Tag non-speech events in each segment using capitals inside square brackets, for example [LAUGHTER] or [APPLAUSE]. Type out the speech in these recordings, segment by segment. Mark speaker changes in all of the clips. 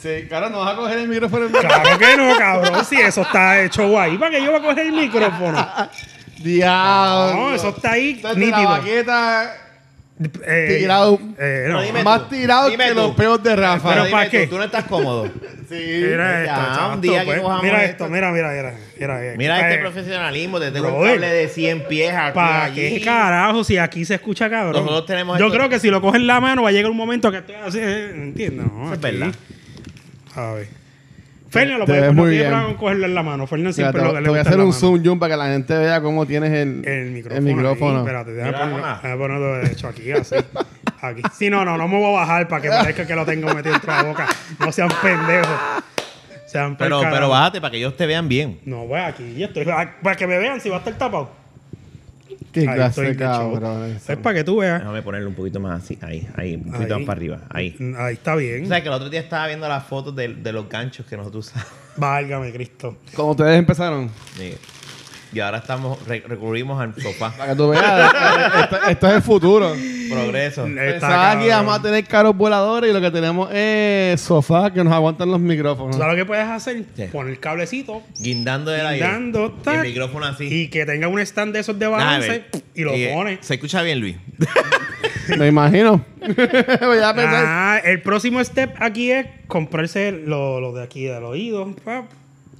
Speaker 1: Sí, cara, no vas a coger el micrófono. en mano.
Speaker 2: Claro que no, cabrón. Si eso está hecho ahí, ¿para que yo voy a coger el micrófono?
Speaker 1: [LAUGHS] Diablo.
Speaker 2: No, eso está ahí
Speaker 1: Entonces, la
Speaker 2: nítido.
Speaker 1: baqueta
Speaker 2: Eh,
Speaker 1: tirado.
Speaker 2: eh, no.
Speaker 3: No, dime-
Speaker 1: más
Speaker 3: tú,
Speaker 1: tirado
Speaker 3: dime
Speaker 1: que
Speaker 3: tú.
Speaker 1: los peos de Rafa.
Speaker 2: Pero
Speaker 3: dime
Speaker 2: ¿para
Speaker 3: tú,
Speaker 2: qué?
Speaker 3: Tú no estás cómodo.
Speaker 2: [LAUGHS]
Speaker 1: sí.
Speaker 2: Mira
Speaker 3: Ya,
Speaker 2: esto,
Speaker 3: un
Speaker 2: chato,
Speaker 3: día que
Speaker 2: pues.
Speaker 3: cojamos
Speaker 2: mira
Speaker 3: esto.
Speaker 2: esto, mira, mira, mira, mira.
Speaker 3: Mira
Speaker 2: eh,
Speaker 3: este profesionalismo. Te tengo un
Speaker 2: brother.
Speaker 3: cable de 100 pies aquí.
Speaker 2: ¿Para
Speaker 3: allí.
Speaker 2: qué carajo? Si aquí se escucha cabrón.
Speaker 3: Nosotros tenemos
Speaker 2: Yo
Speaker 3: esto-
Speaker 2: creo que si lo coges la mano va a llegar un momento que estoy así. eh, Entiendo.
Speaker 3: Eso
Speaker 2: ¿no?
Speaker 3: es
Speaker 2: Aquí.
Speaker 3: verdad.
Speaker 2: A ver. Fernan lo
Speaker 1: Te
Speaker 2: puede
Speaker 1: ves
Speaker 2: poner
Speaker 1: muy
Speaker 2: tiene
Speaker 1: bien.
Speaker 2: problema con cogerlo en la mano. Fernan
Speaker 1: Mira,
Speaker 2: siempre
Speaker 1: te,
Speaker 2: lo que
Speaker 1: te
Speaker 2: le
Speaker 1: voy a
Speaker 2: gusta es
Speaker 1: hacer
Speaker 2: la
Speaker 1: un
Speaker 2: mano.
Speaker 1: zoom zoom para que la gente vea cómo tienes el,
Speaker 2: El micrófono.
Speaker 1: el micrófono.
Speaker 2: ahí. Espérate, déjame
Speaker 3: Mira,
Speaker 2: ponerlo,
Speaker 3: ah.
Speaker 2: déjame ponerlo derecho aquí, así. Aquí. Sí, no, no, no me voy a bajar para que parezca que lo tengo metido en la boca. No sean pendejos. Sean
Speaker 3: Pero,
Speaker 2: pa'l
Speaker 3: pero
Speaker 2: carajo.
Speaker 3: bájate para que ellos te vean bien.
Speaker 2: No, voy aquí. Yo estoy. ah, Para que me vean si va a estar tapado.
Speaker 1: Qué
Speaker 2: Ahí
Speaker 1: clase,
Speaker 2: estoy,
Speaker 1: cabrón.
Speaker 2: Es para que tú veas.
Speaker 3: Déjame ponerlo un poquito más así. Ahí, ahí, un poquito
Speaker 2: Ahí.
Speaker 3: más para arriba. Ahí.
Speaker 2: Ahí está
Speaker 3: O
Speaker 2: bien.
Speaker 3: sea, que el otro día estaba viendo las fotos de, de los ganchos que nosotros usamos. [LAUGHS]
Speaker 2: Válgame, Cristo.
Speaker 1: Como ustedes empezaron.
Speaker 3: Sí. Y ahora estamos, re- recurrimos al sofá.
Speaker 1: Para que tú [LAUGHS] veas, esto, esto es el futuro.
Speaker 2: [LAUGHS]
Speaker 3: Progreso.
Speaker 2: Está
Speaker 1: Pensaba que
Speaker 2: cabrón.
Speaker 1: vamos a tener caros voladores y lo que tenemos es sofá que nos aguantan los
Speaker 2: ¿Tú
Speaker 1: micrófonos.
Speaker 2: ¿Sabes lo que puedes hacer?
Speaker 3: Sí.
Speaker 2: Poner el cablecito,
Speaker 3: Guindando el aire.
Speaker 2: dando
Speaker 3: Y el
Speaker 2: tac,
Speaker 3: micrófono así.
Speaker 2: y que tenga un stand de esos de
Speaker 3: Nada,
Speaker 2: balance
Speaker 3: a ver.
Speaker 2: y lo
Speaker 3: eh,
Speaker 2: pones.
Speaker 3: Se escucha bien, Luis.
Speaker 1: Me imagino. [LAUGHS] Voy a pensar.
Speaker 2: Ah, el próximo step aquí es comprarse lo, lo de aquí del oído. pa.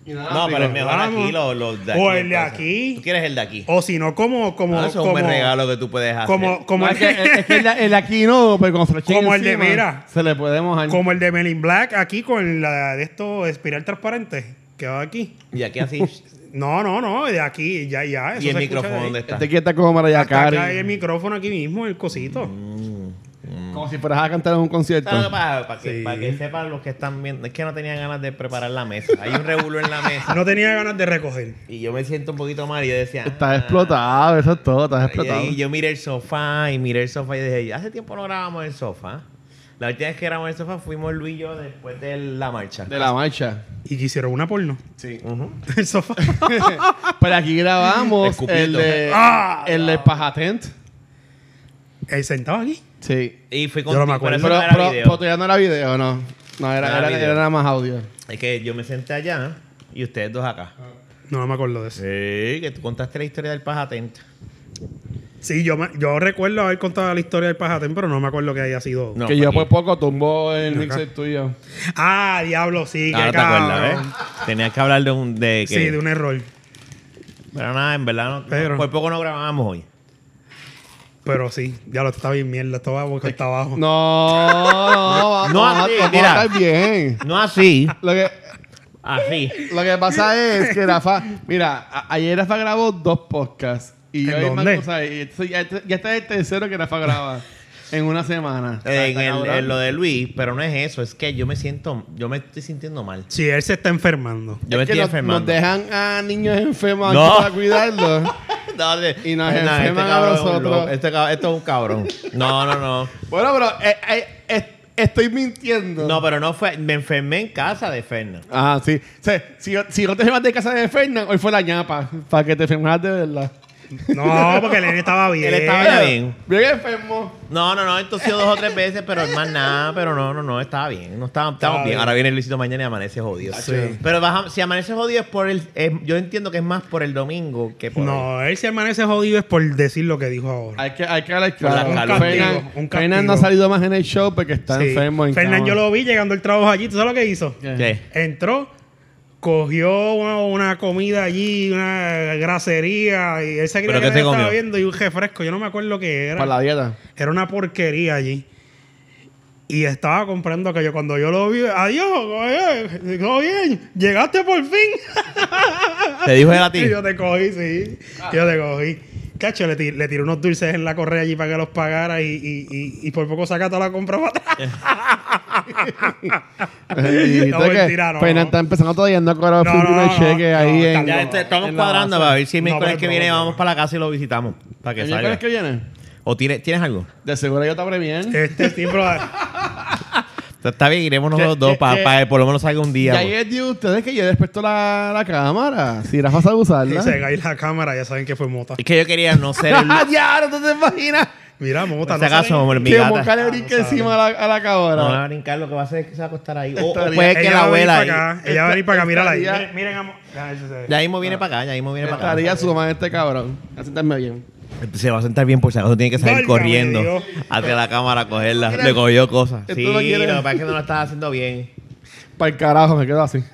Speaker 3: No, pero es mejor
Speaker 2: vamos.
Speaker 3: aquí, los, los de aquí.
Speaker 2: O el de
Speaker 3: entonces.
Speaker 2: aquí.
Speaker 3: Tú quieres el de aquí.
Speaker 2: O si no, como, como,
Speaker 3: Ah, eso es un
Speaker 2: como,
Speaker 3: buen regalo que tú puedes hacer.
Speaker 2: como, como
Speaker 1: No,
Speaker 2: el,
Speaker 1: es que, es que el, de- el de aquí no, pero con flecha
Speaker 2: Como el de
Speaker 1: encima,
Speaker 2: Vera.
Speaker 1: Se le puede mojar.
Speaker 2: [LAUGHS] como el de Melin Black aquí con la de esto espiral transparente que va aquí.
Speaker 3: Y
Speaker 2: [LAUGHS]
Speaker 3: aquí así.
Speaker 2: No, no, no, de aquí, ya, ya. eso
Speaker 3: y el
Speaker 2: se escucha de
Speaker 3: micrófono,
Speaker 2: ahí.
Speaker 3: ¿dónde está? [LAUGHS]
Speaker 1: Este aquí está como Mariah
Speaker 2: Hasta acá hay
Speaker 1: Carey.
Speaker 2: el micrófono aquí mismo, el cosito.
Speaker 3: Mm.
Speaker 1: Como si fueras a cantar en un concierto.
Speaker 3: ¿Sabes lo que pasa? Para que,
Speaker 2: Sí.
Speaker 3: para que sepan los que están viendo. Es que no tenía ganas de preparar la mesa. Hay un revuelo en la mesa.
Speaker 2: No tenía ganas de recoger.
Speaker 3: Y yo me siento un poquito mal y yo decía.
Speaker 1: Estás
Speaker 3: ah.
Speaker 1: explotado, eso es todo, estás
Speaker 3: Y
Speaker 1: explotado.
Speaker 3: ahí yo miré el sofá y miré el sofá y dije, hace tiempo no grabamos el sofá. La última vez que grabamos el sofá fuimos Luis y yo después de la marcha.
Speaker 1: De la marcha.
Speaker 2: Y quisieron una porno. [LAUGHS]
Speaker 1: Sí.
Speaker 3: Ujú.
Speaker 2: El
Speaker 3: [LAUGHS]
Speaker 2: sofá.
Speaker 1: Pero aquí grabamos
Speaker 3: Escupito.
Speaker 1: el de,
Speaker 2: Ah,
Speaker 1: el de Pajatent.
Speaker 2: El sentado aquí.
Speaker 1: Sí.
Speaker 3: Y fui
Speaker 2: Yo
Speaker 3: con
Speaker 2: no me acuerdo.
Speaker 3: pero
Speaker 1: Pero,
Speaker 3: eso no era
Speaker 1: pero,
Speaker 3: video.
Speaker 1: pero todavía no era video, no. No, era,
Speaker 3: No era
Speaker 1: era,
Speaker 3: video.
Speaker 1: era nada más audio.
Speaker 3: Es que yo me senté allá y ustedes dos acá.
Speaker 1: Ah.
Speaker 2: No, no me acuerdo de eso.
Speaker 3: Sí, que tú contaste la historia del pajatento.
Speaker 2: Sí, yo, me- yo recuerdo haber contado la historia del pajatén, pero no me acuerdo que haya sido.
Speaker 3: No,
Speaker 1: que
Speaker 3: fue
Speaker 1: yo
Speaker 3: aquí.
Speaker 1: por poco tumbó el mixer tuyo.
Speaker 2: Ah, diablo, sí,
Speaker 3: Ahora
Speaker 2: que
Speaker 3: te acuerdas, ¿ves? Tenías que hablar de un... De que,
Speaker 2: Sí, de un error.
Speaker 3: Pero nada, en verdad, no,
Speaker 2: Pero-
Speaker 3: por poco no grabamos hoy.
Speaker 2: Pero sí, ya lo está bien, mierda, esto va boca hasta abajo.
Speaker 1: No, no,
Speaker 3: No,
Speaker 1: vamos a-
Speaker 3: sí,
Speaker 1: vamos
Speaker 3: mira.
Speaker 1: a estar bien.
Speaker 3: No así,
Speaker 1: Lo que,
Speaker 3: así.
Speaker 1: Lo que [LAUGHS] pasa es que Rafa, mira, a- ayer Rafa grabó dos podcasts. Y
Speaker 2: ¿En
Speaker 1: yo misma,
Speaker 2: dónde?
Speaker 1: o sea, y esto- ya, este- ya este es el tercero que Rafa graba en una semana.
Speaker 3: [LAUGHS] en,
Speaker 1: Está
Speaker 3: el-
Speaker 1: cabrón.
Speaker 3: en lo de Luis, pero no es eso, es que yo me siento, yo me estoy sintiendo mal.
Speaker 2: Sí, él se está enfermando.
Speaker 3: Yo me
Speaker 1: Es que
Speaker 3: estoy
Speaker 1: nos, nos
Speaker 3: enfermando.
Speaker 1: dejan a niños enfermos
Speaker 3: No.
Speaker 1: aquí para cuidarlos.
Speaker 3: [LAUGHS] No, de-
Speaker 1: Y nos
Speaker 3: no, este
Speaker 1: enferman a
Speaker 3: cabrón es un
Speaker 1: nosotros.
Speaker 3: loco. Este cab- esto es un cabrón. No, no, no.
Speaker 1: bueno, pero eh, eh, eh, estoy mintiendo.
Speaker 3: No, pero no fue. Me enfermé en casa de Fernan.
Speaker 1: Ah, sí. O sea, si, yo- si no te llevas de casa de Fernan, hoy fue la ñapa. Para que te enfermas de verdad.
Speaker 2: No, porque el nene estaba bien.
Speaker 3: [LAUGHS] Él estaba ya bien.
Speaker 1: Bien enfermo.
Speaker 3: No, no, no. Esto ha sido dos o tres veces, pero más nada. Pero no, no, no. Estaba bien. No estaba, estamos
Speaker 2: Estaba
Speaker 3: bien.
Speaker 2: bien.
Speaker 3: Ahora viene Luisito mañana y amanece jodido.
Speaker 1: Sí.
Speaker 3: Pero baja- si amanece jodido es por el. es- yo entiendo que es más por el domingo que por. hoy.
Speaker 2: No, él se amanece jodido es por decir lo que dijo ahora.
Speaker 1: Hay que, hay que hablar
Speaker 3: la
Speaker 1: claro.
Speaker 3: calor.
Speaker 2: Un
Speaker 1: Fernan,
Speaker 2: castigo, un
Speaker 1: Fernan no ha
Speaker 2: castigo.
Speaker 1: salido más en el show porque está
Speaker 2: Sí.
Speaker 1: enfermo. En
Speaker 2: Fernan,
Speaker 1: cama.
Speaker 2: yo lo vi llegando al trabajo allí. ¿Tú sabes lo que hizo?
Speaker 1: ¿Qué?
Speaker 3: ¿Qué?
Speaker 2: Entró, cogió una, una comida allí, una grasería, y él se
Speaker 3: ¿Pero
Speaker 2: creía
Speaker 3: qué
Speaker 2: que
Speaker 3: se
Speaker 2: él estaba
Speaker 3: comió?
Speaker 2: viendo y un refresco. Yo no me acuerdo qué era.
Speaker 1: Para la
Speaker 2: [LAUGHS]
Speaker 1: dieta.
Speaker 2: Era una porquería allí. Y estaba comprando aquello. Cuando yo lo vi, adiós, oye, todo bien, llegaste por fin.
Speaker 3: ¿Te dijo él a
Speaker 2: [LAUGHS]
Speaker 3: ti?
Speaker 2: Y yo te cogí, sí. Yo te cogí. Cacho, le, ti- le tiré unos dulces en la correa allí para que los pagara y, y, y, y por poco saca toda la compra para atrás.
Speaker 3: [LAUGHS]
Speaker 1: Dijiste que
Speaker 2: mentira,
Speaker 1: Fernan
Speaker 2: no.
Speaker 1: Pues está empezando todavía, no ha cobrado
Speaker 2: No,
Speaker 1: su primer
Speaker 2: no, no,
Speaker 1: cheque
Speaker 2: no,
Speaker 1: ahí
Speaker 2: no,
Speaker 1: en...
Speaker 3: Ya
Speaker 2: no,
Speaker 3: este- estamos
Speaker 1: en la
Speaker 3: cuadrando
Speaker 1: base.
Speaker 3: para ver si el
Speaker 2: No,
Speaker 3: miércoles
Speaker 2: pero
Speaker 3: que
Speaker 2: no,
Speaker 3: viene
Speaker 2: no.
Speaker 3: vamos para la casa y lo visitamos. Para que
Speaker 1: ¿El
Speaker 3: salga.
Speaker 1: miércoles que viene?
Speaker 3: ¿O tiene- tienes algo?
Speaker 1: De seguro yo te habré bien.
Speaker 2: Este
Speaker 3: [LAUGHS]
Speaker 2: siempre.
Speaker 3: Está bien, iremos nosotros
Speaker 1: Que-
Speaker 3: dos
Speaker 1: que-
Speaker 3: para
Speaker 1: que-
Speaker 3: que por lo menos salga un
Speaker 1: Y
Speaker 3: día. pues.
Speaker 1: ayer de ustedes que yo despertó la, la cámara. Si Rafa sabe [LAUGHS]
Speaker 2: Y
Speaker 1: usarla.
Speaker 2: se cae la cámara, ya saben que fue mota. [LAUGHS]
Speaker 3: Es que yo quería no ser el,
Speaker 1: ¡Ah, ya! ¡No te imaginas!
Speaker 2: Mira, mota,
Speaker 3: Por si acaso,
Speaker 2: salen-
Speaker 3: amor, mi
Speaker 1: Que
Speaker 3: gata-
Speaker 1: buscar
Speaker 3: Ah,
Speaker 1: el
Speaker 3: no
Speaker 1: brinque
Speaker 3: sabe.
Speaker 1: encima a la, a la
Speaker 3: No van
Speaker 1: cabra.
Speaker 3: a brincar, lo que va a hacer es que se va a acostar ahí. O, o
Speaker 1: Estaría-
Speaker 3: puede que
Speaker 2: Ella
Speaker 3: la
Speaker 2: va a venir
Speaker 3: abuela
Speaker 2: para
Speaker 3: ahí.
Speaker 2: acá, Ella va a venir para acá, mírala ahí.
Speaker 1: estaría-
Speaker 2: Miren, miren, amor. Ya, eso se ve.
Speaker 3: Ya mismo viene para acá, ya mismo viene para acá.
Speaker 1: Estaría su mamá este cabrón. A sentarme bien.
Speaker 3: Se va a sentar bien por si acaso tiene que salir
Speaker 2: Válgame
Speaker 3: corriendo
Speaker 2: Dios.
Speaker 3: hacia la cámara a cogerla. Le cogió cosas.
Speaker 1: Esto
Speaker 3: Sí,
Speaker 1: no
Speaker 3: lo que
Speaker 1: quiere-
Speaker 3: pasa es que no lo estás haciendo bien.
Speaker 1: Para el carajo, me quedo
Speaker 2: [LAUGHS]
Speaker 1: así.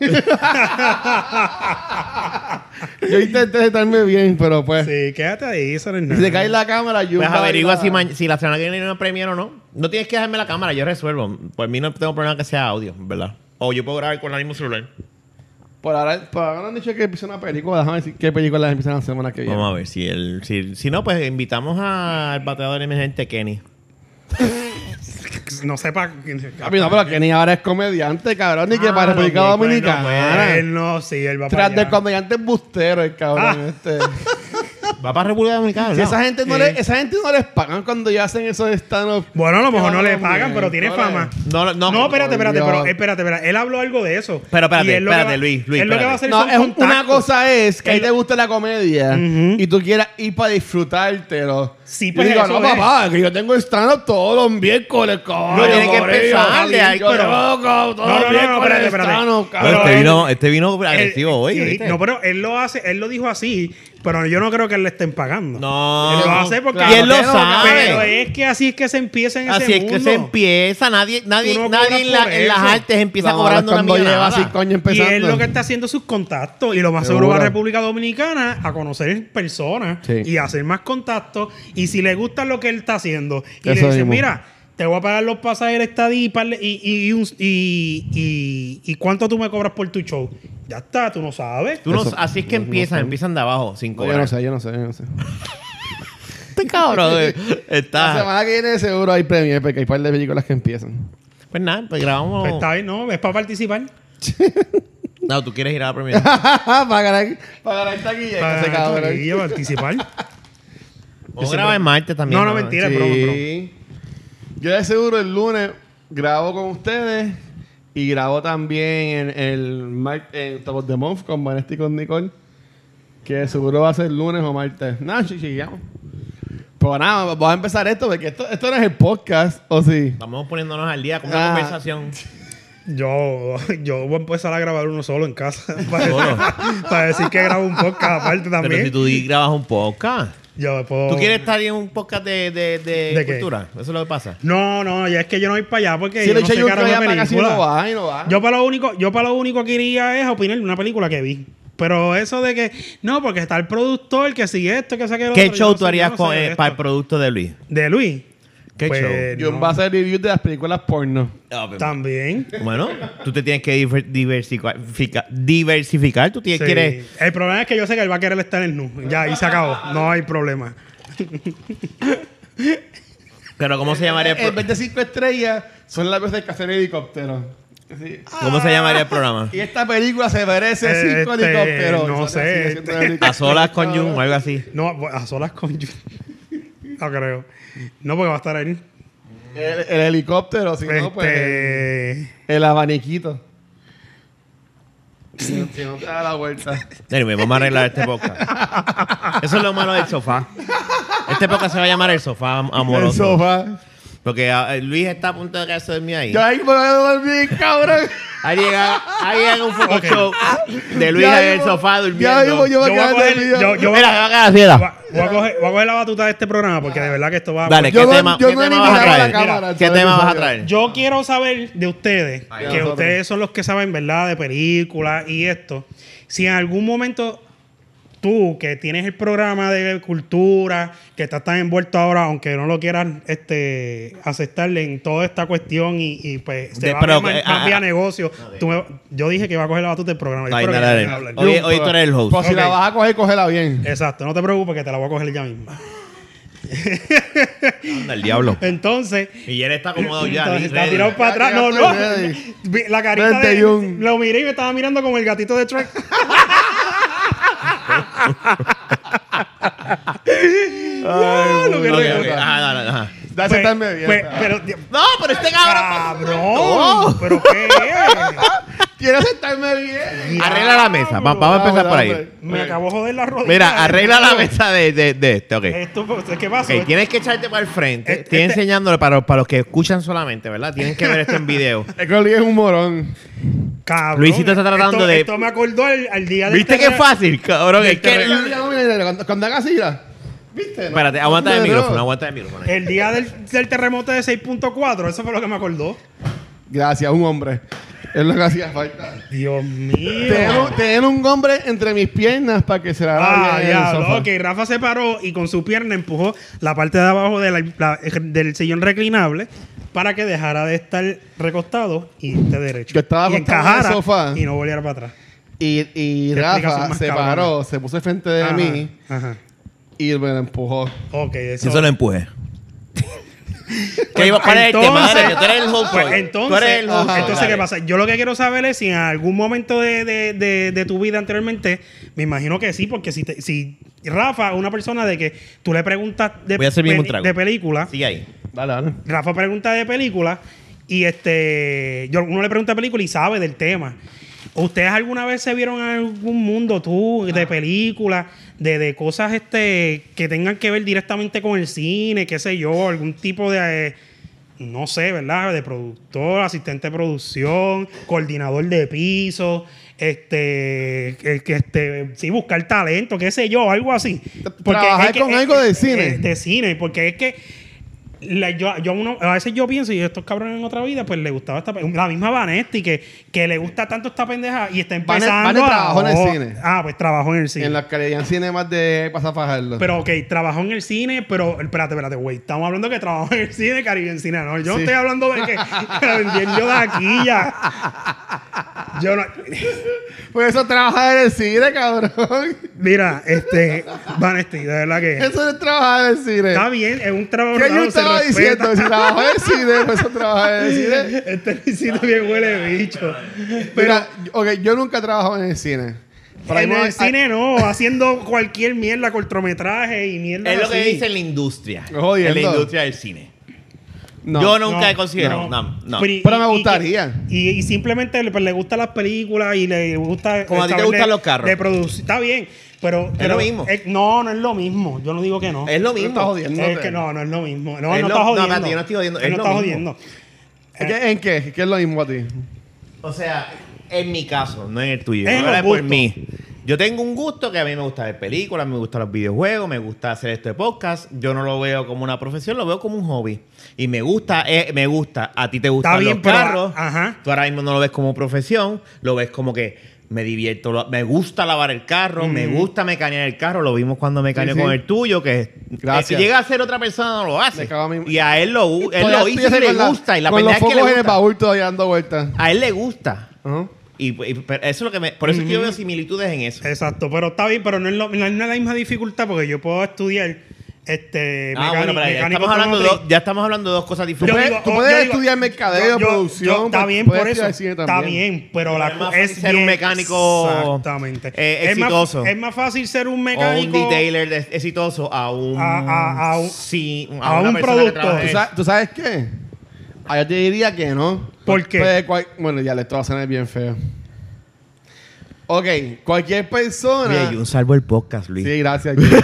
Speaker 1: Yo intenté sentarme bien, pero pues.
Speaker 2: Sí, quédate ahí, eso no es
Speaker 1: Si se
Speaker 2: nada.
Speaker 1: cae la cámara, yo.
Speaker 3: Pues
Speaker 1: voy a
Speaker 3: averigua
Speaker 1: la-
Speaker 3: si, ma- si la semana que viene hay una premier o no. No tienes que dejarme la cámara, yo resuelvo. Por mí no tengo problema que sea audio, ¿verdad? O yo puedo grabar con el mismo celular.
Speaker 1: Por ahora, por ahora han dicho que empieza una película. Déjame decir qué película empiezan la semana que viene.
Speaker 3: Vamos a ver si el, si, si no, pues invitamos al bateador emergente Kenny.
Speaker 2: No sepa.
Speaker 1: Papi, no, pero Kenny ahora es comediante, cabrón, ni que
Speaker 3: Ah,
Speaker 1: para
Speaker 3: no,
Speaker 1: República
Speaker 3: mi
Speaker 1: Dominicana.
Speaker 2: Él pues, no, sí, él va para
Speaker 1: Tras del
Speaker 2: allá.
Speaker 1: comediante embustero, el cabrón
Speaker 2: Ah. [LAUGHS]
Speaker 1: este.
Speaker 3: Va para República Dominicana.
Speaker 1: Si
Speaker 3: ¿no?
Speaker 1: esa gente no
Speaker 2: Sí.
Speaker 1: le, esa gente no les pagan cuando ya hacen esos stand-up.
Speaker 2: Bueno, a lo mejor
Speaker 1: Que
Speaker 2: no
Speaker 1: van
Speaker 2: le
Speaker 1: los
Speaker 2: pagan, pero tiene
Speaker 1: miércoles.
Speaker 2: fama.
Speaker 3: No, no,
Speaker 2: No, espérate, espérate,
Speaker 1: Dios.
Speaker 2: pero espérate, espérate. Él habló algo de eso.
Speaker 3: Pero espérate,
Speaker 2: Y él lo que
Speaker 3: espérate,
Speaker 2: va-
Speaker 3: Luis, Luis,
Speaker 2: Él lo que va a
Speaker 3: espérate.
Speaker 2: hacer
Speaker 1: No,
Speaker 2: son
Speaker 1: es un- una
Speaker 2: contactos.
Speaker 1: cosa es que a ti
Speaker 2: El-
Speaker 1: te gusta la comedia
Speaker 2: Ujú.
Speaker 1: y tú quieras ir para disfrutártelo.
Speaker 2: Sí,
Speaker 1: Y
Speaker 2: pues
Speaker 1: yo digo,
Speaker 2: eso
Speaker 1: no,
Speaker 2: es.
Speaker 1: papá, que yo tengo stand-up todos los miércoles, cabrón.
Speaker 3: No, tiene que
Speaker 1: corillo,
Speaker 3: empezar de ahí,
Speaker 1: yo
Speaker 3: pero-
Speaker 1: loco, todos
Speaker 2: no,
Speaker 1: los
Speaker 2: no,
Speaker 1: miércoles
Speaker 2: espérate, espérate.
Speaker 1: stand-up,
Speaker 2: Pero
Speaker 1: cabrón.
Speaker 3: este,
Speaker 2: él-
Speaker 3: vino, este vino
Speaker 2: él-
Speaker 3: agresivo hoy.
Speaker 2: sí,
Speaker 3: ¿viste?
Speaker 2: No, pero él lo hace, él lo dijo así, pero yo no creo que le estén pagando.
Speaker 3: No.
Speaker 2: Él lo hace porque
Speaker 3: Y él lo
Speaker 1: Claro que no,
Speaker 2: Pero
Speaker 3: sabe.
Speaker 2: es que así es que se empieza en
Speaker 3: Así
Speaker 2: ese
Speaker 3: es
Speaker 2: mundo.
Speaker 3: que se empieza. Nadie, nadie,
Speaker 2: Tú no
Speaker 3: nadie en,
Speaker 2: cobras
Speaker 3: la-
Speaker 2: por
Speaker 3: en las
Speaker 2: eso.
Speaker 3: artes empieza
Speaker 1: Vamos a ver
Speaker 3: cobrando una Ah.
Speaker 1: cuando lleva
Speaker 3: millonada.
Speaker 1: cinco años
Speaker 2: Y
Speaker 1: empezando.
Speaker 2: él lo que está haciendo es sus contactos y lo más seguro va a
Speaker 1: Seguro.
Speaker 2: República Dominicana a conocer personas
Speaker 1: Sí.
Speaker 2: y hacer más contactos y si le gusta lo que él está haciendo y
Speaker 1: Eso
Speaker 2: le dicen,
Speaker 1: mismo.
Speaker 2: mira, te voy a pagar los pasajes, la estadía y, par- y, y, y un- y- y- y cuánto tú me cobras por tu show. Ya está, tú no sabes.
Speaker 3: Tú no-
Speaker 1: Eso.
Speaker 3: así es que empiezan, empiezan de abajo, sin
Speaker 1: No, yo no
Speaker 3: cobrar.
Speaker 1: sé, yo no sé, yo no sé.
Speaker 3: Este cabrón
Speaker 1: [LAUGHS]
Speaker 3: eh,
Speaker 1: La
Speaker 3: está.
Speaker 1: semana que viene seguro hay premios porque hay un par de películas que empiezan. [LAUGHS]
Speaker 3: Pues nada, pues
Speaker 2: Pues
Speaker 3: grabamos.
Speaker 2: está bien, no, es para participar.
Speaker 3: No, tú quieres ir a
Speaker 1: [LAUGHS]
Speaker 3: la premiere.
Speaker 1: para ganar, para ganar taquilla.
Speaker 2: Para
Speaker 1: ese este cabrón.
Speaker 2: taquilla, para participar. [LAUGHS]
Speaker 3: O graba en Marte también.
Speaker 2: No, no, mentira, es broma, es broma.
Speaker 1: Sí. Yo de seguro el lunes grabo con ustedes y grabo también en el mar- en Top of the Month con Vanesti y con Nicole. Que seguro va a ser lunes o martes. Nada, chichillamos. Pues nada, vamos a empezar esto porque esto, esto no es el podcast, ¿o sí?
Speaker 3: Estamos poniéndonos al día con una
Speaker 1: Ah.
Speaker 3: conversación.
Speaker 2: Yo, yo voy a empezar a grabar uno solo en casa. [LAUGHS]
Speaker 3: Solo.
Speaker 2: Para, para decir que grabo un podcast aparte también.
Speaker 3: Pero si tú di- grabas un podcast.
Speaker 2: Yo puedo-
Speaker 3: ¿Tú quieres estar en un podcast de, de, de
Speaker 2: ¿De qué?
Speaker 3: cultura? Eso es lo que pasa.
Speaker 2: No, no, ya es que yo no voy para allá porque
Speaker 1: Si
Speaker 2: yo
Speaker 1: le
Speaker 2: no
Speaker 1: eché
Speaker 2: sé
Speaker 1: yo
Speaker 2: cara
Speaker 1: ya
Speaker 2: una
Speaker 1: para casi
Speaker 2: película.
Speaker 1: no va y no va.
Speaker 2: Yo para lo único, yo para lo único que iría es opinar de una película que vi. Pero eso de que no, porque está el productor que sigue esto, que saque lo
Speaker 3: ¿Qué
Speaker 2: otro, yo
Speaker 3: show
Speaker 2: no sé,
Speaker 3: tú harías
Speaker 2: yo no sé
Speaker 3: con-
Speaker 2: de
Speaker 3: eh,
Speaker 2: esto.
Speaker 3: para el producto de Luis?
Speaker 2: de Luis? Pues,
Speaker 3: ¿Qué show?
Speaker 1: Yo
Speaker 2: no.
Speaker 1: va a hacer reviews de las películas porno.
Speaker 2: también.
Speaker 3: Bueno, tú te tienes que diver- diversificar. fica- diversificar. Tú tienes,
Speaker 2: Sí.
Speaker 3: quieres.
Speaker 2: El problema es que yo sé que él va a querer estar en el nu. Ya, y se acabó. No hay problema.
Speaker 3: Pero ¿cómo se llamaría el,
Speaker 1: El
Speaker 2: pues-
Speaker 3: pro-
Speaker 1: 25 Eh, estrellas son las veces que hacen helicópteros. Sí.
Speaker 3: ¿cómo se llamaría el
Speaker 1: [LAUGHS]
Speaker 3: programa?
Speaker 1: Y esta película se merece
Speaker 2: Eh,
Speaker 1: cinco
Speaker 2: este,
Speaker 1: helicópteros.
Speaker 2: no
Speaker 1: Y sale
Speaker 2: sé,
Speaker 1: así,
Speaker 2: este.
Speaker 1: haciendo helicópteros.
Speaker 3: A [LAUGHS] solas con Jun o algo así.
Speaker 2: No, pues, a solas con [LAUGHS] No creo. No, porque va a estar ahí.
Speaker 1: El, el helicóptero, si no, pues el,
Speaker 2: Este...
Speaker 1: el abaniquito. Si no- si no te da la vuelta.
Speaker 3: Anyway, vamos a arreglar este podcast. Eso es lo malo del sofá. Este podcast se va a llamar el sofá am-
Speaker 1: El
Speaker 3: amoroso.
Speaker 1: sofá.
Speaker 3: Porque ah, eh, Luis está a punto de caerse de mí ahí.
Speaker 1: Yo ahí me voy a dormir, cabrón.
Speaker 3: Ahí llega, ahí llega un foco
Speaker 2: Ok.
Speaker 3: show de Luis
Speaker 1: Ya
Speaker 3: en el
Speaker 1: mismo-
Speaker 3: sofá
Speaker 1: Ya mismo
Speaker 3: durmiendo.
Speaker 1: yo voy a
Speaker 2: Yo voy a
Speaker 1: quedar
Speaker 2: coger-
Speaker 1: dormido.
Speaker 2: yo- yo-
Speaker 3: Mira, se va a caer así, era.
Speaker 2: Voy a, voy a coger, voy a coger la batuta de este programa porque de verdad que esto va a...
Speaker 3: Dale,
Speaker 1: Yo
Speaker 3: ¿qué
Speaker 1: no-
Speaker 3: tema,
Speaker 1: yo
Speaker 3: ¿qué
Speaker 1: no
Speaker 3: tema
Speaker 1: ni
Speaker 3: vas a
Speaker 1: miraba la
Speaker 3: traer?
Speaker 1: cámara,
Speaker 3: ¿Qué
Speaker 1: todo
Speaker 3: tema
Speaker 1: el
Speaker 3: vas a
Speaker 1: episodio.
Speaker 3: traer?
Speaker 2: Yo quiero saber de ustedes,
Speaker 3: Ahí
Speaker 2: que
Speaker 1: va.
Speaker 2: ustedes son los que saben, ¿verdad? De películas y esto. Si en algún momento tú, que tienes el programa de cultura, que estás tan envuelto ahora, aunque no lo quieras este, aceptarle en toda esta cuestión y, y, pues se
Speaker 3: De-
Speaker 2: va
Speaker 3: pero,
Speaker 2: a ver
Speaker 3: eh,
Speaker 2: más, más
Speaker 3: ah,
Speaker 2: vía
Speaker 3: ah.
Speaker 2: negocio. Tú me- yo dije que iba a coger la batuta del programa. Yo
Speaker 3: Ahí,
Speaker 2: espero que
Speaker 3: dale,
Speaker 2: ya
Speaker 3: dale.
Speaker 2: dejen hablar.
Speaker 3: Oye, Oye, hoy tú eres el host.
Speaker 1: Pues si la
Speaker 2: Ok.
Speaker 1: vas a coger, cógela bien.
Speaker 2: Exacto, no te preocupes que te la voy a coger ya misma.
Speaker 3: Anda, el diablo.
Speaker 2: Entonces,
Speaker 3: Y él está acomodado ya.
Speaker 2: Entonces,
Speaker 3: ready.
Speaker 2: está tirado para atrás. No, no. Vi La carita
Speaker 1: Vente,
Speaker 2: de,
Speaker 1: Jun.
Speaker 2: Lo miré y me estaba mirando como el gatito de Trek. Ya, lo que
Speaker 3: Ok,
Speaker 2: recuerdo.
Speaker 3: ok. Ah, no, no, no.
Speaker 1: De
Speaker 2: Pues,
Speaker 1: aceptarme bien.
Speaker 2: pues, pero,
Speaker 3: No, pero este cabrón. [LAUGHS]
Speaker 2: cabrón, pero qué.
Speaker 1: Yo Quiero sentarme bien.
Speaker 3: Arregla la mesa. Va- vamos a empezar por ahí.
Speaker 2: Me acabo de joder la rodilla.
Speaker 3: Mira, arregla la mesa de, de, de este, ok.
Speaker 2: Esto, pues, ¿Qué pasa?
Speaker 3: Ok, tienes que echarte para el frente.
Speaker 2: Este-
Speaker 3: Estoy enseñándole para, para los que escuchan solamente, ¿verdad? Tienen que ver esto
Speaker 2: [LAUGHS]
Speaker 3: en video.
Speaker 1: Ecoli es un morón.
Speaker 2: Cabrón,
Speaker 3: Luisito está tratando
Speaker 2: esto-
Speaker 3: de-
Speaker 2: Esto me acordó al, al día de.
Speaker 3: ¿Viste qué fácil, cabrón?
Speaker 2: Este
Speaker 3: Es que-
Speaker 1: Mira, mira, mira, mira, Cuando cuando haga así, mira. ¿Viste? No,
Speaker 3: Espérate,
Speaker 1: no,
Speaker 3: aguanta el
Speaker 1: no.
Speaker 3: micrófono, aguanta el micrófono. ahí.
Speaker 2: El día del, del terremoto de 6.4, eso fue lo que me acordó.
Speaker 1: Gracias, un hombre. Es lo que hacía falta.
Speaker 2: Dios mío.
Speaker 1: Tener un- tener un hombre entre mis piernas para que se la haga
Speaker 2: Ah,
Speaker 1: bien en el
Speaker 2: ya,
Speaker 1: sofá.
Speaker 2: ok. Rafa se paró y con su pierna empujó la parte de abajo de la- la- del sillón reclinable para que dejara de estar recostado y esté derecho.
Speaker 1: Yo estaba
Speaker 2: y
Speaker 1: acostado en el sofá.
Speaker 2: y no volviera para atrás.
Speaker 1: Y, y
Speaker 2: Qué explicación
Speaker 1: Rafa
Speaker 2: más
Speaker 1: se
Speaker 2: cabrona.
Speaker 1: paró, se puso frente de
Speaker 2: Ajá,
Speaker 1: mí
Speaker 2: Ajá.
Speaker 1: y me la empujó.
Speaker 2: Ok, eso.
Speaker 4: Eso lo
Speaker 2: [LAUGHS]
Speaker 4: empuje.
Speaker 3: ¿Qué iba- ¿Cuál es el tema?
Speaker 2: Entonces-
Speaker 3: Dale, Tú eres el host
Speaker 2: Pues
Speaker 3: hoy.
Speaker 2: entonces,
Speaker 3: Tú eres el host
Speaker 1: ajá,
Speaker 3: hoy,
Speaker 2: entonces
Speaker 3: dale.
Speaker 2: ¿qué pasa? Yo lo que quiero saber es si en algún momento de, de- de- de tu vida anteriormente, me imagino que sí, porque si, te- si Rafa, una persona de que tú le preguntas de,
Speaker 3: Voy a servirme un
Speaker 2: peli-
Speaker 3: trago.
Speaker 2: de película,
Speaker 3: Sigue ahí.
Speaker 1: Dale, dale.
Speaker 2: Rafa pregunta de película y este yo, uno le pregunta película y sabe del tema. ¿Ustedes alguna vez se vieron en algún mundo tú de películas, de, de cosas este que tengan que ver directamente con el cine, qué sé yo, algún tipo de eh, no sé, ¿verdad? De productor, asistente de producción, coordinador de piso, este, que- que, este, sí, buscar talento, qué sé yo, algo así.
Speaker 1: Trabajar
Speaker 2: es
Speaker 1: con algo de cine.
Speaker 2: eh, de cine, porque es que la- yo, yo uno- a veces yo pienso, y estos cabrones en otra vida, pues le gustaba esta pe- La misma Vanetti, que, que le gusta tanto esta pendeja y está
Speaker 1: Vanetti-
Speaker 2: empezando.
Speaker 1: Vanetti
Speaker 2: a-
Speaker 1: trabajó en el cine.
Speaker 2: Ah, pues trabajó en el cine.
Speaker 1: En las Canadian Cinemas de Pasafajardo.
Speaker 2: Pero ok, trabajó en el cine, pero espérate, espérate, güey. Estamos hablando que trabajó en el cine, Caribbean Cine, no. Yo no
Speaker 1: Sí.
Speaker 2: estoy hablando de que [LAUGHS] que la vendían yo de aquí ya. Yo no.
Speaker 1: Por Pues eso trabajar en el cine, cabrón.
Speaker 2: Eh. Mira, este, Vanetti, de verdad que.
Speaker 1: Eso es trabajar en el cine.
Speaker 2: Está bien, es un trabajo
Speaker 1: ¿Qué yo
Speaker 2: honrado, se
Speaker 1: estaba
Speaker 2: respeta.
Speaker 1: diciendo? Si trabajo en el cine, por eso trabajar en el cine.
Speaker 2: [LAUGHS] Este Luisito bien huele de bicho. [LAUGHS] Pero
Speaker 1: Mira, ok, yo nunca he trabajado en el cine. Pero
Speaker 2: en
Speaker 1: hay- hay-
Speaker 2: el
Speaker 1: [LAUGHS]
Speaker 2: cine no, haciendo cualquier mierda, cortometraje y mierda.
Speaker 3: Es lo que
Speaker 2: así.
Speaker 3: dice la industria.
Speaker 1: Jodiendo.
Speaker 3: En la industria del cine.
Speaker 1: No.
Speaker 3: Yo nunca he considerado. No, no.
Speaker 2: y-
Speaker 1: Pero me
Speaker 2: y- y-
Speaker 1: gustaría.
Speaker 2: Y, y simplemente le, pues, le gustan las películas y le gusta.
Speaker 3: Como a ti te
Speaker 2: saber
Speaker 3: gustan
Speaker 2: de-
Speaker 3: los carros.
Speaker 2: De producir. Está bien, pero.
Speaker 3: Es
Speaker 2: pero-
Speaker 3: lo mismo.
Speaker 2: eh, no, no es lo mismo. Yo no digo que no.
Speaker 3: Es lo
Speaker 1: Tú estás
Speaker 3: mismo.
Speaker 1: jodiendo.
Speaker 2: Es que no, no es lo mismo. No,
Speaker 3: Es
Speaker 2: no
Speaker 3: lo-
Speaker 2: está
Speaker 3: no,
Speaker 2: jodiendo.
Speaker 3: Mati, yo no estoy jodiendo,
Speaker 2: Él
Speaker 3: es
Speaker 2: no
Speaker 3: lo
Speaker 2: está
Speaker 3: mismo.
Speaker 2: jodiendo.
Speaker 1: ¿En qué- ¿En qué? ¿Qué es lo mismo a ti?
Speaker 3: O sea, en mi caso, no en el tuyo.
Speaker 2: Es en
Speaker 3: Ahora
Speaker 2: los
Speaker 3: es por
Speaker 2: gustos.
Speaker 3: mí. Yo tengo un gusto que a mí me gusta ver películas, me gustan los videojuegos, me gusta hacer este podcast. Yo no lo veo como una profesión, lo veo como un hobby. Y me gusta, eh, me gusta. A ti te gustan
Speaker 2: bien,
Speaker 3: los
Speaker 2: pero-
Speaker 3: carros.
Speaker 2: ajá.
Speaker 3: Tú ahora mismo no lo ves como profesión, lo ves como que me divierto, lo- me gusta lavar el carro, me gusta mecanear el carro. Lo vimos cuando mecaneé
Speaker 1: Sí, sí.
Speaker 3: con el tuyo, que eh,
Speaker 1: Gracias.
Speaker 3: si llega a ser otra persona no lo hace.
Speaker 1: Me cago en mi-
Speaker 3: Y a él lo, él
Speaker 1: Todavía
Speaker 3: lo
Speaker 1: estoy
Speaker 3: hizo y
Speaker 1: así
Speaker 3: le
Speaker 1: con la-
Speaker 3: gusta. Y la
Speaker 1: con
Speaker 3: verdad
Speaker 1: los
Speaker 3: es que
Speaker 1: focos
Speaker 3: le
Speaker 1: en el
Speaker 3: gusta.
Speaker 1: baúl todavía dando vueltas.
Speaker 3: A él le gusta.
Speaker 1: Ajá.
Speaker 3: Y, y- pero eso es lo que me, por eso es que yo veo similitudes en eso.
Speaker 2: Exacto, pero está bien, pero no es, lo- no es la misma dificultad porque yo puedo estudiar este
Speaker 3: Ah,
Speaker 2: mecánico-
Speaker 3: bueno, pero ya
Speaker 2: mecánico
Speaker 3: estamos, hablando de
Speaker 2: automotriz.
Speaker 3: dos, ya estamos hablando de dos cosas
Speaker 2: Yo
Speaker 1: puedes-
Speaker 3: diferentes.
Speaker 2: digo,
Speaker 1: tú
Speaker 2: oh,
Speaker 1: puedes
Speaker 2: yo
Speaker 1: estudiar mercadeo, producción,
Speaker 2: está
Speaker 1: pues,
Speaker 2: bien
Speaker 1: puedes
Speaker 2: por eso.
Speaker 1: estudiar cine
Speaker 2: Está
Speaker 1: también.
Speaker 2: bien, pero la
Speaker 3: Es más
Speaker 2: co-
Speaker 3: fácil ser un
Speaker 2: bien-
Speaker 3: mecánico,
Speaker 2: Exactamente.
Speaker 3: eh,
Speaker 2: es más-
Speaker 3: exitoso.
Speaker 2: es más fácil ser un
Speaker 3: o un
Speaker 2: mecánico.
Speaker 3: detailer de- exitoso a un.
Speaker 2: A- a- a un-
Speaker 3: sí,
Speaker 2: a
Speaker 3: una
Speaker 2: un
Speaker 3: persona que
Speaker 2: producto.
Speaker 3: trabaja
Speaker 1: ¿Tú
Speaker 3: en eso.
Speaker 1: sabes, tú sabes qué? Ah, yo te diría que no.
Speaker 2: ¿Por qué?
Speaker 1: Pues, cual- bueno, ya le estoy haciendo bien feo. Ok, cualquier persona.
Speaker 3: Oye, Jun salvo el podcast, Luis.
Speaker 1: Sí, gracias. Jun. [LAUGHS]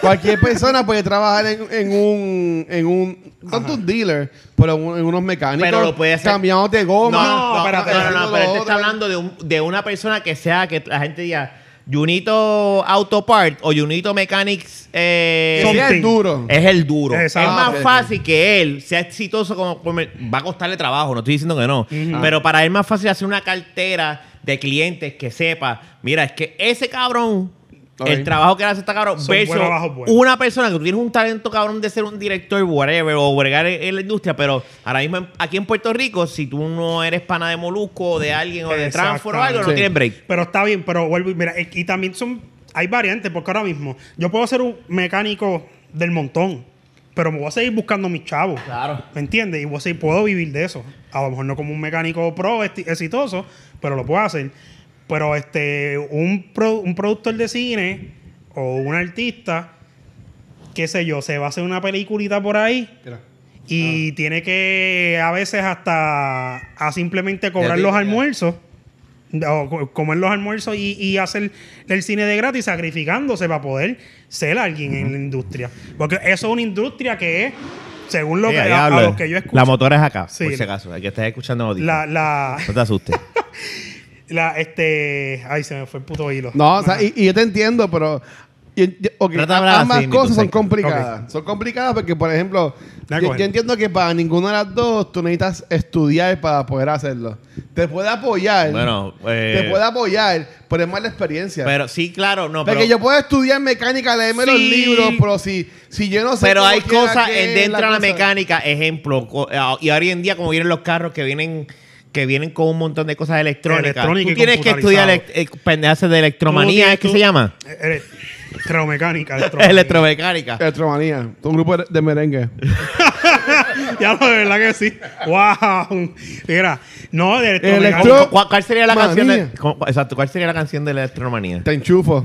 Speaker 1: cualquier persona puede trabajar en, en un. En un tanto un dealer, pero en, un- en unos mecánicos.
Speaker 3: Pero lo puede hacer-
Speaker 1: Cambiamos de
Speaker 3: No,
Speaker 1: goma.
Speaker 3: no, no,
Speaker 2: Oh, espérate,
Speaker 3: no, no, no,
Speaker 1: haciendo
Speaker 3: pero
Speaker 1: lo
Speaker 3: él está
Speaker 1: otro.
Speaker 3: hablando de, un- de una persona que sea que la gente diga Junito Auto Part o Junito Mechanics. eh,
Speaker 1: Que sea el
Speaker 2: Something.
Speaker 1: duro.
Speaker 3: Es el duro.
Speaker 2: Exacto.
Speaker 3: Es más
Speaker 1: Ah, ok, ok.
Speaker 3: fácil que él sea exitoso como como- va a costarle trabajo, no estoy diciendo que no, pero para él más fácil hacer una cartera de clientes que sepa, mira, es que ese cabrón
Speaker 1: Ok.
Speaker 3: El trabajo que él hace está cabrón.
Speaker 2: Son
Speaker 3: versus
Speaker 2: buenos trabajos buenos.
Speaker 3: una persona que tú tienes un talento cabrón de ser un director, whatever, o bregar en en la industria, pero ahora mismo en- aquí en Puerto Rico, si tú no eres pana de Molusco o de alguien o de Transfer o algo, no
Speaker 1: Sí.
Speaker 3: tienes break.
Speaker 2: Pero está bien, pero vuelvo y mira, eh, y también son hay variantes porque ahora mismo yo puedo ser un mecánico del montón, pero me voy a seguir buscando a mis chavos.
Speaker 3: Claro.
Speaker 2: ¿Me entiendes? Y voy a seguir- puedo vivir de eso. A lo mejor no como un mecánico pro esti- exitoso, pero lo puedo hacer. Pero este un pro- un productor de cine o un artista qué sé yo, se va a hacer una peliculita por ahí
Speaker 1: Mira.
Speaker 3: Ah.
Speaker 2: y tiene que a veces hasta a simplemente cobrar
Speaker 3: Ya,
Speaker 2: los
Speaker 3: ya.
Speaker 2: almuerzos. o co- comer los almuerzos y, y hacer el cine de gratis, sacrificándose para poder ser alguien en la industria. Porque eso es una industria que es, según lo
Speaker 3: Sí,
Speaker 2: que,
Speaker 3: Eh, ahí
Speaker 2: a- a
Speaker 3: hablo.
Speaker 2: lo que yo escucho,
Speaker 3: La motora es acá,
Speaker 2: Sí.
Speaker 3: por si acaso. El que estás escuchando audio.
Speaker 2: la, la,
Speaker 3: No te asustes.
Speaker 2: la, este, ay, se me fue el puto hilo.
Speaker 1: No, o sea, y, y yo te entiendo, pero. y- y- ok,
Speaker 3: Trata de hablar
Speaker 1: ambas
Speaker 3: así, mi
Speaker 1: cosas son
Speaker 3: consejo.
Speaker 1: complicadas. Son complicadas porque, por ejemplo,
Speaker 2: De
Speaker 1: yo,
Speaker 2: acuerdo.
Speaker 1: yo entiendo que para ninguna de las dos tú necesitas estudiar para poder hacerlo. Te puede apoyar.
Speaker 3: bueno, eh,
Speaker 1: te puede apoyar, pero es mala experiencia.
Speaker 3: pero sí, claro, no,
Speaker 1: porque
Speaker 3: pero,
Speaker 1: yo puedo estudiar mecánica, leerme los
Speaker 3: Sí.
Speaker 1: libros, pero si, si yo no sé.
Speaker 3: pero
Speaker 1: cómo
Speaker 3: hay
Speaker 1: quiera
Speaker 3: cosas
Speaker 1: que
Speaker 3: en- dentro de
Speaker 1: cosa-
Speaker 3: la mecánica, ejemplo, co- ah, y hoy en día como vienen los carros que vienen que vienen con un montón de cosas electrónicas.
Speaker 2: Electrónica
Speaker 3: tú
Speaker 2: y
Speaker 3: tienes que estudiar
Speaker 2: computarizado.
Speaker 3: elec- eh, pendejadas de electromanía, ¿es que se llama?
Speaker 2: Eh, eh,
Speaker 3: [LAUGHS]
Speaker 2: Electromecánica.
Speaker 3: Electromecánica.
Speaker 1: Electromanía. Un grupo de- de merengue.
Speaker 2: ya lo de verdad que sí. ¡Wow! Mira, no, de electromecánica.
Speaker 1: Electro-
Speaker 3: ¿Cu- ¿Cuál, sería la canción? de-
Speaker 1: Manía.
Speaker 3: cu- cu- exacto, ¿cuál sería la canción de la electromanía?
Speaker 1: Te enchufo.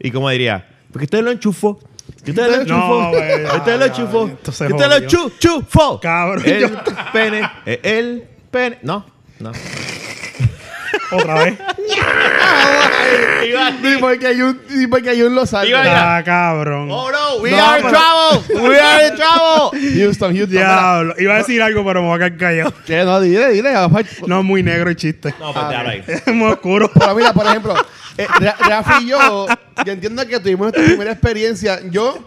Speaker 3: ¿Y cómo diría? Porque usted lo enchufó. Que usted lo enchufó.
Speaker 2: No, güey, ya,
Speaker 3: usted
Speaker 2: ya,
Speaker 3: lo enchufó.
Speaker 2: esto se
Speaker 3: Que usted lo
Speaker 2: jodió.
Speaker 3: enchufó.
Speaker 2: Cabrón,
Speaker 3: El
Speaker 2: yo-
Speaker 3: pene. eh, El pene. No, no.
Speaker 2: Otra vez.
Speaker 3: [LAUGHS]
Speaker 1: [LAUGHS]
Speaker 3: Iba
Speaker 1: Y porque hay un, y porque hay un Los
Speaker 3: Iba
Speaker 1: Ángeles.
Speaker 2: Ah, cabrón.
Speaker 3: Oh no, we
Speaker 1: Mm. No,
Speaker 3: are in
Speaker 1: pero-
Speaker 3: trouble. We are in
Speaker 1: [LAUGHS]
Speaker 3: trouble.
Speaker 1: Houston, Houston. mira.
Speaker 2: Diablo. Iba a decir algo, pero me voy a
Speaker 1: [LAUGHS]
Speaker 2: quedar callado.
Speaker 1: Que no, dile, dile. Rafa.
Speaker 2: No, es muy negro el chiste.
Speaker 3: No, pues déjalo ahí.
Speaker 2: [LAUGHS] Es
Speaker 1: [LAUGHS]
Speaker 2: muy oscuro.
Speaker 1: Pero mira, por ejemplo, eh, Ra- Rafa y yo, yo entiendo que tuvimos nuestra primera experiencia. Yo,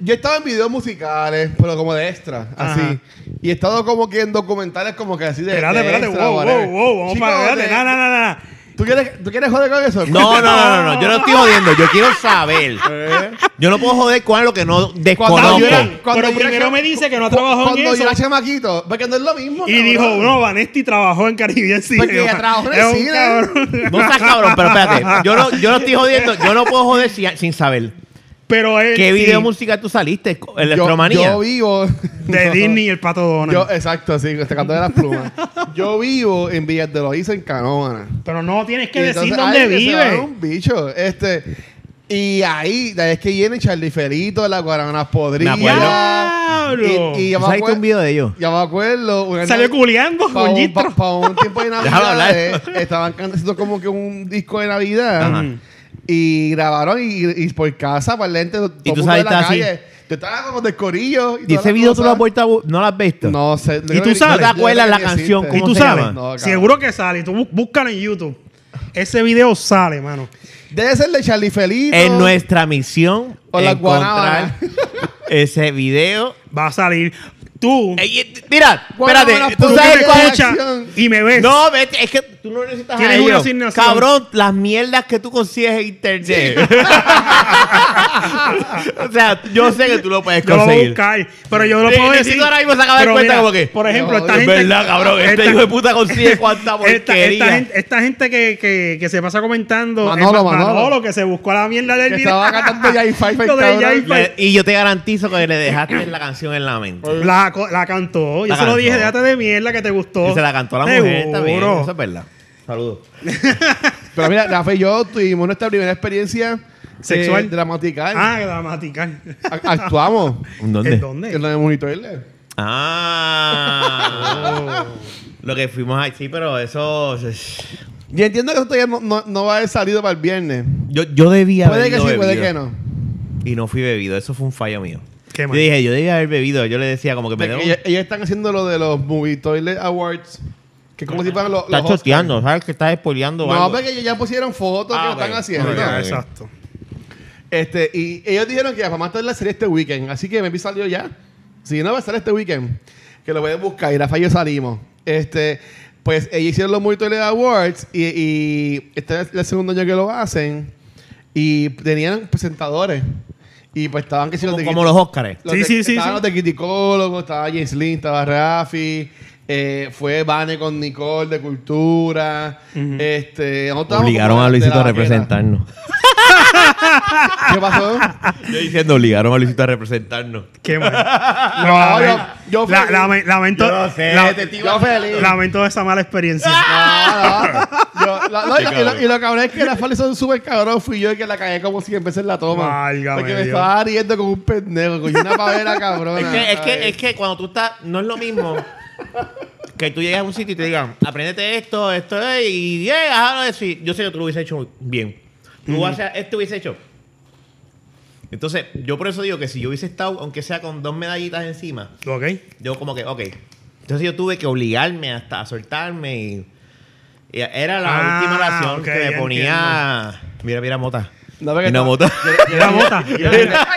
Speaker 1: yo he estado en videos musicales, pero como de extra, así.
Speaker 2: Ajá.
Speaker 1: Y he estado como que en documentales como que así de
Speaker 2: Espérate,
Speaker 1: de
Speaker 2: espérate.
Speaker 1: extra,
Speaker 2: Wow, wow,
Speaker 1: whatever.
Speaker 2: wow. Vamos
Speaker 1: Chico,
Speaker 2: para
Speaker 1: te-
Speaker 2: adelante. No, no, no, no.
Speaker 1: ¿tú, quieres, ¿Tú quieres joder con eso?
Speaker 3: No, no, no, no, no. Yo no estoy jodiendo. Yo quiero saber. Yo no puedo joder con algo que no
Speaker 1: [LAUGHS] ¿Eh? Cuando yo era-
Speaker 3: desconozco.
Speaker 1: cuando
Speaker 2: pero
Speaker 1: yo era
Speaker 2: primero
Speaker 1: chama-
Speaker 2: me dice que no ha
Speaker 1: cu-
Speaker 2: trabajado en
Speaker 1: Cuando yo
Speaker 2: eso.
Speaker 1: era chamaquito, porque no es lo mismo.
Speaker 2: Y dijo,
Speaker 1: cabrón.
Speaker 2: no, Vanesti trabajó en Caribbean Cine.
Speaker 1: Porque ella trabajó en
Speaker 2: Es un
Speaker 1: cine.
Speaker 2: cabrón. [LAUGHS]
Speaker 3: No seas cabrón, pero espérate. Yo no, yo no estoy jodiendo. Yo no puedo joder si- sin saber.
Speaker 2: Pero él
Speaker 3: ¿Qué
Speaker 2: sí,
Speaker 3: video musical tú saliste?
Speaker 1: Yo-
Speaker 3: Electromanía.
Speaker 1: Yo, vivo. [LAUGHS]
Speaker 2: De
Speaker 1: No.
Speaker 2: Disney y el Pato Donald.
Speaker 1: Yo, exacto, sí, este canto de las
Speaker 3: [LAUGHS]
Speaker 1: plumas. Yo vivo en Villas de Loíza, en Canóvana.
Speaker 2: pero no tienes que
Speaker 1: Y
Speaker 2: decir
Speaker 1: entonces,
Speaker 2: dónde
Speaker 1: ay, que se va
Speaker 2: vive.
Speaker 1: un bicho. Este. Y ahí, de ahí es que viene Charlie Felito, la guarana podrida.
Speaker 3: Me acuerdo.
Speaker 2: ¡Diablo!
Speaker 1: Y, y ya,
Speaker 3: ¿Tú
Speaker 1: me
Speaker 3: saliste un
Speaker 1: acuerdo,
Speaker 3: video de ellos?
Speaker 1: ya me acuerdo. una
Speaker 2: Salió
Speaker 1: nave-
Speaker 2: culeando
Speaker 1: pa'
Speaker 2: con
Speaker 1: un, pa-
Speaker 2: Gistro.
Speaker 1: pa' un tiempo de
Speaker 3: [LAUGHS] Déjalo hablar.
Speaker 1: Navidad. estaban cantando como que un disco de Navidad.
Speaker 3: Ajá.
Speaker 1: Y grabaron y, y por casa, para la gente, todo
Speaker 3: tú
Speaker 1: el mundo de
Speaker 3: saliste
Speaker 1: la
Speaker 3: así.
Speaker 1: calle. Yo estaba como de corillo.
Speaker 3: ¿Y
Speaker 1: toda
Speaker 3: ese
Speaker 1: la
Speaker 3: video tú
Speaker 1: cosa.
Speaker 3: lo has vuelto a bu- ¿No lo has visto?
Speaker 1: No sé.
Speaker 2: ¿Y tú sabes?
Speaker 1: yo creo que
Speaker 3: acuerdas la
Speaker 1: ni
Speaker 3: canción?
Speaker 1: existe.
Speaker 2: ¿Y
Speaker 3: ¿Cómo
Speaker 2: tú
Speaker 3: se
Speaker 2: sabes?
Speaker 3: llama?
Speaker 1: No, cabrón.
Speaker 2: Seguro que sale. Tú bú- búscalo en YouTube. Ese video sale, mano.
Speaker 1: Debe ser de Charlie Felito.
Speaker 3: En nuestra misión
Speaker 1: O la
Speaker 3: encontrar
Speaker 1: guanábana.
Speaker 3: [LAUGHS] ese video.
Speaker 2: Va a salir. Tú.
Speaker 3: Ey, eh, mira,
Speaker 1: Guanábana,
Speaker 3: espérate, tú
Speaker 1: ¿por qué
Speaker 3: sabes
Speaker 1: me
Speaker 3: cuál
Speaker 1: escucha?
Speaker 3: es.
Speaker 2: escuchas y me ves.
Speaker 3: No, vete, es que tú no necesitas a
Speaker 2: Pues, Tienes una
Speaker 3: ellos.
Speaker 2: asignación.
Speaker 3: Cabrón, las mierdas que tú consigues en internet. [LAUGHS] o sea, yo sé que tú lo puedes
Speaker 2: Yo lo voy a
Speaker 3: conseguir.
Speaker 2: buscar. Pero yo lo
Speaker 3: Sí,
Speaker 2: puedo
Speaker 3: sí,
Speaker 2: decir.
Speaker 3: tú ahora mismo se acaba de
Speaker 2: Pero
Speaker 3: cuenta
Speaker 2: mira,
Speaker 3: como que,
Speaker 2: Por ejemplo,
Speaker 1: no,
Speaker 2: esta
Speaker 1: es
Speaker 3: Es
Speaker 2: gente.
Speaker 3: verdad, cabrón. Este
Speaker 2: esta-
Speaker 3: hijo de puta consigue cuánta
Speaker 2: Esta, esta
Speaker 3: porquería.
Speaker 2: gente, esta gente que, que, que se pasa comentando
Speaker 1: Manolo,
Speaker 2: es Ma-
Speaker 1: Manolo.
Speaker 2: que se buscó la mierda del
Speaker 1: Que
Speaker 2: video.
Speaker 1: estaba
Speaker 2: [LAUGHS]
Speaker 1: cantando Jai Pfeiffer,
Speaker 2: Lo de
Speaker 1: cabrón.
Speaker 2: Jai Pfeiffer.
Speaker 3: Le- y yo te garantizo que le dejaste la canción en la mente.
Speaker 2: La, co- la cantó. Yo
Speaker 3: La
Speaker 2: se lo
Speaker 3: cantó.
Speaker 2: dije, déjate de mierda que te gustó.
Speaker 3: Y se la cantó la mujer también.
Speaker 2: Seguro.
Speaker 3: Eso es verdad. Saludos.
Speaker 1: Pero mira, Rafa y yo tuvimos nuestra primera experiencia
Speaker 2: Sexual.
Speaker 1: eh, dramatical.
Speaker 2: Ah, dramática.
Speaker 1: A- Actuamos
Speaker 3: ¿Dónde?
Speaker 2: ¿En
Speaker 1: en
Speaker 2: dónde?
Speaker 1: la de Monitorle.
Speaker 2: [LAUGHS] Oh.
Speaker 3: Ah. Lo que fuimos ahí, sí, pero eso.
Speaker 1: Y entiendo que eso todavía no, no- no va a haber salido para el viernes.
Speaker 3: Yo, yo debía haber
Speaker 1: Puede que sí,
Speaker 3: bebido.
Speaker 1: puede que no.
Speaker 3: Y no fui bebido. Eso fue un fallo mío.
Speaker 2: Qué
Speaker 3: yo
Speaker 2: mal.
Speaker 3: dije, yo debía haber bebido. Yo le decía como que me
Speaker 1: Porque
Speaker 3: debo.
Speaker 1: ellos, ellos están haciendo lo de los Movie Toilet Awards. Que como si fueran los. los
Speaker 3: Estás
Speaker 1: Oscars.
Speaker 3: choteando, ¿sabes? Que estás espoleando
Speaker 1: No,
Speaker 3: algo.
Speaker 1: porque ellos ya pusieron fotos
Speaker 3: Ah,
Speaker 1: que lo
Speaker 3: ok.
Speaker 1: están haciendo.
Speaker 3: Ok,
Speaker 2: Ah,
Speaker 3: ok.
Speaker 2: Exacto.
Speaker 1: Este, y ellos dijeron que vamos a estar en la serie este weekend, así que me salió ya. Si no, va a estar este weekend. Que lo pueden buscar y Rafa y yo salimos. Este, pues ellos hicieron los Multitoilet Awards y, y este es el segundo año que lo hacen. Y tenían presentadores. Y pues estaban que si los
Speaker 3: Como,
Speaker 1: de
Speaker 3: como los Óscares.
Speaker 1: los
Speaker 2: Sí,
Speaker 1: de-
Speaker 2: sí, sí,
Speaker 1: Estaban
Speaker 2: sí.
Speaker 1: los de criticólogos, estaba James Lin, estaba Rafi. eh, fue Vane con Nicole de Cultura. Este, nosotros estábamos
Speaker 3: Obligaron
Speaker 1: como
Speaker 3: a
Speaker 1: de- de
Speaker 3: Luisito
Speaker 1: la
Speaker 3: a
Speaker 1: vaquera.
Speaker 3: representarnos.
Speaker 1: ¿Qué pasó?
Speaker 3: Yo diciendo, obligaron a Luisito a representarnos. [LAUGHS]
Speaker 2: Qué mal.
Speaker 1: No, yo- yo
Speaker 2: La-
Speaker 1: fui-
Speaker 2: lame- lamento,
Speaker 3: Yo no sé,
Speaker 2: la-
Speaker 3: te estoy
Speaker 1: Yo feliz.
Speaker 2: lamento esa mala experiencia.
Speaker 1: Ah. No, no. ah. Yo- la- no,
Speaker 3: Qué
Speaker 1: y, lo- y lo, y lo cabrón es que la falda son súper cabrón. Fui yo el que la cagué como 100 veces en la toma.
Speaker 2: Válgame
Speaker 1: porque me
Speaker 2: Dios.
Speaker 1: estaba riendo con un pendejo, con una pavera cabrona.
Speaker 3: Es que, es, que,
Speaker 1: ¿sabes?
Speaker 3: es que cuando tú estás, no es lo mismo [LAUGHS] que tú llegues a un sitio y te digan, apréndete esto, esto, eh, y eh, hazlo así. Yo sé que tú lo hubiese hecho bien. Tú haces- esto hubiese hecho. Entonces, yo por eso digo que si yo hubiese estado, aunque sea con dos medallitas encima,
Speaker 2: ¿Ok?
Speaker 3: yo como que, ok. Entonces yo tuve que obligarme hasta a soltarme y, y era la
Speaker 2: Ah,
Speaker 3: última oración
Speaker 2: ok,
Speaker 3: que
Speaker 2: ya
Speaker 3: me ponía... Mira, mira, mota.
Speaker 1: No, porque
Speaker 3: Y no,
Speaker 1: está-
Speaker 3: mota. [LAUGHS]
Speaker 2: Mira, bota.
Speaker 1: Mira,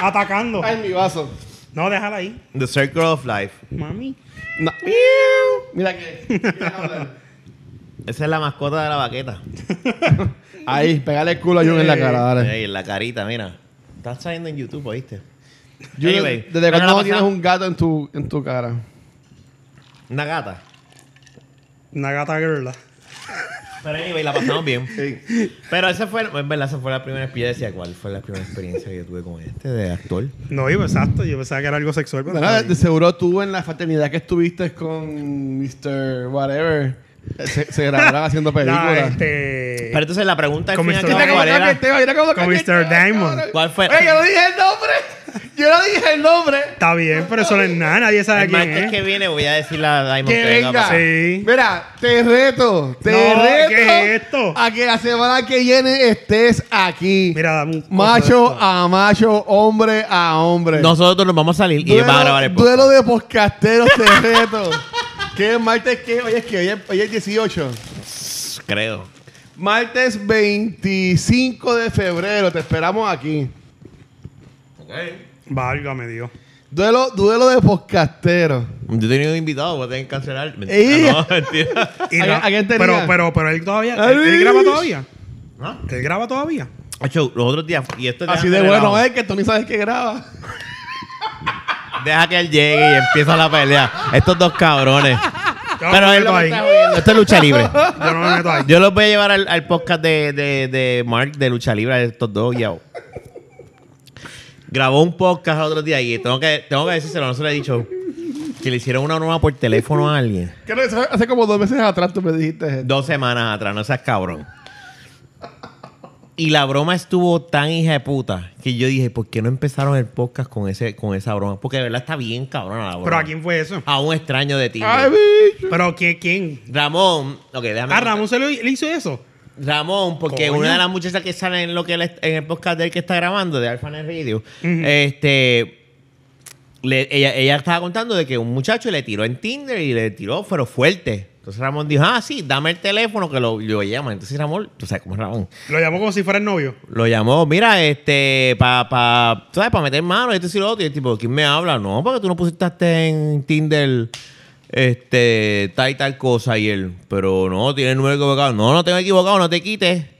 Speaker 2: Atacando.
Speaker 1: está en mi vaso.
Speaker 2: No, déjala ahí.
Speaker 3: The Circle of Life.
Speaker 2: Mami.
Speaker 1: No. Mira que. mira, habla.
Speaker 3: Esa es la mascota de la baqueta.
Speaker 1: Ahí, pegale el culo a Jun en la cara, dale.
Speaker 3: Ey, en la carita, mira. Está saliendo en YouTube, ¿oíste?
Speaker 1: Jun,
Speaker 3: Anyway,
Speaker 1: ¿desde
Speaker 3: pero la
Speaker 1: cuándo
Speaker 3: pasada-
Speaker 1: tienes un gato en tu, en tu cara?
Speaker 3: Una gata.
Speaker 2: Una gata girl.
Speaker 3: Pero anyway, la
Speaker 1: [LAUGHS]
Speaker 3: pasamos bien. Pero esa fue, en verdad, esa fue la primera experiencia. ¿Cuál fue la primera experiencia que tuve con este de actor?
Speaker 2: No, yo exacto. Yo pensaba que era algo sexual. Pero
Speaker 1: Bueno,
Speaker 2: está
Speaker 1: de,
Speaker 2: bien.
Speaker 1: de seguro tú en la fraternidad que estuviste con Mr. Whatever eh, se, se grabaron haciendo
Speaker 2: La,
Speaker 1: películas.
Speaker 2: este...
Speaker 3: Pero entonces la pregunta al
Speaker 2: Como
Speaker 3: final,
Speaker 2: Mr.
Speaker 3: ¿cuál
Speaker 2: Diamond.
Speaker 3: era?
Speaker 1: este
Speaker 2: Con Mr. Diamond.
Speaker 3: ¿Cuál fue?
Speaker 1: Oye, yo no dije el nombre. Yo no dije el nombre.
Speaker 2: Está bien, pero eso no es nada. Nadie sabe
Speaker 3: El
Speaker 2: quién
Speaker 3: martes
Speaker 2: es.
Speaker 3: que viene voy a decir la Diamond
Speaker 1: Que venga.
Speaker 3: para-
Speaker 2: Sí.
Speaker 1: Mira, te reto. Te
Speaker 2: No,
Speaker 1: reto.
Speaker 2: ¿qué es esto?
Speaker 1: A que la semana que viene estés aquí.
Speaker 2: Mira, dame un...
Speaker 1: macho a macho, hombre a hombre.
Speaker 3: Nosotros nos vamos a salir y
Speaker 1: Duelo-
Speaker 3: van a grabar el podcast.
Speaker 1: Duelo de podcasteros, te reto. ¿Qué martes qué? Oye, es que hoy es, hoy es 18.
Speaker 3: Creo.
Speaker 1: Martes 25 de febrero, te esperamos aquí.
Speaker 2: Válgame Dios.
Speaker 1: Duelo, duelo de podcasteros.
Speaker 3: Yo tenía un invitado, voy a tener que cancelar. Mentira,
Speaker 1: Ey.
Speaker 3: No, [LAUGHS] mentira.
Speaker 2: Y
Speaker 1: ¿A-
Speaker 2: la-
Speaker 1: a quién tenía?
Speaker 2: Pero, pero, pero él todavía...
Speaker 1: Ay.
Speaker 2: Él, él graba todavía.
Speaker 3: ¿No?
Speaker 2: Él graba todavía.
Speaker 3: Acho, los otros días. Y esto es
Speaker 1: Así de
Speaker 3: dejando
Speaker 1: bueno eh.
Speaker 3: relajo.
Speaker 1: es que Tony sabes que graba.
Speaker 3: Deja que él llegue y empieza la pelea. Estos dos cabrones.
Speaker 2: Yo
Speaker 3: Pero
Speaker 2: no me
Speaker 3: él
Speaker 2: meto ahí.
Speaker 3: Esto es lucha
Speaker 1: [LAUGHS]
Speaker 3: libre.
Speaker 2: Yo no me meto ahí.
Speaker 3: Yo los voy a llevar al, al podcast de, de- de Mark de lucha libre, a estos dos ya. Grabó un podcast el otro día y tengo que, tengo que decírselo, no se lo he dicho. Que le hicieron una nueva por teléfono a alguien.
Speaker 1: Creo que hace- hace como dos meses atrás tú me dijiste esto.
Speaker 3: Dos semanas atrás, no seas cabrón. Y la broma estuvo tan hija de puta que yo dije, ¿por qué no empezaron el podcast con, ese, con esa broma? Porque de verdad está bien cabrona la broma.
Speaker 2: Pero ¿a quién fue eso?
Speaker 3: A un extraño de ti.
Speaker 1: Ay, bicho.
Speaker 2: Pero ¿quién? quién?
Speaker 3: Ramón, ok, déjame.
Speaker 2: Ah, Ramón se lo, le hizo eso.
Speaker 3: Ramón, porque
Speaker 2: Coño.
Speaker 3: una de las muchachas que sale en lo que él est- en el podcast de él que está grabando, de Alpha Net Radio, este. le- ella, ella estaba contando de que un muchacho le tiró en Tinder y le tiró, pero fuerte. Entonces Ramón dijo, ah, sí, dame el teléfono que lo, lo llama. Entonces Ramón, tú sabes cómo es Ramón,
Speaker 2: Lo llamó como si fuera el novio.
Speaker 3: lo llamó, mira, este, para, pa, ¿sabes? Para meter mano, y esto y lo otro. Y el tipo, ¿quién me habla? No, porque tú no pusiste en Tinder, este, tal y tal cosa. Y él, pero no, tiene el número equivocado. No, no tengo equivocado, no te quites.
Speaker 2: [LAUGHS]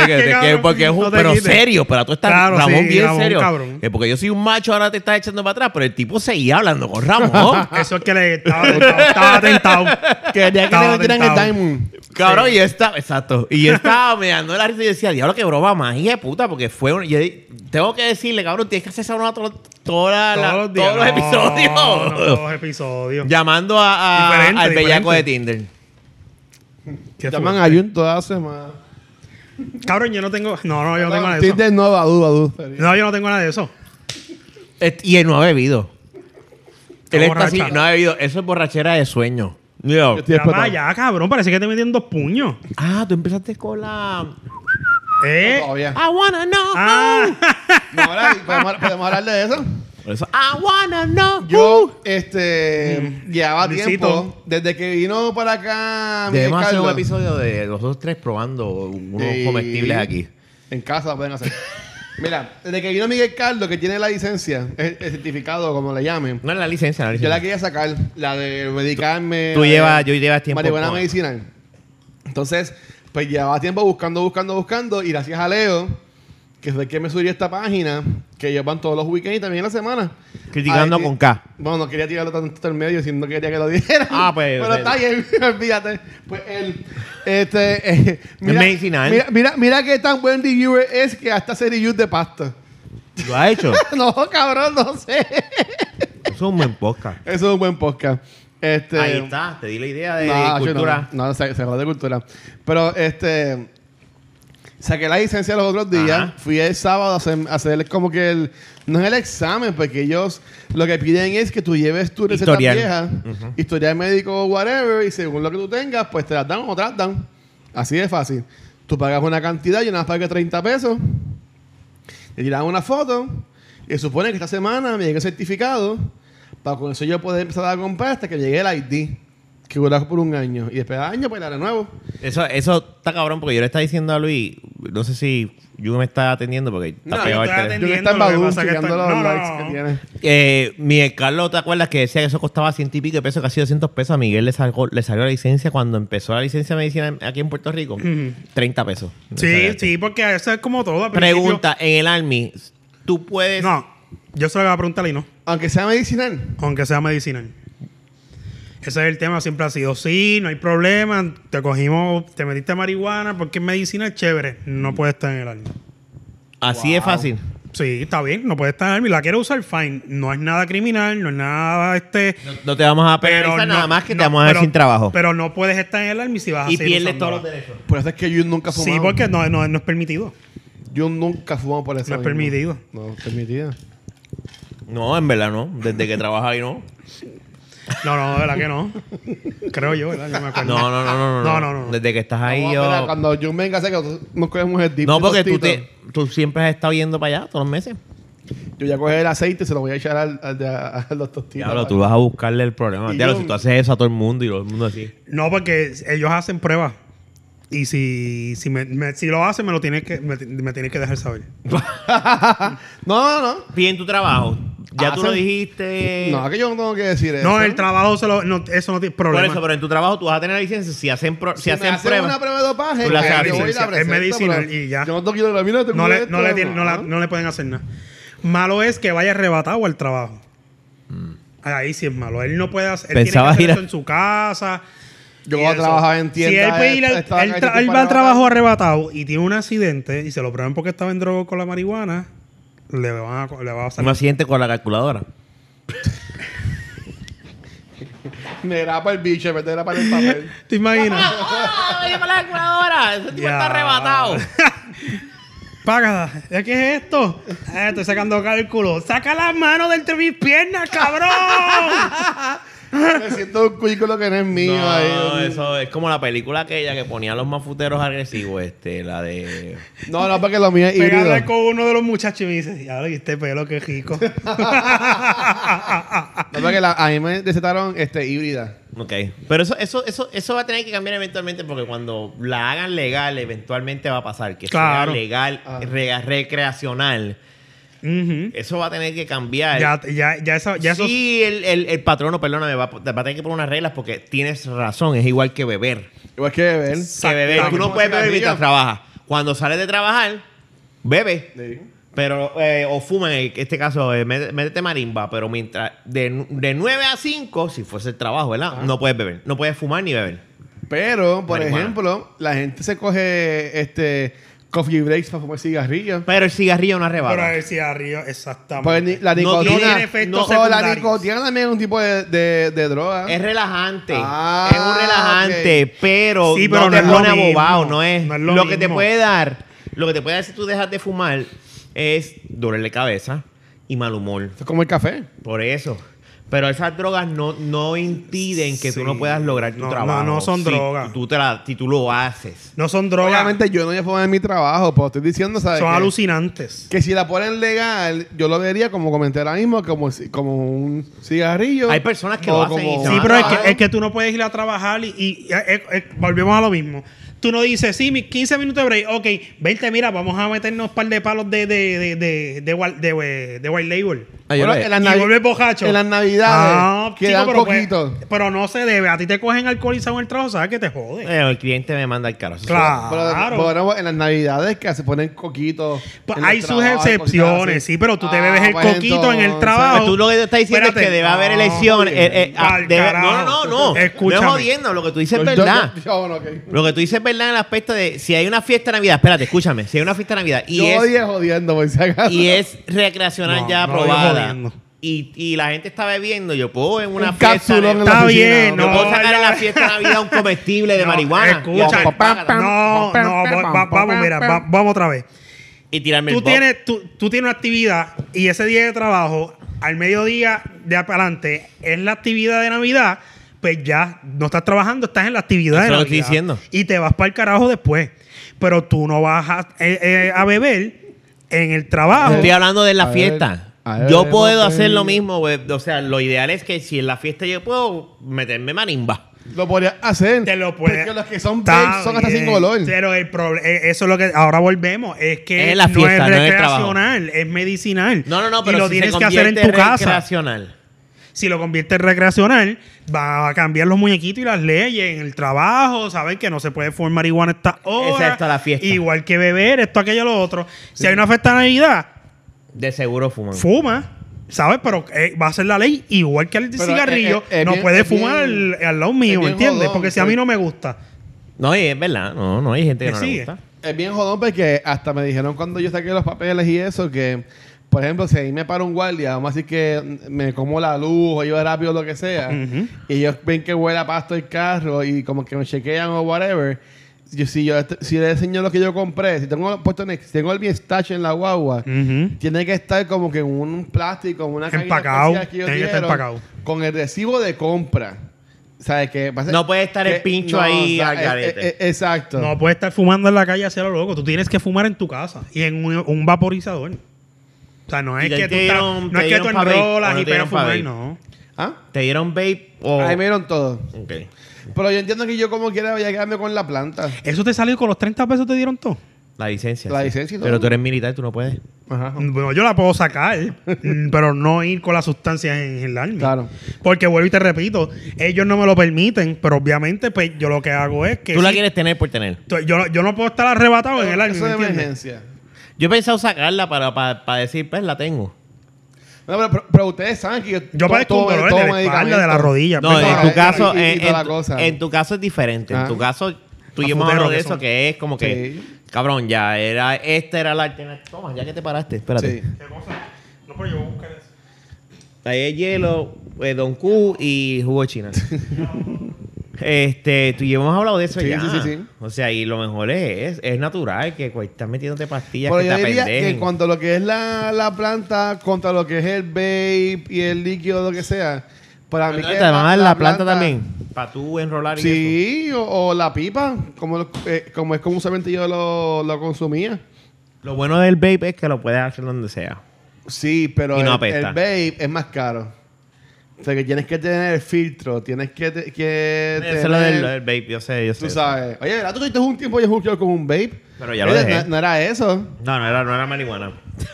Speaker 3: Que- que-
Speaker 2: Qué
Speaker 3: que-
Speaker 2: cabrón,
Speaker 3: porque es un-
Speaker 2: no te
Speaker 3: pero
Speaker 2: quites.
Speaker 3: serio, pero tú estás
Speaker 2: Claro,
Speaker 3: Ramón
Speaker 2: sí,
Speaker 3: bien
Speaker 2: Ramón,
Speaker 3: serio.
Speaker 2: cabrón.
Speaker 3: Que porque yo soy un macho, ahora te estás echando para atrás, pero el tipo seguía hablando con
Speaker 2: [LAUGHS]
Speaker 3: Ramón.
Speaker 2: Eso es que le estaba, estaba, estaba tentado.
Speaker 1: Quería [LAUGHS] que le
Speaker 2: Estaba
Speaker 1: metieran el
Speaker 2: tentado.
Speaker 1: Diamond.
Speaker 3: Cabrón, y yo estaba, exacto. Y
Speaker 2: [LAUGHS]
Speaker 3: yo estaba mirando la risa y decía, diablo, qué broma más hija de puta, porque fue un. yo di- tengo que decirle, cabrón, tienes que hacer esa broma todo- toda la-
Speaker 2: Todos los días.
Speaker 3: todos los
Speaker 2: No,
Speaker 3: episodios.
Speaker 2: no, todos los episodios.
Speaker 3: Llamando a, a-
Speaker 2: Diferente,
Speaker 3: al bellaco de
Speaker 2: diferente.
Speaker 3: Tinder.
Speaker 2: Qué
Speaker 1: Llaman a
Speaker 2: fuerte.
Speaker 1: Jun toda la semana.
Speaker 2: Cabrón, yo no tengo. No, no, yo no tengo nada de eso.
Speaker 1: Tinder no, Badu, Badu.
Speaker 2: No, yo no tengo nada de eso.
Speaker 3: Et- Y él no ha bebido. Él
Speaker 2: Está
Speaker 3: está así,
Speaker 2: borracha.
Speaker 3: no ha bebido. Eso es borrachera de sueño. Yo.
Speaker 1: Yo estoy
Speaker 2: Ya,
Speaker 1: explotado.
Speaker 2: ya, cabrón, parece que te metieron dos puños.
Speaker 3: Ah, tú empezaste con la.
Speaker 2: ¿Eh?
Speaker 1: Todavía.
Speaker 3: I wanna know.
Speaker 2: Ah,
Speaker 1: No, ahora, ¿podemos, podemos hablar de eso?
Speaker 2: Uh.
Speaker 3: Por eso, I wanna know.
Speaker 1: Yo, este, llevaba
Speaker 2: Mm, Luisito.
Speaker 1: tiempo desde que vino para acá. Miguel
Speaker 3: Debemos hacer un
Speaker 1: Carlos.
Speaker 3: episodio de los dos tres probando unos
Speaker 1: Sí.
Speaker 3: comestibles aquí.
Speaker 1: En casa pueden hacer. Mira, desde que vino Miguel Carlos, que tiene la licencia, el, el certificado, como le llamen,
Speaker 3: No es la licencia, la
Speaker 1: yo
Speaker 3: licencia.
Speaker 1: la quería sacar, la de medicarme.
Speaker 3: Tú
Speaker 1: la de
Speaker 3: llevas, yo llevas tiempo.
Speaker 1: Marihuana
Speaker 3: con-
Speaker 1: medicinal. Entonces, pues llevaba tiempo buscando, buscando, buscando, y gracias a Leo, que fue el que me subió esta página, que llevan todos los weekends y también la semana.
Speaker 3: Criticando
Speaker 1: Ahí-
Speaker 3: con K.
Speaker 1: Bueno, no quería tirarlo tanto al medio, sino que quería que lo dijera.
Speaker 3: [LAUGHS] Ah, pues,
Speaker 1: Pero
Speaker 3: pues.
Speaker 1: está bien, [LAUGHS] olvídate. Pues él. Este. eh,
Speaker 3: medicinal.
Speaker 1: Mira, mira, mira qué tan buen reviewer es que hasta hace reviews de pasta. [LAUGHS]
Speaker 3: Lo ha hecho.
Speaker 1: No, cabrón, no sé.
Speaker 3: Eso es un buen
Speaker 2: [LAUGHS]
Speaker 3: podcast.
Speaker 1: Eso es un buen podcast. Este,
Speaker 3: Ahí está, te di la idea de
Speaker 1: no, yo
Speaker 3: cultura.
Speaker 1: No, no, se, se jode cultura. Pero este. Saqué la licencia los otros días.
Speaker 3: Ajá.
Speaker 1: Fui el sábado a hacer, a hacer como que el. No es el examen, porque ellos lo que piden es que tú lleves tu receta
Speaker 3: Historial.
Speaker 1: vieja, historial médico, whatever, y según lo que tú tengas, pues te las dan o te las dan. Así de fácil. Tú pagas una cantidad, yo nada más pagué 30 pesos, te tiran una foto, y se supone que esta semana me llegue el certificado, para con eso yo poder empezar a comprar hasta que llegue el ID, que dura por un año. Y después de año, pues la renuevo.
Speaker 3: Eso, eso está cabrón, porque yo le estaba diciendo a Luis, no sé si yo me está atendiendo porque está
Speaker 1: No, yo
Speaker 3: pegado al
Speaker 2: estoy
Speaker 3: teléfono.
Speaker 1: Yo que
Speaker 2: Entiendo,
Speaker 1: estaba en
Speaker 2: lo que
Speaker 1: Badoo
Speaker 2: pasa es que
Speaker 1: chequeando
Speaker 2: estoy-
Speaker 1: los
Speaker 2: no, no,
Speaker 1: likes
Speaker 2: no.
Speaker 1: que tiene.
Speaker 3: Eh, Miguel Carlos, ¿te acuerdas que decía que eso costaba ciento y pico de pesos, casi 200 pesos? A Miguel le salió, le salió la licencia cuando empezó la licencia de medicina aquí en Puerto Rico. 30 pesos.
Speaker 2: [LAUGHS] Sí, sí, porque eso es como todo. al principio-
Speaker 3: Pregunta, en el Army, ¿tú puedes...?
Speaker 2: No, yo se lo voy a preguntar y no.
Speaker 1: Aunque sea medicinal.
Speaker 2: aunque sea medicinal. Ese es el tema, siempre ha sido, sí, no hay problema, te cogimos, te metiste marihuana porque es medicinal, chévere, no puede estar en el army.
Speaker 3: Así es fácil.
Speaker 2: Sí, está bien, no puede estar en el army, la quiero usar, fine, no es nada criminal, no es nada este...
Speaker 3: No, no te vamos a
Speaker 2: Pero
Speaker 3: penalizar nada
Speaker 2: no-
Speaker 3: más que
Speaker 2: no,
Speaker 3: te vamos a
Speaker 2: pero-
Speaker 3: dejar sin trabajo.
Speaker 2: Pero no puedes estar en el army si vas a
Speaker 3: y
Speaker 2: seguir
Speaker 3: pierdes
Speaker 2: usando
Speaker 3: todos los
Speaker 2: la-
Speaker 3: derechos.
Speaker 1: Por eso es que yo nunca fumaba.
Speaker 2: Sí, porque no, no, no es permitido.
Speaker 1: Yo nunca fumaba por eso.
Speaker 2: No es
Speaker 1: mismo.
Speaker 2: permitido.
Speaker 1: No, permitido.
Speaker 3: No, en verdad no. Desde que trabajas ahí no.
Speaker 2: No, no, de verdad que
Speaker 3: [LAUGHS]
Speaker 2: no. Creo yo, ¿verdad? No me
Speaker 1: Ah,
Speaker 3: No,
Speaker 2: acuerdo.
Speaker 3: no, no, no. No,
Speaker 2: No, no, no.
Speaker 3: Desde que estás ahí
Speaker 1: Vamos a
Speaker 3: yo...
Speaker 1: esperar, Cuando yo venga, sé que nosotros nos cogemos el dip.
Speaker 3: No,
Speaker 1: de
Speaker 3: porque tú,
Speaker 1: tostito.
Speaker 3: te, tú siempre has estado yendo para allá todos los meses.
Speaker 1: Yo ya cogí el aceite y se lo voy a echar al, al de- a los tostitos.
Speaker 3: Diablo, tú vas a buscarle el problema.
Speaker 1: Y
Speaker 3: Diablo,
Speaker 1: yo-
Speaker 3: si tú haces eso a todo el mundo y todo el mundo así.
Speaker 2: No, porque ellos hacen pruebas. Y si, si, me- me- si lo hacen, me lo tienes que, me, me tienes que dejar saber.
Speaker 1: No, no, no.
Speaker 3: Bien tu trabajo. Ya tú
Speaker 1: Hacen-
Speaker 3: lo dijiste.
Speaker 1: No, que yo no tengo que decir eso.
Speaker 2: No, el trabajo, se lo- no, eso no tiene
Speaker 3: Por
Speaker 2: problema.
Speaker 3: eso, pero en tu trabajo tú vas a tener la licencia si hacen, pro- si
Speaker 1: Si me
Speaker 3: hacen
Speaker 1: hacen
Speaker 3: pruebas.
Speaker 1: una prueba de dopaje,
Speaker 3: Tú la
Speaker 1: que
Speaker 3: sacas
Speaker 1: yo voy y
Speaker 2: licencia.
Speaker 1: la
Speaker 2: Es
Speaker 1: presento,
Speaker 2: medicinal
Speaker 1: pero
Speaker 2: y ya.
Speaker 1: Yo no tengo que ir a la mina, tengo
Speaker 2: no, le,
Speaker 1: esto,
Speaker 2: no, le tienen- no la-
Speaker 1: no.
Speaker 2: no le pueden hacer nada. Malo es que vaya arrebatado al trabajo.
Speaker 1: Mm.
Speaker 2: Ahí sí es malo. Él no puede hacer, él tiene que
Speaker 3: Pensaba
Speaker 2: hacer
Speaker 3: ir a-
Speaker 2: eso en su casa.
Speaker 1: Yo
Speaker 2: y
Speaker 1: voy a
Speaker 2: eso.
Speaker 1: trabajar en tiendas.
Speaker 2: Si él, puede ir al-
Speaker 1: estaba
Speaker 2: él
Speaker 1: acá,
Speaker 2: tra-
Speaker 1: este
Speaker 2: él
Speaker 1: tipo
Speaker 2: va al
Speaker 1: arrebatado.
Speaker 2: trabajo arrebatado y tiene un accidente y se lo prueban porque estaba en droga con la marihuana, le van a, co- le va a
Speaker 3: Un
Speaker 2: salir.
Speaker 3: accidente con la calculadora.
Speaker 1: Me era para el bicho, en vez de era para
Speaker 2: [LAUGHS]
Speaker 1: el papel.
Speaker 2: ¿Te
Speaker 3: [LAUGHS]
Speaker 2: imaginas?
Speaker 3: ¡Ah! ¡Oye, con la calculadora! Ese tipo
Speaker 2: Ya. [LAUGHS]
Speaker 3: está arrebatado.
Speaker 2: Paga, ¿ya ¿qué es esto? Eh, estoy sacando cálculo. ¡Saca las manos de entre mis
Speaker 1: [LAUGHS]
Speaker 2: piernas, cabrón!
Speaker 1: Me siento un cubículo que no es mío.
Speaker 3: No,
Speaker 1: ahí.
Speaker 3: eso es como la película aquella que ponía a los mafuteros agresivos, este, la de.
Speaker 1: No, no, porque lo mío es
Speaker 2: Pegué a hablar
Speaker 1: híbrido.
Speaker 2: con uno de los muchachos y me dice, ya le viste pelo, qué
Speaker 1: [LAUGHS]
Speaker 2: rico. [LAUGHS]
Speaker 1: No, porque la- a mí me recetaron este, híbrida.
Speaker 3: Ok. Pero eso, eso, eso, eso va a tener que cambiar eventualmente porque cuando la hagan legal, eventualmente va a pasar. Que
Speaker 2: Claro.
Speaker 3: sea legal,
Speaker 1: Ah.
Speaker 3: re- recreacional.
Speaker 2: Ujú.
Speaker 3: Eso va a tener que cambiar.
Speaker 2: Ya, ya, ya, eso, ya eso-
Speaker 3: sí, el, el, el patrono, perdóname, va, a- va a tener que poner unas reglas porque tienes razón, es igual que beber.
Speaker 1: Igual que beber.
Speaker 3: Que beber, tú no puedes beber mientras trabajas. Cuando sales de trabajar, bebe.
Speaker 1: Sí.
Speaker 3: Pero, eh, o fuma, en este caso, eh, mete- métete marimba, pero mientras, de, de 9 a 5, si fuese el trabajo, ¿verdad? No puedes beber, no puedes fumar ni beber.
Speaker 1: Pero, por
Speaker 3: Marihuana.
Speaker 1: ejemplo, la gente se coge este coffee breaks para fumar cigarrillos.
Speaker 3: Pero el cigarrillo no arrebata.
Speaker 2: Pero el cigarrillo,
Speaker 1: Porque Pues ni-
Speaker 2: exactamente.
Speaker 1: la
Speaker 3: No
Speaker 1: nicotina.
Speaker 3: tiene
Speaker 2: efectos
Speaker 1: pero la
Speaker 2: secundarios.
Speaker 1: nicotina también es un tipo de, de, de droga.
Speaker 3: Es relajante.
Speaker 1: Ah,
Speaker 3: es un relajante, pero,
Speaker 2: Sí, pero
Speaker 3: no te
Speaker 2: no es lo
Speaker 3: pone
Speaker 2: mismo.
Speaker 3: abobado, no es.
Speaker 2: No es
Speaker 3: lo
Speaker 2: lo
Speaker 3: que te
Speaker 2: mismo.
Speaker 3: puede dar, lo que te puede dar si tú dejas de fumar es dolor de cabeza y mal humor.
Speaker 1: Es como el café.
Speaker 3: Por eso. Pero esas drogas no, no impiden que tú
Speaker 2: Sí.
Speaker 3: no puedas lograr tu
Speaker 2: No, no,
Speaker 3: trabajo.
Speaker 2: no son
Speaker 3: si
Speaker 2: drogas.
Speaker 3: Tú te la, si tú lo haces.
Speaker 2: No son drogas,
Speaker 1: Obviamente yo no voy a fumar en mi trabajo, pero estoy diciendo, ¿sabes?
Speaker 2: son
Speaker 1: que,
Speaker 2: alucinantes.
Speaker 1: que si la ponen legal, yo lo vería como comenté ahora mismo, como, si- como un cigarrillo.
Speaker 3: Hay personas que
Speaker 1: o
Speaker 3: lo hacen y se
Speaker 2: Sí,
Speaker 3: van a
Speaker 2: pero es
Speaker 1: trabajar.
Speaker 2: que, es que tú no puedes ir a trabajar y, y- y- eh, eh, volvemos a lo mismo. Tú no dices, sí, mis 15 minutos de break, ok, vente, mira, vamos a meternos un par de palos de, de, de, de, de, wa- de, eh, de white label.
Speaker 1: Bueno, en las
Speaker 2: Y
Speaker 1: navi-
Speaker 2: vuelves bojacho.
Speaker 1: En las navidades.
Speaker 2: Ah, chico,
Speaker 1: quedan
Speaker 2: pero, pues,
Speaker 1: poquitos.
Speaker 2: pero no se debe. A ti te cogen alcoholizado en el trabajo, sabes que te jode.
Speaker 3: Eh, el cliente me manda el caro. Eso
Speaker 2: Ah, claro.
Speaker 1: Pero, bueno, en las navidades que se ponen coquitos.
Speaker 2: Pues
Speaker 1: en los
Speaker 2: hay sus
Speaker 1: trabajos, cositas
Speaker 2: excepciones,
Speaker 1: así.
Speaker 2: sí, pero tú te
Speaker 1: Ah,
Speaker 2: bebes el
Speaker 1: pues
Speaker 2: coquito en el
Speaker 1: entonces.
Speaker 3: Pues
Speaker 2: trabajo.
Speaker 3: tú lo que te estás diciendo
Speaker 2: Espérate.
Speaker 3: es que debe haber
Speaker 2: No,
Speaker 3: elección.
Speaker 1: muy bien.
Speaker 3: eh, eh, ah,
Speaker 2: Al
Speaker 3: debe- no,
Speaker 2: carajo.
Speaker 3: no, no, no.
Speaker 2: Escúchame.
Speaker 3: No es jodiendo, lo que tú dices es
Speaker 1: Yo- yo-
Speaker 3: verdad.
Speaker 1: yo- yo- bueno, ok.
Speaker 3: Lo que tú dices es verdad en el aspecto de si hay una fiesta de Navidad, espérate, escúchame, si hay una fiesta de Navidad y,
Speaker 1: Yo
Speaker 3: es,
Speaker 1: odié jodiendo, por si acaso.
Speaker 3: y es recreacional
Speaker 2: No,
Speaker 3: ya
Speaker 2: no, yo
Speaker 3: aprobada,
Speaker 2: jodiendo.
Speaker 3: y, y la gente está bebiendo, yo puedo en una
Speaker 1: Un
Speaker 3: fiesta.
Speaker 1: cápsulón
Speaker 3: de-
Speaker 1: en la
Speaker 2: Está
Speaker 1: oficina,
Speaker 2: bien,
Speaker 1: ¿no?
Speaker 3: yo puedo sacar en
Speaker 2: ya.
Speaker 3: la fiesta de Navidad un comestible de
Speaker 2: No,
Speaker 3: marihuana. y
Speaker 2: Escucha,
Speaker 3: hacer págata,
Speaker 2: no, no, va- va- vamos, mira, va- vamos otra vez.
Speaker 3: y tirarme
Speaker 2: Tú
Speaker 3: el box.
Speaker 2: tienes, tú, tú tienes una actividad y ese día de trabajo, al mediodía de adelante, es la actividad de Navidad, pues ya no estás trabajando, estás en la actividad
Speaker 3: Eso
Speaker 2: de
Speaker 3: es lo
Speaker 2: Navidad.
Speaker 3: que estoy diciendo.
Speaker 2: Y te vas para el carajo después. Pero tú no vas a, eh, eh, a beber en el trabajo.
Speaker 3: Estoy hablando de la
Speaker 1: A ver,
Speaker 3: fiesta.
Speaker 1: a ver,
Speaker 3: yo
Speaker 1: no
Speaker 3: puedo
Speaker 1: te-
Speaker 3: hacer lo mismo, güey. O sea, lo ideal es que si en la fiesta yo puedo meterme marimba.
Speaker 1: Lo podrías hacer.
Speaker 2: Te lo puedes.
Speaker 1: Porque los que son
Speaker 2: Está
Speaker 1: baked son hasta
Speaker 2: bien,
Speaker 1: sin color.
Speaker 2: Pero el problema, eso es lo que ahora volvemos, es que
Speaker 3: Es la fiesta,
Speaker 2: no
Speaker 3: no
Speaker 2: es
Speaker 3: es el trabajo.
Speaker 2: recreacional, es medicinal.
Speaker 3: No, no, no, pero
Speaker 2: y lo
Speaker 3: si
Speaker 2: tienes
Speaker 3: se
Speaker 2: que hacer en tu
Speaker 3: convierte
Speaker 2: casa.
Speaker 3: recreacional.
Speaker 2: Si lo conviertes en recreacional, va a cambiar los muñequitos y las leyes en el trabajo, saben que no se puede formar marihuana a esta hora.
Speaker 3: Exacto, la fiesta.
Speaker 2: Igual que beber, esto, aquello, lo otro. Si hay una fiesta de Navidad,
Speaker 3: De seguro fuman.
Speaker 2: fuma. ¿Sabes? Pero eh, va a ser la ley igual que el
Speaker 1: Pero eh,
Speaker 2: cigarrillo.
Speaker 1: es- es- es
Speaker 2: no
Speaker 1: bien-
Speaker 2: puedes
Speaker 1: es eh, bien-
Speaker 2: fumar al, al lado mío,
Speaker 1: es bien
Speaker 2: ¿entiendes?
Speaker 1: jodón,
Speaker 2: Porque si a mí
Speaker 1: porque-
Speaker 2: no me gusta.
Speaker 3: No, y es verdad. No, no hay gente que
Speaker 2: ¿Me
Speaker 3: no
Speaker 2: sigue?
Speaker 3: le gusta.
Speaker 1: Es bien jodón porque hasta me dijeron cuando yo saqué los papeles y eso que, por ejemplo, si ahí me para un guardia, vamos a decir que me como la luz o yo rápido o lo que sea,
Speaker 2: Ujú.
Speaker 1: y ellos ven que huele a pasto el carro y como que me chequean o whatever. Yo, si yo si le enseño lo que yo compré, si tengo puesto en el- si tengo el pistache en la guagua,
Speaker 2: Ujú.
Speaker 1: tiene que estar como que en un plástico, en una cajita
Speaker 2: Empacado,
Speaker 1: especial yo
Speaker 2: tiene que estar
Speaker 1: quiero,
Speaker 2: empacado.
Speaker 1: Con el recibo de compra. ¿Sabes qué? Va a ser-
Speaker 3: No puede estar el
Speaker 1: que-
Speaker 3: pincho ahí al
Speaker 1: eh,
Speaker 3: garete.
Speaker 1: eh, eh, exacto.
Speaker 2: No puedes estar fumando en la calle hacia lo loco. Tú tienes que fumar en tu casa y en un, un vaporizador. O sea, no
Speaker 3: Y
Speaker 2: es
Speaker 3: te
Speaker 2: que tú,
Speaker 3: dieron-
Speaker 2: estás-
Speaker 3: te
Speaker 2: no es que tú
Speaker 3: dieron pa' vape,
Speaker 2: enrolas
Speaker 3: o no
Speaker 2: y
Speaker 3: te
Speaker 2: pegas a
Speaker 3: dieron pa'
Speaker 2: fumar,
Speaker 3: vape.
Speaker 2: no.
Speaker 1: ¿Ah?
Speaker 3: ¿Te dieron vape o...?
Speaker 1: Ahí me dieron todo.
Speaker 3: Ok.
Speaker 1: Pero yo entiendo que yo como quiera voy a quedarme con la planta.
Speaker 2: ¿Eso te salió con los 30 pesos te dieron todo?
Speaker 3: La licencia.
Speaker 1: La licencia y todo.
Speaker 3: Pero tú eres militar, tú no puedes.
Speaker 1: Ajá.
Speaker 2: Bueno, yo la puedo sacar, [LAUGHS] mm, pero no ir con las sustancias en el arma.
Speaker 1: Claro.
Speaker 2: Porque vuelvo y te repito, ellos no me lo permiten, pero obviamente pues yo lo que hago es que...
Speaker 3: Tú la
Speaker 2: sí,
Speaker 3: quieres tener por tener.
Speaker 2: tú- yo, yo no puedo estar arrebatado en el arma,
Speaker 1: Eso de
Speaker 2: ¿me entiendes?
Speaker 1: emergencia.
Speaker 3: Yo he pensado sacarla para, para, para decir, pues la tengo.
Speaker 1: No, pero, pero- pero ustedes saben que yo,
Speaker 2: Yo padezco un dolor de la espalda, de la rodilla.
Speaker 3: No,
Speaker 1: pero-
Speaker 3: en
Speaker 1: Claro,
Speaker 3: tu caso,
Speaker 1: y- y
Speaker 3: en,
Speaker 1: toda
Speaker 3: en
Speaker 1: la
Speaker 3: tu-
Speaker 1: cosa.
Speaker 3: en tu caso es diferente.
Speaker 1: Ah.
Speaker 3: En tu caso, tú y yo hemos
Speaker 2: Afuteros
Speaker 3: hablado de
Speaker 2: que
Speaker 3: eso,
Speaker 2: son.
Speaker 3: que es como que,
Speaker 1: Sí.
Speaker 3: cabrón, ya era, esta era la alternativa. Toma, ya que te paraste, espérate.
Speaker 1: Sí.
Speaker 2: ¿Qué cosa? No, pero yo voy a buscar eso.
Speaker 3: Ahí es hielo, eh, Don Q y jugo
Speaker 1: [LAUGHS]
Speaker 3: de china. este, tú y yo hemos hablado de eso
Speaker 1: Sí,
Speaker 3: ya.
Speaker 1: sí, sí, sí.
Speaker 3: O sea, y lo mejor es, es natural que cuando estás metiéndote pastillas
Speaker 1: Pero
Speaker 3: que
Speaker 1: yo
Speaker 3: te
Speaker 1: diría que
Speaker 3: apendejen.
Speaker 1: en cuanto a lo que es la, la planta contra lo que es el vape y el líquido, lo que sea, para mí
Speaker 3: Te
Speaker 1: que
Speaker 3: van a dar la, planta, también. Para tú enrolar y eso.
Speaker 1: Sí, o, o la pipa, como, lo- eh, como es como usualmente yo lo, lo consumía.
Speaker 3: Lo bueno del vape es que lo puedes hacer donde sea.
Speaker 1: Sí, pero
Speaker 3: Y no
Speaker 1: el,
Speaker 3: apesta.
Speaker 1: el vape es más caro. O sea, que tienes que tener el filtro, tienes que, te- que
Speaker 3: Eso
Speaker 1: tener...
Speaker 3: es lo del, del vape, yo sé, yo sé.
Speaker 1: tú sabes. Oye, ¿verdad? ¿Tú tuviste un tiempo yo jugué con un vape?
Speaker 3: Pero ya lo
Speaker 1: Oye,
Speaker 3: dejé.
Speaker 1: No, no era eso.
Speaker 3: No, no era, no era marihuana. [LAUGHS]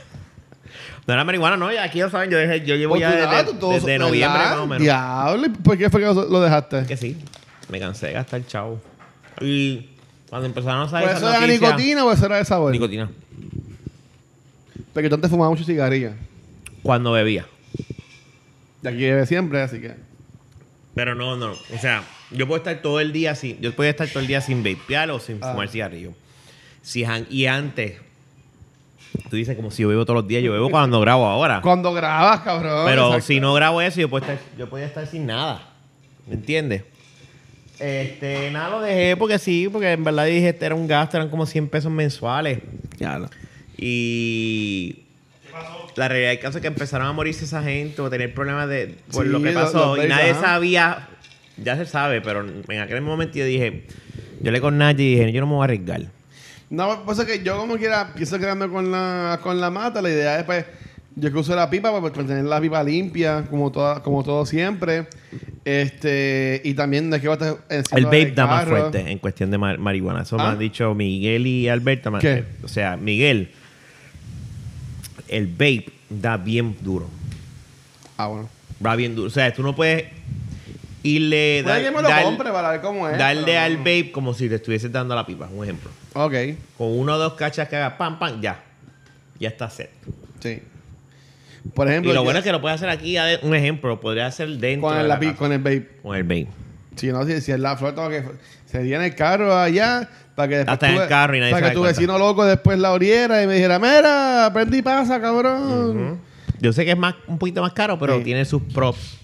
Speaker 3: No era marihuana, no, ya aquí ya saben, yo, dejé, yo llevo
Speaker 1: Pues
Speaker 3: ya
Speaker 1: tú, ah,
Speaker 3: desde,
Speaker 1: tú todos-
Speaker 3: desde
Speaker 1: ¿verdad?
Speaker 3: noviembre más o menos.
Speaker 1: Diablo, ¿y ¿por qué fue que lo lo dejaste?
Speaker 3: Que sí, me cansé de gastar chavo. Y cuando empezaron a salir
Speaker 1: ¿Por
Speaker 3: esas
Speaker 1: Pues eso era
Speaker 3: noticias...
Speaker 1: nicotina o eso era de sabor?
Speaker 3: Nicotina.
Speaker 1: Porque tú antes fumabas mucho cigarrillo.
Speaker 3: Cuando bebía.
Speaker 1: De aquí bebe siempre, así que...
Speaker 3: Pero no, no, o sea, yo puedo estar todo el día sin... Yo puedo estar todo el día sin vapear o sin
Speaker 1: Ah.
Speaker 3: fumar cigarrillo. Si, an- y antes... Tú dices como si yo bebo todos los días, yo bebo cuando grabo ahora.
Speaker 1: Cuando grabas, cabrón.
Speaker 3: Pero
Speaker 1: Oh, exacto.
Speaker 3: si no grabo eso, yo, puedo estar, yo podía estar sin nada. ¿Me entiendes? Este, nada, lo dejé porque sí, porque en verdad dije, este era un gasto, eran como 100 pesos mensuales. Y... La realidad del caso es que empezaron a morirse esa gente o tener problemas de, por
Speaker 1: Sí,
Speaker 3: lo que
Speaker 1: lo-
Speaker 3: pasó.
Speaker 1: los
Speaker 3: y nadie
Speaker 1: days, ajá.
Speaker 3: sabía, ya se sabe, pero en aquel momento yo dije, yo le con nadie y dije, yo no me voy a arriesgar.
Speaker 1: No, pues es que yo como quiera pienso quedarme con la, con la mata. La idea es pues, yo que uso la pipa para mantener la pipa limpia, como toda, como todo siempre. Este, y también de que va a estar
Speaker 3: El
Speaker 1: encima
Speaker 3: vape
Speaker 1: del
Speaker 3: da más
Speaker 1: carro.
Speaker 3: fuerte en cuestión de mar- marihuana. Eso me
Speaker 1: ¿Ah?
Speaker 3: han dicho Miguel y Alberta. Ma-
Speaker 1: ¿Qué?
Speaker 3: eh, O sea, Miguel, el vape da bien duro.
Speaker 1: Ah, bueno.
Speaker 3: Va bien duro. O sea, tú no puedes irle...
Speaker 1: Puede
Speaker 3: dar-
Speaker 1: que Pues me lo
Speaker 3: dar-
Speaker 1: compre para ver cómo es.
Speaker 3: darle
Speaker 1: pero
Speaker 3: al
Speaker 1: no.
Speaker 3: vape como si le estuvieses dando a la pipa. Un ejemplo.
Speaker 1: Ok,
Speaker 3: Con una o dos cachas que haga pam, pam, ya. Ya está set.
Speaker 1: sí. Por
Speaker 3: Y
Speaker 1: ejemplo,
Speaker 3: lo
Speaker 1: yo-
Speaker 3: bueno es que lo puedes hacer aquí. ade- Un ejemplo, lo podría hacer dentro
Speaker 1: con,
Speaker 3: de
Speaker 1: el,
Speaker 3: la
Speaker 1: lapi-
Speaker 3: casa.
Speaker 1: con el vape.
Speaker 3: Con el vape.
Speaker 1: Si no, si, si es la flor, tengo que sería en el carro allá para que después
Speaker 3: Hasta en
Speaker 1: tú-
Speaker 3: el carro y nadie se
Speaker 1: para
Speaker 3: da
Speaker 1: que tu
Speaker 3: cuenta.
Speaker 1: vecino loco después la oriera y me dijera, mira, aprendí pasa, cabrón.
Speaker 3: Yo sé que es más, un poquito más caro, pero
Speaker 1: Sí.
Speaker 3: tiene sus props.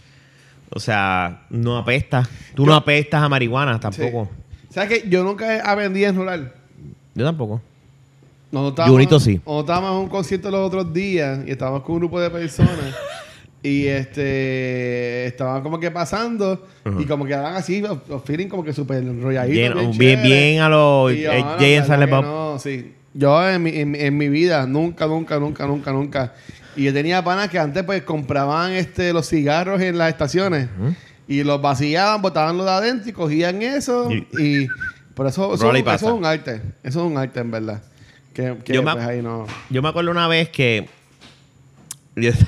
Speaker 3: O sea, no apesta. Tú no apestas a marihuana tampoco.
Speaker 1: ¿Sabes qué? Yo nunca aprendí a enrolar.
Speaker 3: Yo tampoco.
Speaker 1: Nosotros
Speaker 3: Junito
Speaker 1: estábamos-
Speaker 3: sí.
Speaker 1: Nosotros estábamos en un concierto los otros días y estábamos con un grupo de
Speaker 3: [LAUGHS]
Speaker 1: personas y este estaban como que pasando y como que daban así, los, los feeling como que súper enrolladitos.
Speaker 3: Bien,
Speaker 1: bien,
Speaker 3: bien, bien,
Speaker 1: chévere.
Speaker 3: a los
Speaker 1: Y yo,
Speaker 3: eh,
Speaker 1: mano,
Speaker 3: Jay and
Speaker 1: la
Speaker 3: Silent
Speaker 1: verdad
Speaker 3: Bob.
Speaker 1: que No, sí. Yo en mi, en, en mi vida, nunca, nunca, nunca, nunca, nunca. Y yo tenía panas que antes pues compraban este los cigarros en las estaciones y los vaciaban, botaban los de adentro y cogían eso.
Speaker 3: Y-
Speaker 1: Y, por eso, eso,
Speaker 3: Rola y
Speaker 1: eso es
Speaker 3: pasa.
Speaker 1: un arte. Eso es un arte, en verdad. Que, que,
Speaker 3: Yo me-
Speaker 1: pues, ahí no.
Speaker 3: Yo me acuerdo una vez que yo [LAUGHS] est-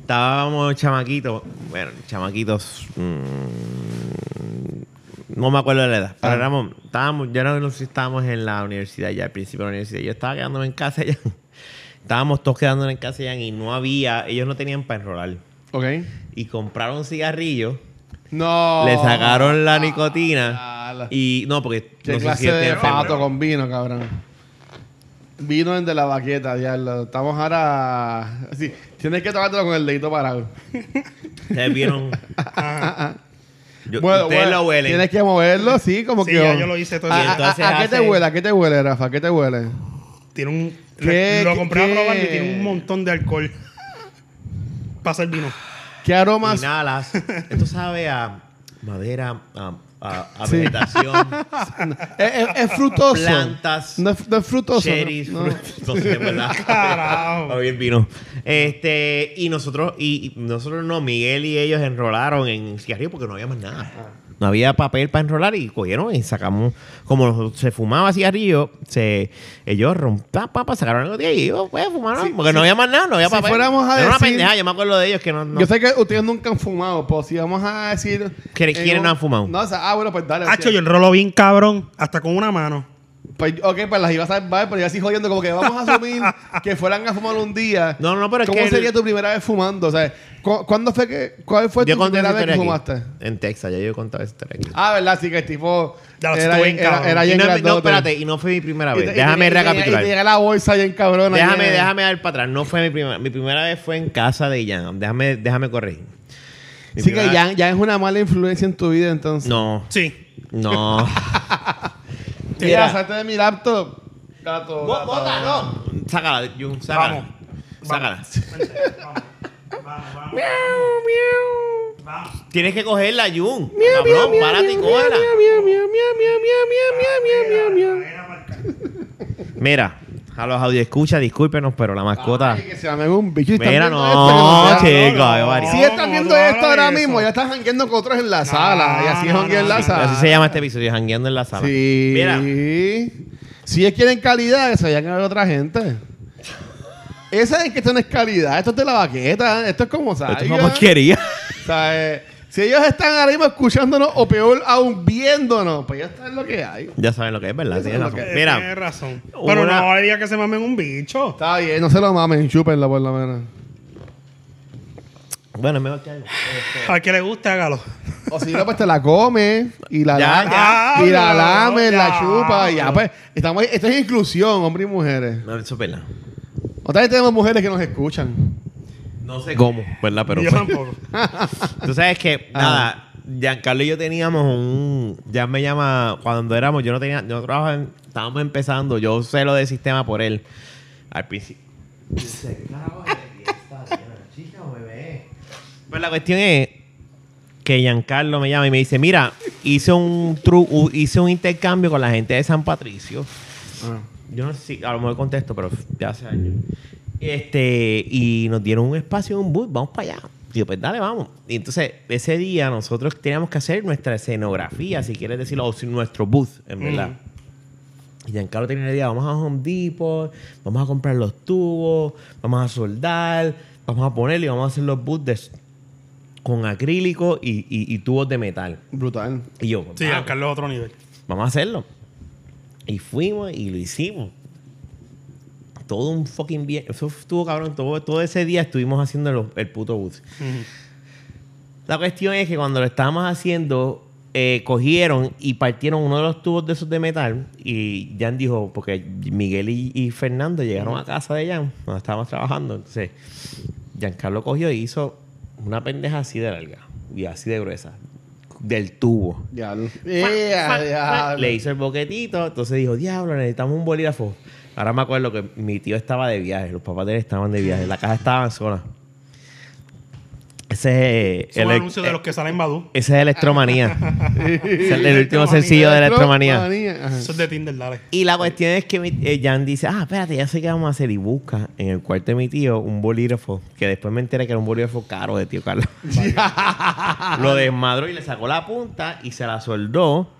Speaker 3: estábamos chamaquitos, bueno, chamaquitos, mm, no me acuerdo de la edad, pero
Speaker 1: Ah.
Speaker 3: éramos, estábamos, yo no sé si estábamos en la universidad ya, al principio de la universidad, yo estaba quedándome en casa ya, [LAUGHS] estábamos todos quedándonos en casa ya y no había, ellos no tenían para enrolar
Speaker 1: ¿Ok?
Speaker 3: y compraron cigarrillos,
Speaker 1: No.
Speaker 3: le sacaron la nicotina
Speaker 1: Oh, ah, la-
Speaker 3: y no, porque
Speaker 1: ¿Qué
Speaker 3: no sé
Speaker 1: clase
Speaker 3: si este
Speaker 1: de
Speaker 3: enfermo.
Speaker 1: pato con vino, cabrón? Vino el de la baqueta, diablo. Estamos ahora. Sí, tienes que tomártelo con el dedito parado. [LAUGHS]
Speaker 3: Ustedes vieron, Yo-
Speaker 1: Bueno,
Speaker 3: ustedes
Speaker 1: bueno,
Speaker 3: lo huelen.
Speaker 1: Tienes que moverlo, sí, como
Speaker 2: Sí,
Speaker 1: que. Ah,
Speaker 2: ya yo lo hice todo
Speaker 1: ¿A,
Speaker 2: el día.
Speaker 1: a-
Speaker 3: Entonces
Speaker 1: a qué te
Speaker 3: hace-
Speaker 1: huele? ¿A qué te huele, Rafa? ¿A qué te huele?
Speaker 2: Tiene un.
Speaker 1: ¿Qué-
Speaker 2: lo compré
Speaker 1: qué-
Speaker 2: a probarlo y tiene un montón de alcohol. [LAUGHS] Pasa el vino.
Speaker 1: ¿Qué aromas?
Speaker 3: inhalas. Esto sabe a madera, a, a- a
Speaker 1: Sí.
Speaker 3: vegetación,
Speaker 1: [LAUGHS] Es, es- es frutoso.
Speaker 3: Plantas,
Speaker 1: No es, no es frutoso.
Speaker 3: cherries,
Speaker 1: ¿no?
Speaker 3: frutos, no sé,
Speaker 1: [LAUGHS]
Speaker 3: ¿verdad?
Speaker 2: Carajo.
Speaker 3: Está bien vino. Este, y nosotros, y y nosotros no, Miguel y ellos enrolaron en cigarrillo porque no había más nada. No había papel para enrolar y cogieron y sacamos, como nos- se fumaba cigarrillo, se, ellos rompá, papá, sacaron algo de ahí y yo, pues, fumaron,
Speaker 1: Sí,
Speaker 3: porque
Speaker 1: sí.
Speaker 3: no había más nada, no había
Speaker 1: Si
Speaker 3: papel.
Speaker 1: fuéramos a
Speaker 3: Era una
Speaker 1: decir-
Speaker 3: pendeja, yo me acuerdo de ellos que no, no-
Speaker 1: Yo sé que ustedes nunca han fumado, pero si vamos a decir.
Speaker 3: ¿Quién-
Speaker 1: en
Speaker 3: quiénes
Speaker 1: un-
Speaker 3: no han fumado?
Speaker 1: No, o sea, ah, bueno, pues dale.
Speaker 2: Hacho,
Speaker 1: o sea,
Speaker 2: yo enrolo bien cabrón, hasta con una mano.
Speaker 1: Pues, ok, pues las iba a salvar, pero ya así jodiendo, como que vamos a
Speaker 3: [LAUGHS]
Speaker 1: asumir que fueran a fumar un día.
Speaker 3: No, no, pero es
Speaker 1: ¿Cómo
Speaker 3: que el-
Speaker 1: sería tu primera vez fumando? O sea, ¿cu- ¿cuándo fue que, ¿cuál fue
Speaker 3: yo
Speaker 1: tu
Speaker 3: conté
Speaker 1: primera
Speaker 3: esa
Speaker 1: vez que
Speaker 3: historia aquí.
Speaker 1: fumaste?
Speaker 3: En Texas, ya yo he contado esa historia aquí.
Speaker 1: Ah, ¿verdad? Sí, que el tipo.
Speaker 2: Ya lo
Speaker 1: era
Speaker 2: estuve
Speaker 1: bien-
Speaker 2: en
Speaker 1: era,
Speaker 2: cabrón.
Speaker 1: era
Speaker 3: Y
Speaker 1: bien
Speaker 3: no, no,
Speaker 1: Ah, grandote.
Speaker 3: espérate, y no fue mi primera
Speaker 1: Y
Speaker 3: vez.
Speaker 1: te- y te-
Speaker 3: Déjame
Speaker 1: y te-
Speaker 3: recapitular.
Speaker 1: Y te llega la bolsa bien cabrona.
Speaker 3: déjame,
Speaker 1: bien.
Speaker 3: déjame dar para atrás. No fue mi primera. Mi primera vez fue en casa de Jan. Déjame, déjame corregir. Mi
Speaker 1: Sí, que
Speaker 3: primera-
Speaker 1: ya, ya es una mala influencia en tu vida, entonces.
Speaker 3: No,
Speaker 2: Sí.
Speaker 3: no.
Speaker 1: [LAUGHS] Mira, salte de mi laptop. Gato, gato.
Speaker 3: Bota, no. Sácala, Jun, sácala.
Speaker 2: Vamos.
Speaker 3: Sácala.
Speaker 2: Vamos, vamos, vamos, vamos.
Speaker 3: Tienes que cogerla, Jun. Cabrón, párate y cógela.
Speaker 2: Era para el ca-
Speaker 3: Mira, a los audio escucha, discúlpenos, pero la mascota.
Speaker 1: Ay, que se llamen un bicho. y están
Speaker 3: Mira,
Speaker 1: viendo
Speaker 3: no,
Speaker 1: esto, que no
Speaker 3: chico.
Speaker 1: sea,
Speaker 3: qué
Speaker 2: no.
Speaker 1: no.
Speaker 3: variedad.
Speaker 1: Si están viendo
Speaker 2: no
Speaker 1: esto ahora
Speaker 2: hables
Speaker 1: mismo,
Speaker 2: eso.
Speaker 1: ya están jangueando con otros en la sala. Y así
Speaker 2: no,
Speaker 1: janguean en
Speaker 2: no,
Speaker 1: la
Speaker 2: no.
Speaker 1: sala.
Speaker 3: Así se llama este episodio, jangueando en la sala.
Speaker 1: Sí.
Speaker 3: Mira,
Speaker 1: Si ellos quieren calidad, que se vayan a ver otra gente. Esa es que esto no es calidad, esto es de la baqueta, esto es como
Speaker 3: esto es
Speaker 1: salga.
Speaker 3: una porquería. [LAUGHS]
Speaker 1: O sea, eh, si ellos están ahora mismo escuchándonos o peor aún viéndonos, pues ya está lo que hay.
Speaker 3: Ya saben lo que es, ¿verdad? Tienes
Speaker 1: lo
Speaker 3: razón.
Speaker 1: que
Speaker 2: Tienes
Speaker 3: Eh, Mira,
Speaker 2: razón.
Speaker 3: Hubo
Speaker 2: Pero
Speaker 3: una-
Speaker 2: no había que se mamen un bicho.
Speaker 1: Está bien, no se lo mamen, chúpenlo por lo menos.
Speaker 3: bueno, es mejor que algo.
Speaker 2: Al que le guste, hágalo.
Speaker 1: O si no, pues te la comes y la,
Speaker 3: Ya,
Speaker 1: la-
Speaker 2: ya.
Speaker 1: y la
Speaker 2: Diablo,
Speaker 1: lames, la
Speaker 2: ya.
Speaker 1: chupa y ya, pues. Estamos, esto es inclusión, hombres y mujeres.
Speaker 3: No, eso es verdad.
Speaker 1: Otra vez tenemos mujeres que nos escuchan.
Speaker 3: No sé cómo, ¿verdad? Pero
Speaker 2: [LAUGHS] yo
Speaker 3: pues, [LAUGHS]
Speaker 2: tampoco.
Speaker 3: tú sabes que, nada, Giancarlo y yo teníamos un. Ya me llama. Cuando éramos, yo no tenía. Yo trabajaba en- Estábamos empezando. Yo sé lo del sistema por él. Al principio. Pues la cuestión es que Giancarlo me llama y me dice: Mira, hice un, tru- u- hice un intercambio con la gente de San Patricio. Yo no sé si, a lo mejor contesto, pero ya hace años. Este, y nos dieron un espacio en un bus, vamos para allá. Digo, pues dale, vamos. Y entonces, ese día nosotros teníamos que hacer nuestra escenografía, si quieres decirlo, o si- nuestro booth, en verdad. Y Giancarlo tenía la idea, vamos a Home Depot, vamos a comprar los tubos, vamos a soldar, vamos a ponerle y vamos a hacer los booths de- con acrílico y, y- y tubos de metal.
Speaker 1: Brutal.
Speaker 3: Y yo, pues,
Speaker 2: Sí,
Speaker 3: vamos
Speaker 2: al Carlos es otro nivel.
Speaker 3: vamos a hacerlo. Y fuimos y lo hicimos. Todo un fucking bien. Eso estuvo cabrón. Todo, todo ese día estuvimos haciendo lo- el puto bus. La cuestión es que cuando lo estábamos haciendo, eh, cogieron y partieron uno de los tubos de esos de metal. Y Jan dijo, porque Miguel y, y Fernando llegaron a casa de Jan, donde estábamos trabajando. Entonces, Giancarlo cogió y hizo una pendeja así de larga y así de gruesa, del tubo.
Speaker 1: Diablo.
Speaker 3: Fa-
Speaker 1: Ea,
Speaker 3: fa-
Speaker 1: diablo.
Speaker 3: Le hizo el boquetito, entonces dijo, diablo, necesitamos un bolígrafo. Ahora me acuerdo que mi tío estaba de viaje, los papás de él estaban de viaje, la casa estaba sola. Ese es,
Speaker 2: Es un
Speaker 3: ele-
Speaker 2: anuncio de los que salen Badu.
Speaker 3: ese es Electromanía.
Speaker 2: [LAUGHS]
Speaker 3: Ese es el, el último sencillo de Electromanía.
Speaker 1: Ajá.
Speaker 2: Eso es de Tinder, dale.
Speaker 3: Y la cuestión es que mi- eh, Jan dice, ah, espérate, ya sé qué vamos a hacer. Y busca en el cuarto de mi tío un bolígrafo, que después me enteré que era un bolígrafo caro de tío Carlos. [LAUGHS] Lo desmadró y le sacó la punta y se la soldó.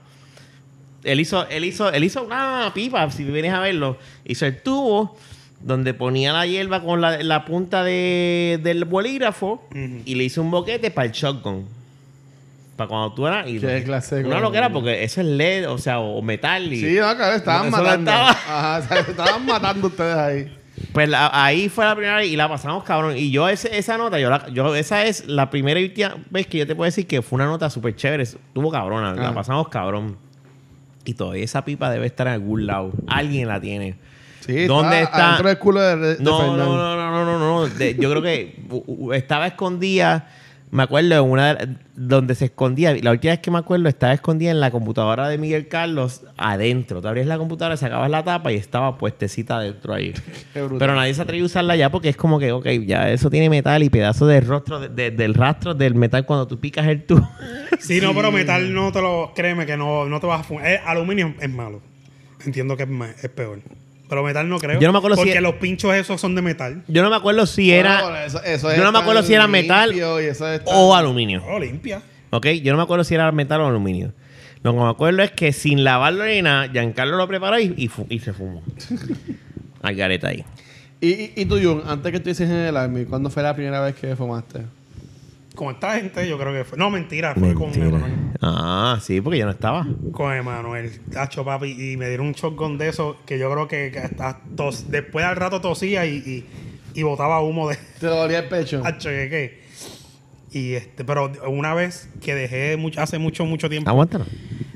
Speaker 3: Él hizo, él hizo, él hizo una pipa, si vienes a verlo. Hizo el tubo donde ponía la hierba con la, la punta de- del bolígrafo
Speaker 2: Ujú.
Speaker 3: y le hizo un boquete para el shotgun. Para cuando tú eras... y-
Speaker 1: Qué clase de
Speaker 3: Una
Speaker 1: cosa.
Speaker 3: loquera porque eso es LED, o sea, o metal. Y,
Speaker 1: Sí, no, cabrón, estaban
Speaker 3: Eso la
Speaker 1: matando.
Speaker 3: estaba-
Speaker 1: Ajá, o sea, estaban matando ustedes ahí.
Speaker 3: Pues la- ahí fue la primera vez y la pasamos cabrón. Y yo ese- esa nota, yo, la- yo- esa es la primera y última vez que yo te puedo decir que fue una nota súper chévere. Estuvo cabrona, la
Speaker 1: Ah.
Speaker 3: pasamos cabrón. Y todavía esa pipa debe estar en algún lado. Alguien la tiene.
Speaker 1: Sí, estaba
Speaker 3: ¿Dónde está?
Speaker 1: Adentro del culo de, de
Speaker 3: No, no,
Speaker 1: Fernan.
Speaker 3: no, no, no, no, no. De- yo creo que u- u- estaba escondida. Me acuerdo de una de- donde se escondía. La última vez que me acuerdo estaba escondida en la computadora de Miguel Carlos adentro. Te abrías la computadora, sacabas la tapa y estaba puestecita adentro ahí.
Speaker 1: [LAUGHS] Qué brutal.
Speaker 3: Pero nadie se atreve a usarla ya porque es como que, ok, ya eso tiene metal y pedazos de rostro, de- de- del rastro del metal cuando tú picas el tubo. [LAUGHS]
Speaker 2: Sí, no, pero metal no te lo. Créeme que no, no te vas a fumar. Eh, aluminio es malo. Entiendo que es, ma- es peor. Pero metal no creo.
Speaker 3: Yo no me acuerdo si
Speaker 2: Porque
Speaker 3: es-
Speaker 2: los pinchos esos son de metal.
Speaker 3: Yo no me acuerdo si era.
Speaker 1: Bueno, eso- eso
Speaker 3: yo no
Speaker 1: es
Speaker 3: me acuerdo
Speaker 1: tan
Speaker 3: si era metal
Speaker 1: limpio y eso es tan-
Speaker 3: o aluminio.
Speaker 2: Oh, limpia.
Speaker 3: ¿Ok? Yo no me acuerdo si era metal o aluminio. Lo que me acuerdo es que sin lavarlo ni nada, Giancarlo lo preparó y, y fu- y
Speaker 2: [LAUGHS]
Speaker 3: se fumó. Al gareta ahí.
Speaker 1: ¿Y, y, y tú, Jun, antes que tú hicieses en el Army, ¿cuándo fue la primera vez que fumaste?
Speaker 2: Con esta gente, yo creo que fue. No, mentira, fue con Emanuel.
Speaker 3: Ah, sí, porque yo no estaba.
Speaker 2: Con Emanuel. Tacho, papi. Y me dieron un shotgun de eso que yo creo que hasta tos- después al rato tosía y, y, y botaba humo de. [LAUGHS]
Speaker 1: ¿Te dolía el pecho?
Speaker 2: Tacho, que qué. Y este, pero una vez que dejé mucho, hace mucho, mucho tiempo.
Speaker 3: Aguántalo.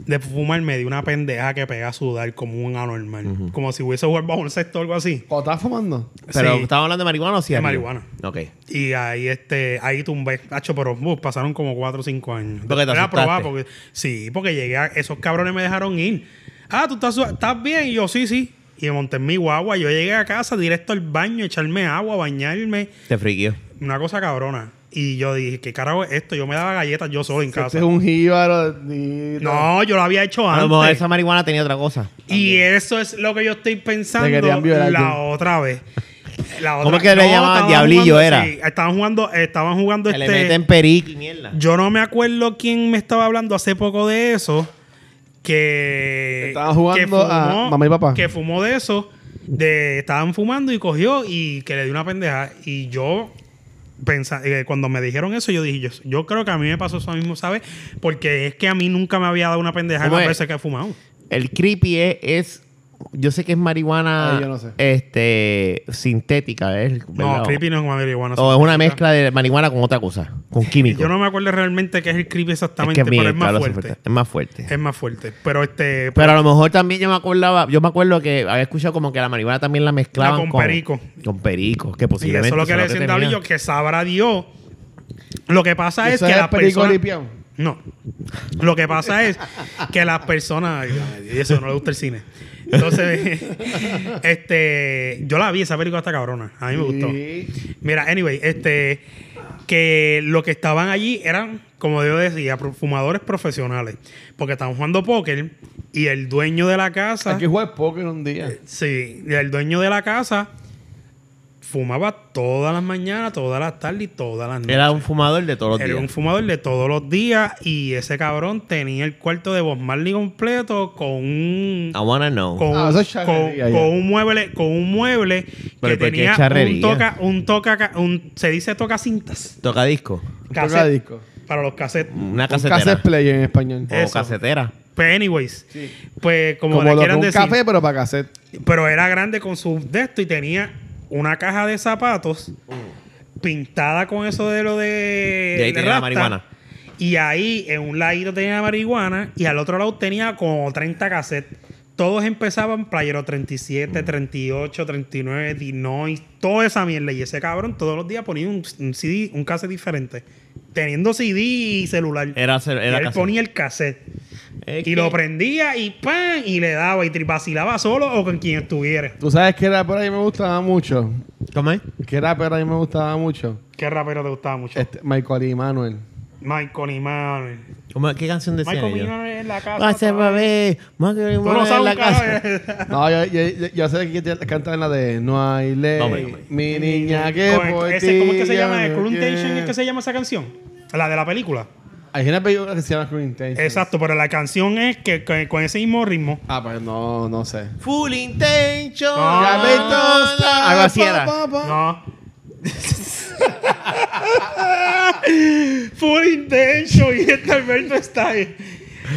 Speaker 2: de fumar me dio una pendeja que pega a sudar como un anormal. Como si hubiese jugado baloncesto o algo así.
Speaker 1: ¿Cuando estabas fumando?
Speaker 3: Pero
Speaker 2: Sí.
Speaker 3: estaba hablando de marihuana o sí.
Speaker 2: De
Speaker 3: amigo?
Speaker 2: marihuana.
Speaker 3: Ok.
Speaker 2: Y ahí este, ahí tumbé, Hacho, pero uh, pasaron como 4 o 5 años.
Speaker 3: Porque te
Speaker 2: Era
Speaker 3: asustaste.
Speaker 2: probado, porque- sí, porque llegué a, esos cabrones me dejaron ir. Ah, tú estás, su- estás bien. Y yo, sí, sí. Y me monté en mi guagua. Yo llegué a casa directo al baño, echarme agua, bañarme.
Speaker 3: Te friquió.
Speaker 2: Una cosa cabrona. Y yo dije, ¿qué carajo es esto? Yo me daba galletas yo solo en
Speaker 1: Este
Speaker 2: casa.
Speaker 1: es un jíbaro. ni-
Speaker 2: No, yo lo había hecho
Speaker 3: A
Speaker 2: antes.
Speaker 3: lo mejor esa marihuana tenía otra cosa.
Speaker 2: Y eso es lo que yo estoy pensando
Speaker 1: Te querían violar,
Speaker 2: la
Speaker 1: Jun.
Speaker 2: otra vez. La
Speaker 3: ¿Cómo es que le llamaban?
Speaker 2: estaban
Speaker 3: Diablillo
Speaker 2: jugando-
Speaker 3: era.
Speaker 2: sí, estaban jugando, estaban jugando
Speaker 3: Se le meten
Speaker 2: este.
Speaker 3: perico y mierda.
Speaker 2: Yo no me acuerdo quién me estaba hablando hace poco de eso. Que.
Speaker 1: Estaban jugando a mamá y papá.
Speaker 2: Que fumó de eso. De, estaban fumando y cogió y que le dio una pendeja. Y yo. pensa- eh, cuando me dijeron eso, yo dije, yo, yo creo que a mí me pasó eso mismo, ¿sabes? Porque es que a mí nunca me había dado una pendeja en
Speaker 3: ¿Cómo
Speaker 2: las
Speaker 3: es?
Speaker 2: veces que he fumado.
Speaker 3: El creepy es, es- Yo sé que es marihuana.
Speaker 1: Ay, yo no sé.
Speaker 3: Este. Sintética, ¿eh?
Speaker 2: No,
Speaker 3: ¿verdad?
Speaker 2: creepy no es marihuana.
Speaker 3: O es una
Speaker 2: sintética.
Speaker 3: mezcla de marihuana con otra cosa. Con químico.
Speaker 2: Yo no me acuerdo realmente qué es el creepy
Speaker 3: es
Speaker 2: exactamente,
Speaker 3: que es bien,
Speaker 2: pero es más
Speaker 3: claro,
Speaker 2: fuerte.
Speaker 3: Es más fuerte. Eh,
Speaker 2: Es más fuerte. Pero este.
Speaker 3: Pero a lo mejor también yo me acordaba, yo me acuerdo que había escuchado como que la marihuana también la mezclaban
Speaker 2: La con perico.
Speaker 3: Con perico,
Speaker 2: y
Speaker 3: que
Speaker 2: eso
Speaker 3: posiblemente.
Speaker 2: es lo que le decían a Diablillo, que sabrá Dios. Lo que pasa es
Speaker 1: ¿Eso
Speaker 2: que
Speaker 1: era
Speaker 2: las
Speaker 1: perico
Speaker 2: personas.
Speaker 1: limpiado?
Speaker 2: No. Lo que pasa es que las personas. Y eso no le gusta el cine. Entonces, [LAUGHS] este. Yo la vi, esa película está cabrona. A mí me gustó.
Speaker 1: Sí.
Speaker 2: Mira, anyway, este que lo que estaban allí eran, como yo decía, pro- fumadores profesionales. Porque estaban jugando póker y el dueño de la casa.
Speaker 1: Hay que jugar póker un día.
Speaker 2: Sí, y el dueño de la casa fumaba todas las mañanas, todas las tardes y todas las noches.
Speaker 3: Era un fumador de todos los
Speaker 2: Era
Speaker 3: días.
Speaker 2: un fumador de todos los días y ese cabrón tenía el cuarto de Bob Marley completo con un
Speaker 3: I wanna know.
Speaker 2: con,
Speaker 1: Ah, eso es
Speaker 2: con-
Speaker 1: charrería ya.
Speaker 2: con un mueble con un mueble
Speaker 3: Pero ¿por
Speaker 2: que
Speaker 3: qué
Speaker 2: tenía
Speaker 3: charrería?
Speaker 2: un toca un toca un se dice toca cintas
Speaker 3: Toca disco.
Speaker 1: Un
Speaker 2: Cassette.
Speaker 1: tocadisco.
Speaker 2: para los cassettes
Speaker 3: Una
Speaker 1: Un
Speaker 3: casetera.
Speaker 1: cassette player en español.
Speaker 3: o
Speaker 2: Eso.
Speaker 3: casetera.
Speaker 2: pues anyways
Speaker 1: Sí.
Speaker 2: pues como,
Speaker 1: Como
Speaker 2: le
Speaker 1: lo que
Speaker 2: quieran
Speaker 1: un
Speaker 2: decir
Speaker 1: café, pero para cassette.
Speaker 2: pero era grande con su de esto y tenía una caja de zapatos pintada con eso de lo de
Speaker 3: Y ahí
Speaker 2: de
Speaker 3: tenía
Speaker 2: rasta.
Speaker 3: la marihuana.
Speaker 2: Y ahí en un ladito tenía marihuana y al otro lado tenía como 30 cassettes. Todos empezaban Playero
Speaker 3: Mm.
Speaker 2: 37, 38, 39, Dinois, toda esa mierda. Y ese cabrón todos los días ponía un, un CD, un cassette diferente. Teniendo CD y celular.
Speaker 3: Era cel- era
Speaker 2: Y él
Speaker 3: cassette. Eh,
Speaker 2: ponía el cassette.
Speaker 3: Es
Speaker 2: y lo
Speaker 3: que-
Speaker 2: prendía y ¡pam! Y le daba y tri- vacilaba solo o con quien estuviera.
Speaker 1: ¿Tú sabes qué rapero a mí me gustaba mucho?
Speaker 3: ¿Cómo es?
Speaker 1: ¿Qué rapero a mí me gustaba mucho?
Speaker 2: ¿Qué rapero te gustaba mucho?
Speaker 1: Este, Michael y Manuel.
Speaker 2: Michael y Manuel.
Speaker 3: ¿Cómo es? ¿Qué canción decían
Speaker 2: Michael
Speaker 3: ellos?
Speaker 2: Manuel en la casa.
Speaker 3: Pase,
Speaker 2: estaba-
Speaker 3: bebé. Más que
Speaker 2: Tú no
Speaker 3: más en
Speaker 2: sabes
Speaker 3: la
Speaker 2: un carajo. eh.
Speaker 3: casa.
Speaker 2: [LAUGHS]
Speaker 1: No, yo, yo, yo- yo sé que te- cantan la de No hay ley.
Speaker 3: No, hombre, hombre.
Speaker 1: Mi niña que
Speaker 2: Mm, Con el-
Speaker 1: por
Speaker 2: ese- ¿Cómo es que se
Speaker 1: ti
Speaker 2: llama?
Speaker 1: ya
Speaker 2: ¿El
Speaker 1: no
Speaker 2: Cruntation
Speaker 1: quiere.
Speaker 2: es que se llama esa canción? La de la película.
Speaker 1: Hay una película que se llama Cruntation.
Speaker 2: Exacto, pero la canción es que, que- con ese mismo ritmo.
Speaker 1: Ah, pues no, no sé.
Speaker 3: Full intention.
Speaker 2: No.
Speaker 1: Ya me tosta.
Speaker 3: Algo así era.
Speaker 1: Pa, pa, pa.
Speaker 2: Ah. No. [LAUGHS] Full intention. Y este Alberto está ahí.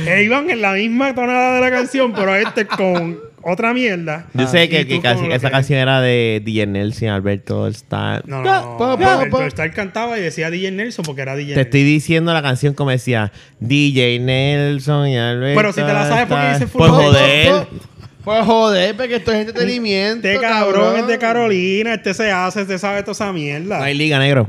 Speaker 2: E iban en la misma tonada de la canción, pero este con otra mierda.
Speaker 3: Yo sé que,
Speaker 2: Ah, Y
Speaker 3: que
Speaker 2: tú
Speaker 3: casi-
Speaker 2: con lo
Speaker 3: esa
Speaker 2: que-
Speaker 3: canción era de DJ Nelson, Alberto Star.
Speaker 2: No,
Speaker 1: Ya,
Speaker 2: no,
Speaker 1: pa,
Speaker 2: no.
Speaker 1: pa,
Speaker 2: Alberto
Speaker 1: pa.
Speaker 2: Starr cantaba y decía DJ Nelson porque era DJ
Speaker 3: Te
Speaker 2: Nelson.
Speaker 3: estoy diciendo la canción como decía DJ Nelson y Alberto.
Speaker 2: Pero si te la sabes, ¿por qué
Speaker 3: Star.
Speaker 2: dices full
Speaker 3: Pues
Speaker 1: Pa, pa,
Speaker 3: joder.
Speaker 1: pa. Pues joder, porque esto es entretenimiento.
Speaker 2: Este cabrón es de Carolina, este se hace, este sabe toda esa mierda.
Speaker 3: No hay liga, negro.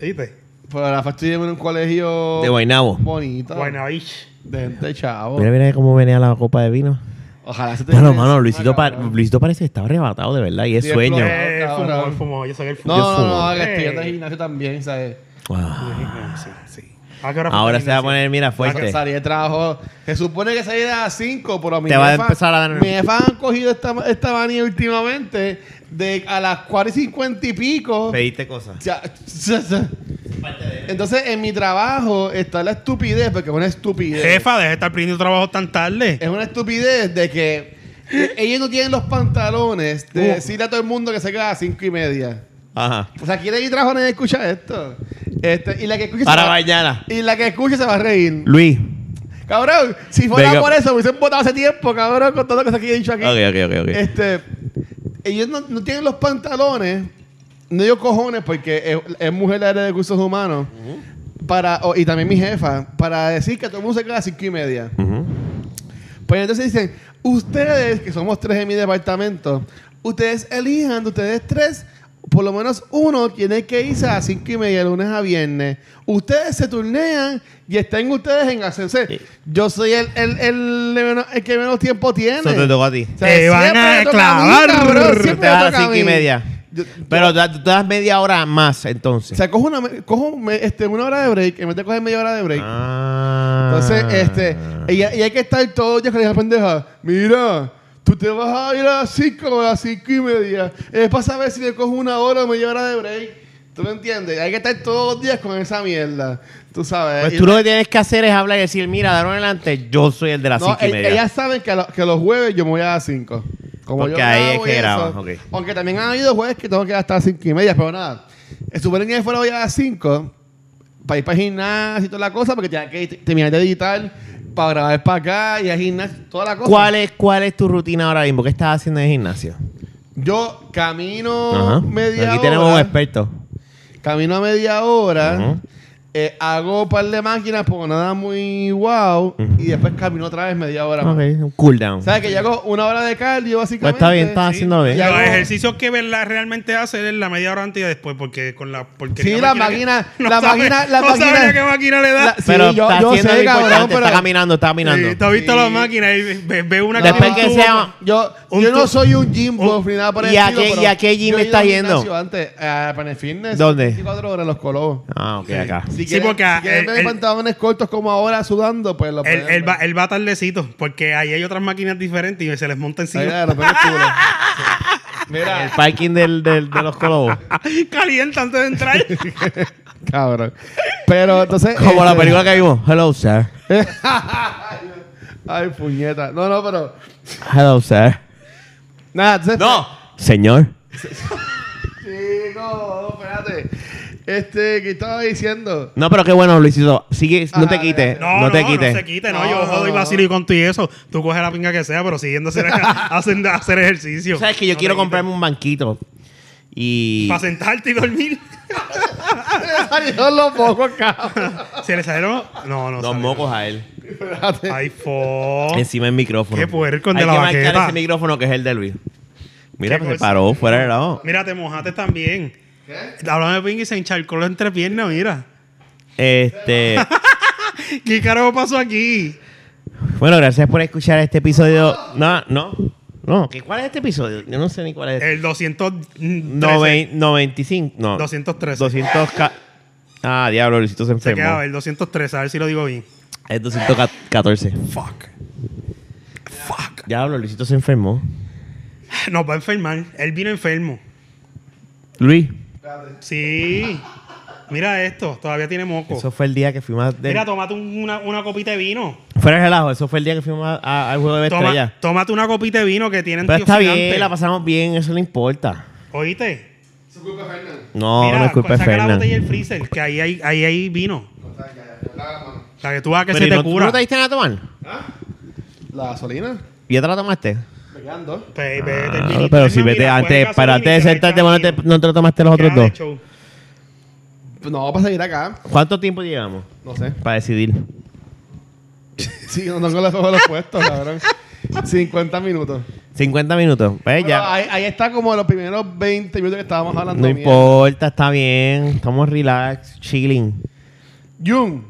Speaker 2: ¿Viste?
Speaker 1: Pero Pues, la fastidia en un colegio.
Speaker 3: De Guaynabo.
Speaker 1: Bonito.
Speaker 2: Guaynabich.
Speaker 1: De gente
Speaker 2: Oh.
Speaker 1: chavo.
Speaker 3: Mira, mira cómo venía la copa de vino.
Speaker 1: Ojalá se te.
Speaker 3: Mano,
Speaker 1: quede
Speaker 3: mano,
Speaker 1: encima,
Speaker 3: Luisito, pa-
Speaker 1: cabrón.
Speaker 3: Luisito parece que está arrebatado de verdad y es
Speaker 1: Sí, es
Speaker 3: sueño.
Speaker 1: flojo.
Speaker 2: Eh, él
Speaker 1: cabrón.
Speaker 2: fumó, él fumó, yo soy el
Speaker 1: No,
Speaker 2: fumó.
Speaker 1: no, no,
Speaker 3: fumo.
Speaker 1: haga estoy en
Speaker 2: Eh.
Speaker 1: el gimnasio también, ¿sabes?
Speaker 3: Ah.
Speaker 2: Sí, sí. ¿A qué hora fue
Speaker 3: Ahora
Speaker 2: el
Speaker 3: se va a
Speaker 2: gimnasio?
Speaker 3: poner, mira,
Speaker 1: Que
Speaker 3: fuerte.
Speaker 1: salí de trabajo. Se supone que salí a las 5, pero mi
Speaker 3: Te va a
Speaker 1: jefa-
Speaker 3: empezar a dar-
Speaker 1: Mi jefa han cogido esta, esta manía últimamente de a las 4 y 50 y pico.
Speaker 3: Pediste cosas.
Speaker 1: Ya, ya, ya. Entonces, en mi trabajo está la estupidez, porque es una estupidez.
Speaker 2: Jefa, deja de estar pidiendo trabajo tan tarde.
Speaker 1: Es una estupidez de que ellos no tienen los pantalones de
Speaker 2: Uh.
Speaker 1: decirle a todo el mundo que se queda a las 5 y media.
Speaker 3: Ajá.
Speaker 1: O sea, ¿quién de mi trabajo nadie escucha esto? Este, y la que escucha se
Speaker 3: Para
Speaker 1: va-
Speaker 3: mañana.
Speaker 1: Y la que escucha se va a reír.
Speaker 3: Luis.
Speaker 1: Cabrón, si fuera
Speaker 3: Venga.
Speaker 1: por eso, me hubiesen votado hace tiempo, cabrón, con todas las cosas que he dicho aquí.
Speaker 3: Ok, ok, ok. ok.
Speaker 1: Este, ellos no, no tienen los pantalones, no digo cojones, porque es, es mujer la área de recursos humanos, para, o- y también mi jefa, para decir que todo el mundo se queda a las cinco y media.
Speaker 3: Ujú.
Speaker 1: Pues entonces dicen, ustedes, que somos tres en mi departamento, ustedes elijan de ustedes tres, por lo menos uno tiene que irse a las cinco y media de lunes a viernes. Ustedes se turnean y estén ustedes en hacerse. Yo soy el, el, el, el, el que menos tiempo tiene.
Speaker 3: Eso te tocó a ti.
Speaker 1: O sea,
Speaker 2: Te van
Speaker 1: siempre
Speaker 2: a
Speaker 1: me toca mí,
Speaker 2: clavar.
Speaker 1: cabrón, siempre
Speaker 3: Tú te vas
Speaker 1: me
Speaker 3: a las
Speaker 1: toca
Speaker 3: cinco y
Speaker 1: mí.
Speaker 3: media.
Speaker 1: Yo-
Speaker 3: Pero da- tú te das media hora más
Speaker 1: o
Speaker 3: entonces.
Speaker 1: sea, cojo una, cojo me- este, una hora de break, en vez de coger media hora de break.
Speaker 3: Ah.
Speaker 1: Entonces, este, y, y hay que estar todos días con esa pendeja. Mira, tú te vas a ir a las 5 o a las 5 y media. Es para saber si le cojo una hora o media hora de break. ¿Tú me entiendes? Hay que estar todos los días con esa mierda. Tú sabes.
Speaker 3: Pues
Speaker 1: Y-
Speaker 3: tú lo que tienes que hacer es hablar y decir, mira, dar adelante, yo soy el de las
Speaker 1: no,
Speaker 3: cinco y
Speaker 1: e-
Speaker 3: media.
Speaker 1: Ellas saben que, lo- que los jueves yo me voy a las 5. Como
Speaker 3: Porque
Speaker 1: yo
Speaker 3: ahí
Speaker 1: grabo
Speaker 3: es que
Speaker 1: y eso.
Speaker 3: graban, ok.
Speaker 1: Aunque también han habido jueves que tengo que hasta las 5 y media, pero nada. Eh, Suponen que fuera hoy a las 5 para ir para el gimnasio y toda la cosa, porque tenía que te- terminar de editar para grabar para acá y al gimnasio, toda la cosa.
Speaker 3: ¿Cuál, es, ¿Cuál es tu rutina ahora mismo? ¿Qué estás haciendo en el gimnasio?
Speaker 1: Yo camino
Speaker 3: Ajá.
Speaker 1: media
Speaker 3: Aquí
Speaker 1: hora.
Speaker 3: tenemos un experto.
Speaker 1: Camino a media hora.
Speaker 3: Ujú.
Speaker 1: eh, hago un par de máquinas, pero nada muy wow. Y después camino otra vez media hora.
Speaker 3: Ok,
Speaker 1: más.
Speaker 3: un cool down.
Speaker 1: ¿Sabes que yo hago una hora de cardio,
Speaker 3: Pues
Speaker 1: básicamente?
Speaker 3: está bien, estás haciendo bien.
Speaker 1: Ya-
Speaker 2: Los
Speaker 1: no.
Speaker 2: ejercicios que verdad realmente hace es la media hora antes y después, porque con la porquería.
Speaker 1: Sí, la
Speaker 2: [LAUGHS]
Speaker 1: máquina, la máquina, la máquina-
Speaker 2: sabía qué máquina le da.
Speaker 1: La- sí,
Speaker 3: pero
Speaker 1: yo-
Speaker 3: está
Speaker 1: yo
Speaker 3: haciendo
Speaker 1: sé,
Speaker 3: lo
Speaker 1: cabrón,
Speaker 3: importante,
Speaker 1: pero-
Speaker 3: está caminando, está caminando.
Speaker 2: Sí, tú has visto
Speaker 1: Sí.
Speaker 2: las máquinas y ve, ve una
Speaker 3: Después
Speaker 2: tiene un
Speaker 3: que
Speaker 2: tubo
Speaker 3: sea-
Speaker 2: con-
Speaker 1: Yo,
Speaker 2: Un
Speaker 1: yo no
Speaker 2: tu-
Speaker 1: soy un gym buff
Speaker 2: un-
Speaker 1: ni nada por el
Speaker 3: ¿Y a
Speaker 1: estilo,
Speaker 3: qué-
Speaker 1: pero
Speaker 3: y a qué gym
Speaker 1: yo he ido
Speaker 3: estás
Speaker 1: al
Speaker 3: yendo?
Speaker 1: gimnasio Antes, a Planet Fitness.
Speaker 3: ¿Dónde?
Speaker 1: 24 horas en los colobos.
Speaker 3: Ah, ok, acá.
Speaker 1: Si
Speaker 2: Sí,
Speaker 1: quieres,
Speaker 2: porque,
Speaker 1: si quieres
Speaker 2: eh,
Speaker 1: ver
Speaker 2: el-
Speaker 1: pantalones cortos como ahora sudando, pues lo
Speaker 2: Él,
Speaker 1: pueden
Speaker 2: él va,
Speaker 1: ver.
Speaker 2: él va tardecito, porque ahí hay otras máquinas diferentes y se les monta
Speaker 1: Ahí,
Speaker 2: encima.
Speaker 1: de repente, culo.
Speaker 2: [LAUGHS]
Speaker 1: Sí.
Speaker 3: El
Speaker 1: Mira,
Speaker 3: parking del, del- de los colobos.
Speaker 2: [LAUGHS] Calienta antes de entrar.
Speaker 1: [LAUGHS] cabrón. Pero entonces.
Speaker 3: Como la
Speaker 1: este-
Speaker 3: película que vimos. Hello, sir.
Speaker 1: Ay, puñeta. No, no, pero.
Speaker 3: Hello, sir.
Speaker 1: Nada, entonces.
Speaker 3: No. Señor.
Speaker 1: Chico, espérate. Este, que estaba diciendo? [LAUGHS]
Speaker 3: No, pero qué bueno, Luisito. Sigue, no
Speaker 1: Ajá,
Speaker 3: te quites.
Speaker 2: No,
Speaker 3: No, te quites.
Speaker 2: No se quite, no.
Speaker 1: No,
Speaker 2: yo
Speaker 1: no,
Speaker 2: jodo y
Speaker 1: no.
Speaker 2: vacilo y con tu y eso. Tú coges la pinga que sea, pero siguiendo
Speaker 1: [LAUGHS]
Speaker 2: hacer, [LAUGHS] haciendo- hacer ejercicio.
Speaker 3: Sabes que yo
Speaker 2: No
Speaker 3: quiero
Speaker 2: te quites.
Speaker 3: comprarme un banquito. Y. [LAUGHS]
Speaker 2: Para sentarte y dormir.
Speaker 1: Salieron los mocos, cabrón.
Speaker 2: ¿Se le salieron? No, no.
Speaker 3: Dos
Speaker 2: salieron.
Speaker 3: mocos a él.
Speaker 1: Espérate.
Speaker 2: Ay, fo.
Speaker 3: Encima del micrófono.
Speaker 2: Oh, Qué puerco el de
Speaker 3: Hay
Speaker 2: la
Speaker 3: que marcar
Speaker 2: baqueta.
Speaker 3: ese micrófono que es el de Luis. Mira,
Speaker 2: Qué
Speaker 3: pues se
Speaker 2: cosa.
Speaker 3: paró fuera de lado.
Speaker 2: Mira, te mojaste también. ¿Qué? Hablando de Pingui se encharcó la entrepierna, mira. [LAUGHS]
Speaker 3: Este.
Speaker 2: ¿Qué carajo pasó aquí?
Speaker 3: bueno, gracias por escuchar este episodio. No, no. No, ¿qué- ¿cuál es este episodio? Yo no sé ni cuál es.
Speaker 2: El 213.
Speaker 3: Noven- 95. No.
Speaker 2: 213.
Speaker 3: 200. ca- Ah, diablo, Luisito se
Speaker 2: Se quedaba
Speaker 3: enfermó.
Speaker 2: el 213, a ver si lo digo bien.
Speaker 3: Es 214.
Speaker 2: Fuck. Fuck.
Speaker 3: Diablo, Luisito se enfermó.
Speaker 2: Nos va a enfermar. Él vino enfermo.
Speaker 3: Luis.
Speaker 2: Sí. Mira esto, todavía tiene moco.
Speaker 3: Eso fue el día que fuimos a.
Speaker 2: Oh. Mira, tómate un- una, una copita de vino.
Speaker 3: Fuera de relajo, eso fue el día que fuimos a- a- al juego de
Speaker 2: Toma-
Speaker 3: Pues estrella.
Speaker 2: tómate una copita de vino que tienen
Speaker 3: Pero
Speaker 2: tío
Speaker 3: está
Speaker 2: gigante.
Speaker 3: bien, la pasamos bien, eso no importa.
Speaker 2: ¿Oíste?
Speaker 1: Su culpa, Fernan.
Speaker 3: No,
Speaker 2: Mira,
Speaker 3: no es culpa de
Speaker 2: saca la
Speaker 3: Fernan.
Speaker 2: botella del freezer, que ahí hay, ahí hay vino.
Speaker 1: O sea, que- la mano.
Speaker 2: Para que tú veas que
Speaker 3: Pero
Speaker 2: se
Speaker 3: ¿y
Speaker 2: te
Speaker 3: no,
Speaker 2: cura.
Speaker 3: ¿No te diste nada a tomar?
Speaker 1: La gasolina.
Speaker 3: ¿Y ¿Ya te la tomaste?
Speaker 1: Me quedan dos.
Speaker 2: Pe- Pues,
Speaker 3: Ah,
Speaker 2: vete, vinito,
Speaker 3: pero
Speaker 2: es
Speaker 3: si
Speaker 2: más,
Speaker 3: vete
Speaker 2: mira,
Speaker 3: antes,
Speaker 2: juega
Speaker 3: para antes
Speaker 2: gasolina
Speaker 3: de
Speaker 2: y
Speaker 3: sentarte,
Speaker 2: te va
Speaker 3: no
Speaker 2: el
Speaker 3: te,
Speaker 2: vino.
Speaker 3: no te lo tomaste los otros
Speaker 2: Queda de
Speaker 3: dos.
Speaker 2: show.
Speaker 1: No, para seguir acá.
Speaker 3: ¿Cuánto tiempo llevamos
Speaker 1: No sé.
Speaker 3: para decidir?
Speaker 1: Sí, no tengo los ojos los puestos, cabrón. 50 minutos.
Speaker 3: 50 minutos. Pues
Speaker 1: Pero
Speaker 3: ya.
Speaker 1: ahí, ahí está como los primeros 20 minutos que estábamos hablando.
Speaker 3: No
Speaker 1: mierda.
Speaker 3: importa, está bien. Estamos relax, chilling.
Speaker 1: Jun.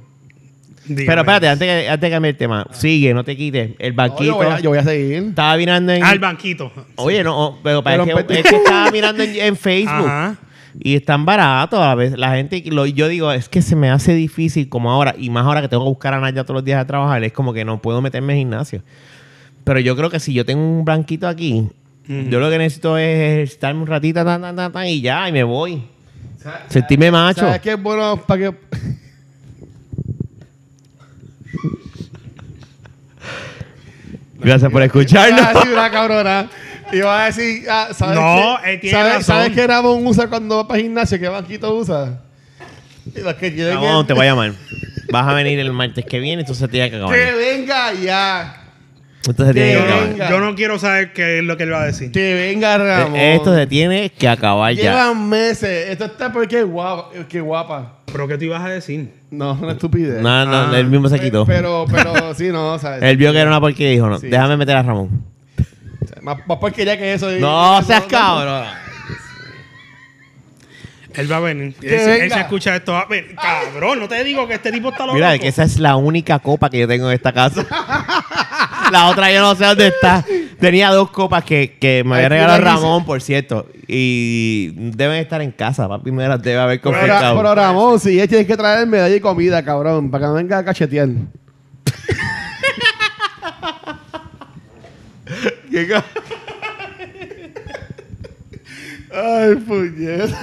Speaker 2: Dígame.
Speaker 3: Pero espérate, antes, que- antes de cambiar el tema, sigue, no te quites. El
Speaker 1: No, yo,
Speaker 3: banquito.
Speaker 1: voy a, yo voy a seguir.
Speaker 3: Estaba mirando en.
Speaker 2: Ah, el banquito.
Speaker 3: Oye, no, oh, pero parece
Speaker 1: Pero
Speaker 3: que,
Speaker 1: empecé-
Speaker 3: es que estaba mirando en,
Speaker 2: [LAUGHS]
Speaker 3: en Facebook.
Speaker 2: Ajá.
Speaker 3: Y están baratos a veces. La gente, lo- yo digo, es que se me hace difícil como ahora, y más ahora que tengo que buscar a Naya todos los días a trabajar, es como que no puedo meterme en gimnasio. Pero yo creo que si yo tengo un blanquito aquí, yo lo que necesito es ejercitarme un ratito tan, tan, tan, tan, y ya, y me voy. Sentirme macho.
Speaker 1: ¿Sabes qué es bueno para que.?
Speaker 3: Gracias por
Speaker 1: Iba a
Speaker 3: [LAUGHS] escucharnos.
Speaker 1: decir Ah, una cabrona. Iba a decir. ah, ¿sabes
Speaker 2: No,
Speaker 1: qué?
Speaker 2: él tiene
Speaker 1: ¿sabes,
Speaker 2: razón.
Speaker 1: ¿Sabes qué Ramón usa cuando va para gimnasio? ¿Qué banquito usa? Y los que lleven
Speaker 3: Ramón,
Speaker 1: el-
Speaker 3: te voy a llamar. Vas a venir el martes que viene, entonces te que acabar.
Speaker 1: Que venga ya.
Speaker 3: Entonces tiene que
Speaker 1: Venga.
Speaker 2: Yo,
Speaker 3: acabar.
Speaker 2: no- yo no quiero saber qué es lo que él va a decir.
Speaker 1: Que venga Ramón.
Speaker 3: Eh, Esto se tiene que acabar ya.
Speaker 1: Llevan meses. Esto está porque es guapa. Qué guapa.
Speaker 2: ¿Pero qué tú ibas a decir?
Speaker 1: No, es una estupidez.
Speaker 3: No, no,
Speaker 2: Ah.
Speaker 3: él mismo se quitó.
Speaker 1: Pero, pero, sí, no,
Speaker 3: [LAUGHS]
Speaker 1: ¿sabes?
Speaker 3: Él vio que era una porquería y dijo, no,
Speaker 1: Sí,
Speaker 3: déjame meter a Ramón.
Speaker 1: Más, más porquería que eso. y-
Speaker 3: No seas cabrón.
Speaker 2: Él va a venir.
Speaker 1: Que
Speaker 2: Él, se- él
Speaker 1: venga.
Speaker 2: se escucha esto. A ver, cabrón, no te digo que este tipo está loco.
Speaker 3: Mira, que esa es la única copa que yo tengo en esta casa. [LAUGHS] la otra yo no sé dónde está. Tenía dos copas que, que me había
Speaker 1: Ay,
Speaker 3: regalado
Speaker 1: qué la
Speaker 3: Ramón, por cierto. Y deben estar en casa, papi. Me las debe haber
Speaker 1: Pero, Ra-
Speaker 3: confiscado.
Speaker 1: pero Ramón, si él tiene que traer medalla y comida, cabrón, para que no venga a cachetear.
Speaker 3: [LAUGHS] ¿Qué co-
Speaker 1: Ay, puñeta.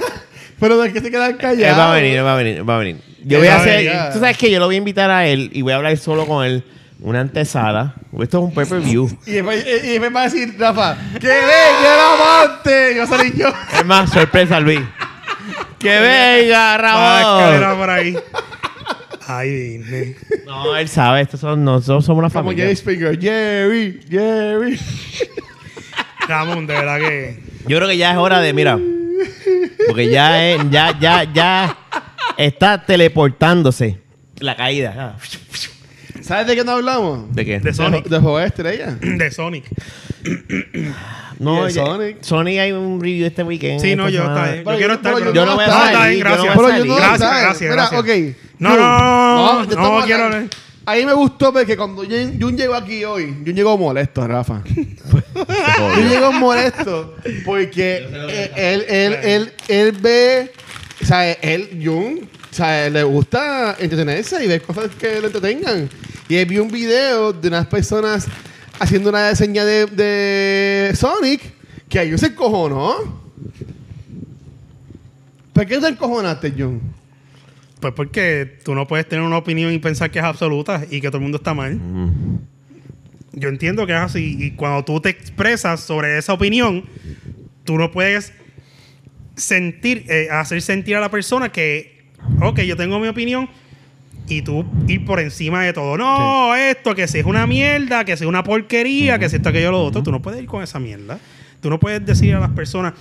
Speaker 1: Pero de que se quedan
Speaker 3: Él
Speaker 1: callados.
Speaker 3: va a venir, él va a venir, él va a venir. Yo
Speaker 1: Él
Speaker 3: voy
Speaker 1: va
Speaker 3: a
Speaker 1: a
Speaker 3: hacer.
Speaker 1: venir, ya.
Speaker 3: Tú sabes que yo lo voy a invitar a él y voy a hablar solo con él. Una antesala. Esto es un pay per view.
Speaker 1: Y después, y- y después va a decir, Rafa, que venga Ramón. Te- Yo salí yo.
Speaker 3: Es más, sorpresa, Luis. ¡Que venga,
Speaker 2: Va a escalera
Speaker 3: Ramón!
Speaker 2: Ah, por ahí. Ay, Disney.
Speaker 3: No, él sabe, estos son, nosotros somos una
Speaker 1: Como
Speaker 3: familia.
Speaker 1: Jerry Springer. Jerry, Jerry.
Speaker 2: Ramón, de verdad que.
Speaker 3: Yo creo que ya es hora de, mira. Porque ya es, ya, ya, ya está teleportándose la caída. Ah,
Speaker 1: ¿Sabes de qué no hablamos?
Speaker 3: ¿De qué?
Speaker 2: De Sonic.
Speaker 1: De Juego de Estrella.
Speaker 2: De Sonic.
Speaker 3: No,
Speaker 1: de
Speaker 3: ya-
Speaker 1: Sonic.
Speaker 3: Sonic hay un review este weekend.
Speaker 2: Sí, no,
Speaker 3: esta
Speaker 2: yo,
Speaker 3: semana.
Speaker 2: está bien. yo quiero estar.
Speaker 1: pero
Speaker 2: pero-
Speaker 3: yo no voy a
Speaker 1: estar
Speaker 2: está
Speaker 3: ahí,
Speaker 2: bien,
Speaker 3: yo no voy a
Speaker 2: gracias.
Speaker 1: Pero
Speaker 3: salir.
Speaker 1: yo no
Speaker 2: gracias,
Speaker 1: ¿sabes?
Speaker 2: gracias,
Speaker 1: Mira,
Speaker 2: gracias.
Speaker 1: ok.
Speaker 2: No,
Speaker 1: Jun,
Speaker 2: no, no,
Speaker 1: yo
Speaker 2: no,
Speaker 1: estaba acá.
Speaker 2: quiero hablar.
Speaker 1: Ahí me gustó porque cuando Jun Jun llegó aquí hoy, Jun llegó molesto, Rafa. Jun llegó molesto porque eh, él, él, él, él ve, o sea, él, Jun, o sea, le gusta entretenerse y ver cosas que le entretengan. Y él vio un video de unas personas haciendo una diseña de, de Sonic que a Jun se encojonó. ¿Por qué te encojonaste, Jun?
Speaker 2: Pues porque tú no puedes tener una opinión y pensar que es absoluta y que todo el mundo está mal. Yo entiendo que es así. Y cuando tú te expresas sobre esa opinión, tú no puedes sentir, eh, hacer sentir a la persona que, ok, yo tengo mi opinión y tú ir por encima de todo. No, esto, que si es una mierda, que si es una porquería, que si esto, aquello, lo otro. Tú no puedes ir con esa mierda. Tú no puedes decir a las personas,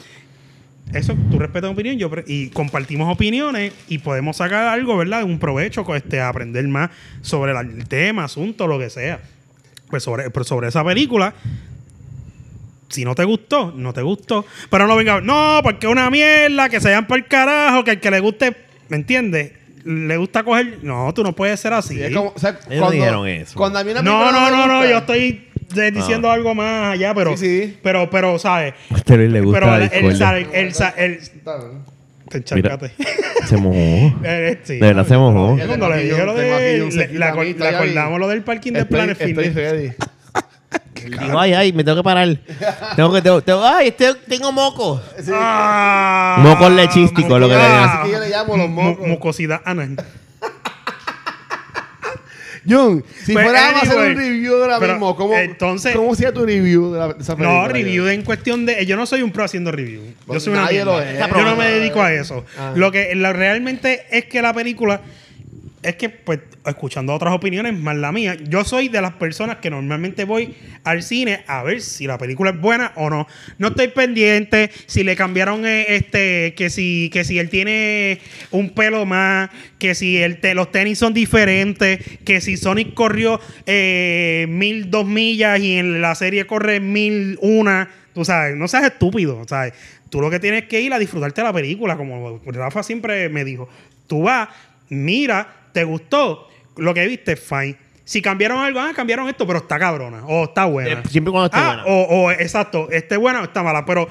Speaker 2: eso, tú respetas mi opinión yo, pre- y compartimos opiniones y podemos sacar algo, ¿verdad? Un provecho, co- este, aprender más sobre la- el tema, asunto, lo que sea. Pues sobre, pero sobre esa película, si no te gustó, no te gustó. Pero no venga, no, porque es una mierda, que se vayan para el carajo, que el que le guste, ¿me entiendes? Le gusta coger. No, tú no puedes ser así.
Speaker 1: Sí, es como, o sea,
Speaker 3: Ellos
Speaker 1: cuando,
Speaker 3: dijeron eso.
Speaker 1: Cuando a mí una
Speaker 2: No,
Speaker 1: película
Speaker 2: no,
Speaker 1: me
Speaker 2: no, no,
Speaker 1: gusta- Ah.
Speaker 2: yo estoy de- diciendo algo más allá, pero,
Speaker 1: Sí, sí.
Speaker 2: pero, pero, ¿sabes?
Speaker 3: A
Speaker 2: [LAUGHS]
Speaker 3: este Luis le gusta
Speaker 2: Pero
Speaker 3: la
Speaker 2: el, el,
Speaker 3: discordia.
Speaker 2: el, el-
Speaker 1: Está bien.
Speaker 2: te encharcaste.
Speaker 3: Se mojó.
Speaker 2: Eh, sí,
Speaker 3: De verdad se mojó.
Speaker 1: Ya
Speaker 2: Cuando
Speaker 1: tengo
Speaker 2: le
Speaker 1: aquí
Speaker 2: dije
Speaker 1: un-
Speaker 2: lo
Speaker 1: tengo aquí un
Speaker 2: de. Le,
Speaker 1: cerquita
Speaker 2: le
Speaker 1: a mí,
Speaker 2: acor- le
Speaker 1: estoy ahí.
Speaker 2: acordamos lo del parking de
Speaker 1: Estoy-
Speaker 2: Planet
Speaker 1: Estoy
Speaker 2: Fitness.
Speaker 1: ready.
Speaker 3: Digo, ay, ay, me tengo que parar. Tengo que, tengo, tengo- ay, este- tengo moco.
Speaker 1: Sí.
Speaker 2: Ah,
Speaker 3: Moco lechístico, lo que le
Speaker 1: Ah,
Speaker 3: digas.
Speaker 1: así que yo le llamo los
Speaker 2: mu-
Speaker 1: mocos.
Speaker 2: Mucosidad
Speaker 1: [LAUGHS]
Speaker 2: anal.
Speaker 1: John, si
Speaker 2: Pues,
Speaker 1: fuéramos a hacer un
Speaker 2: anyway,
Speaker 1: review ahora
Speaker 2: pero,
Speaker 1: mismo, ¿cómo,
Speaker 2: entonces-
Speaker 1: ¿cómo sería tu review de, la, de esa película?
Speaker 2: No, review
Speaker 1: John?
Speaker 2: en cuestión de. Yo no soy un pro haciendo review. Yo
Speaker 1: Pues
Speaker 2: soy una.
Speaker 1: nadie lo
Speaker 2: mierda.
Speaker 1: es.
Speaker 2: Yo no me dedico a eso.
Speaker 1: Ah.
Speaker 2: Lo que lo- realmente es que la película. Es que, pues, escuchando otras opiniones, más la mía, yo soy de las personas que normalmente voy al cine a ver si la película es buena o no. No estoy pendiente si le cambiaron eh, este, que si, que si él tiene un pelo más, que si el te- los tenis son diferentes, que si Sonic corrió eh, mil, dos millas y en la serie corre mil, una. Tú sabes, no seas estúpido, ¿sabes? Tú lo que tienes que ir a disfrutarte de la película, como Rafa siempre me dijo. Tú vas, mira, te gustó, lo que viste, fine. Si cambiaron algo, ah, cambiaron esto, pero está cabrona, o está buena.
Speaker 3: Eh, siempre y cuando esté
Speaker 2: Ah,
Speaker 3: buena.
Speaker 2: O, o, exacto, esté buena o está mala, pero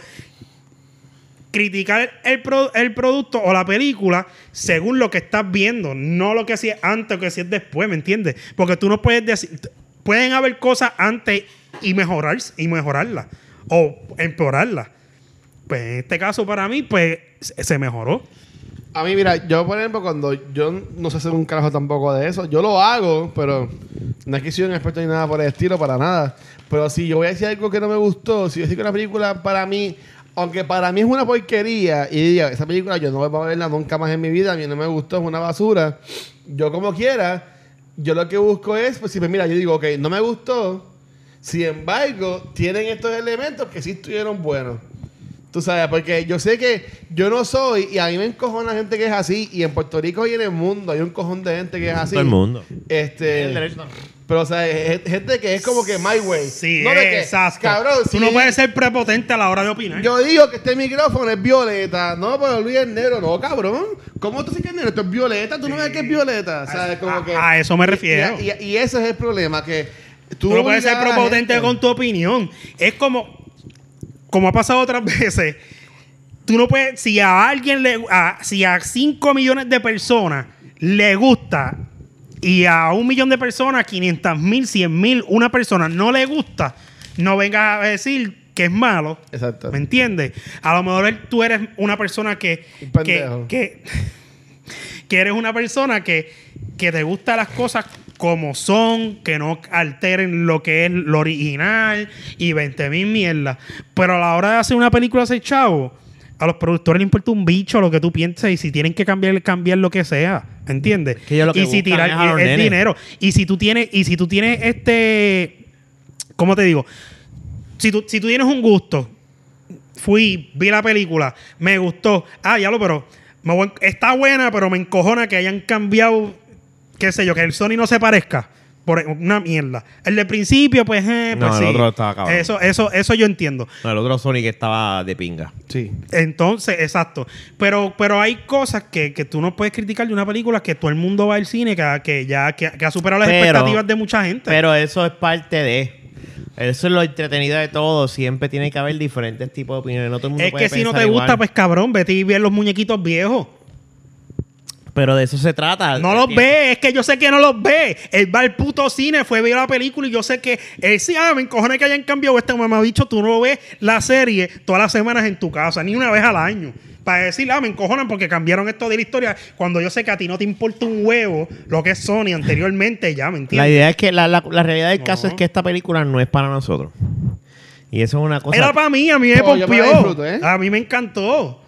Speaker 2: criticar el, pro- el producto o la película según lo que estás viendo, no lo que si es antes o que si es después, ¿me entiendes? Porque tú no puedes decir, t- pueden haber cosas antes y mejorar y mejorarlas o empeorarlas. Pues en este caso para mí, pues se se mejoró.
Speaker 1: A mí, mira, yo por ejemplo, cuando yo no sé hacer un carajo tampoco de eso, yo lo hago, pero no es que soy un experto ni nada por el estilo, para nada. Pero si yo voy a decir algo que no me gustó, si yo digo que una película para mí, aunque para mí es una porquería, y diga, esa película yo no voy a verla nunca más en mi vida, a mí no me gustó, es una basura, yo como quiera, yo lo que busco es, pues si pues, mira, yo digo, ok, no me gustó, sin embargo, tienen estos elementos que sí estuvieron buenos. Tú sabes, porque yo sé que yo no soy, y a mí me encojona gente que es así, y en Puerto Rico y en el mundo hay un cojón de gente que es así.
Speaker 3: Todo el mundo.
Speaker 1: Este,
Speaker 3: El derecho también.
Speaker 1: pero, o sea, es- es gente que es como que my way.
Speaker 2: Sí,
Speaker 1: No de que,
Speaker 2: exacto.
Speaker 1: Cabrón,
Speaker 2: Tú
Speaker 1: sí,
Speaker 2: no puedes ser prepotente a la hora de opinar.
Speaker 1: Yo digo que este micrófono es violeta. No, pero Luis es negro. No, cabrón. ¿Cómo tú dices que es negro? Esto es violeta. Tú no ves que es violeta. ¿Sabes? Como
Speaker 2: a-
Speaker 1: que,
Speaker 2: Ah, a eso me refiero.
Speaker 1: Y, y- y ese es el problema, que tú,
Speaker 2: Tú no puedes ser
Speaker 1: obligas a la
Speaker 2: prepotente
Speaker 1: gente.
Speaker 2: con tu opinión. Es como, como ha pasado otras [LAUGHS] veces. Tú no puedes, si a alguien le, a- si a 5 millones de personas le gusta y a un millón de personas, 500 mil, 100 mil, una persona no le gusta, no vengas a decir que es malo.
Speaker 1: Exacto.
Speaker 2: ¿Me entiendes? A lo mejor él- tú eres una persona que.
Speaker 1: Un
Speaker 2: que,
Speaker 1: pendejo.
Speaker 2: que, que eres una persona que, que te gusta las cosas como son, que no alteren lo que es lo original y 20 mil mierdas. Pero a la hora de hacer una película de chavo, a los productores les importa un bicho lo que tú pienses y si tienen que cambiar, cambiar lo que sea. ¿Entiendes?
Speaker 3: que ellos lo que
Speaker 2: y si
Speaker 3: buscan
Speaker 2: tirar
Speaker 3: es a los
Speaker 2: el
Speaker 3: nenes.
Speaker 2: dinero. Y si tú tienes, y si tú tienes este. ¿Cómo te digo? Si tú, si tú tienes un gusto, fui, vi la película, me gustó. Ah, ya lo, pero me voy- está buena, pero me encojona que hayan cambiado, qué sé yo, que el Sony no se parezca. Por una mierda. El de principio, pues, eh,
Speaker 3: No,
Speaker 2: pues
Speaker 3: el
Speaker 2: sí.
Speaker 3: otro estaba cabrón.
Speaker 2: Eso, eso, eso yo entiendo.
Speaker 3: No, el otro Sonic estaba de pinga.
Speaker 1: Sí.
Speaker 2: Entonces, exacto. Pero, pero hay cosas que, que tú no puedes criticar de una película que todo el mundo va al cine, que, que ya que, que ha superado las
Speaker 3: Pero-
Speaker 2: expectativas de mucha gente.
Speaker 3: Pero eso es parte de. Eso es lo entretenido de todo. Siempre tiene que haber diferentes tipos de opiniones. No todo el mundo
Speaker 2: es
Speaker 3: puede
Speaker 2: que si no
Speaker 3: pensar
Speaker 2: te gusta,
Speaker 3: igual.
Speaker 2: pues cabrón, vete y ve los muñequitos viejos.
Speaker 3: Pero de eso se trata.
Speaker 2: No los ve, es que yo sé que no los ve. Él va al puto cine, fue a ver la película y yo sé que él sí, ah, me encojona que hayan cambiado este mamabicho. Tú no ves la serie todas las semanas en tu casa, ni una vez al año. Para decir, ah, me encojonan porque cambiaron esto de la historia, cuando yo sé que a ti no te importa un huevo lo que es Sony anteriormente, ya, ¿me
Speaker 3: La
Speaker 2: entiendes?
Speaker 3: idea es que la, la- la realidad del caso
Speaker 2: No.
Speaker 3: es que esta película no es para nosotros. Y eso es una cosa.
Speaker 2: Era para mí, a mí me
Speaker 1: Oh, yo me la
Speaker 2: pompió.
Speaker 1: disfruto, ¿eh?
Speaker 2: A mí me encantó.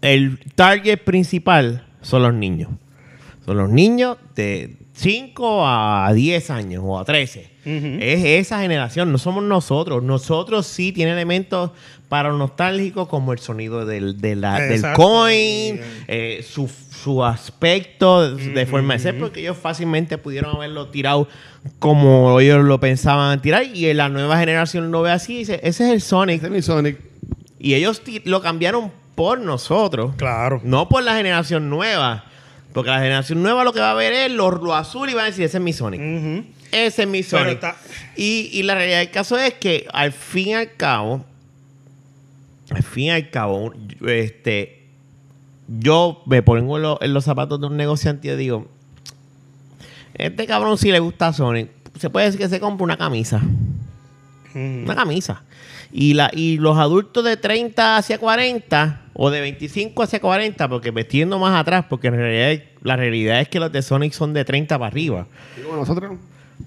Speaker 3: el target principal son los niños. Son los niños de 5 a 10 años o a 13.
Speaker 2: Ujú.
Speaker 3: Es esa generación, no somos nosotros. Nosotros sí tiene elementos para los nostálgicos como el sonido del, de la- del
Speaker 2: Exacto.
Speaker 3: coin, eh, su, su aspecto de, de forma de ser, porque ellos fácilmente pudieron haberlo tirado como ellos lo pensaban tirar y la nueva generación lo ve así y dice, ese es el Sonic.
Speaker 1: Este es mi Sonic.
Speaker 3: Y ellos ti- lo cambiaron por nosotros.
Speaker 2: Claro.
Speaker 3: No por la generación nueva. Porque la generación nueva lo que va a ver es lo, lo azul y va a decir, ese es mi Sonic.
Speaker 2: Ujú.
Speaker 3: Ese es mi Sonic.
Speaker 2: está-
Speaker 3: Y, y la realidad del caso es que al fin y al cabo, al fin y al cabo, este, yo me pongo en, lo- en los zapatos de un negociante y yo digo, este cabrón si le gusta Sonic, se puede decir que se compra una camisa
Speaker 2: Ujú.
Speaker 3: una camisa. Y, la, y los adultos de 30 hacia 40 o de 25 hacia 40, porque me estoy yendo más atrás, porque en realidad la realidad es que los de Sonic son de 30 para arriba,
Speaker 1: Digo, nosotros.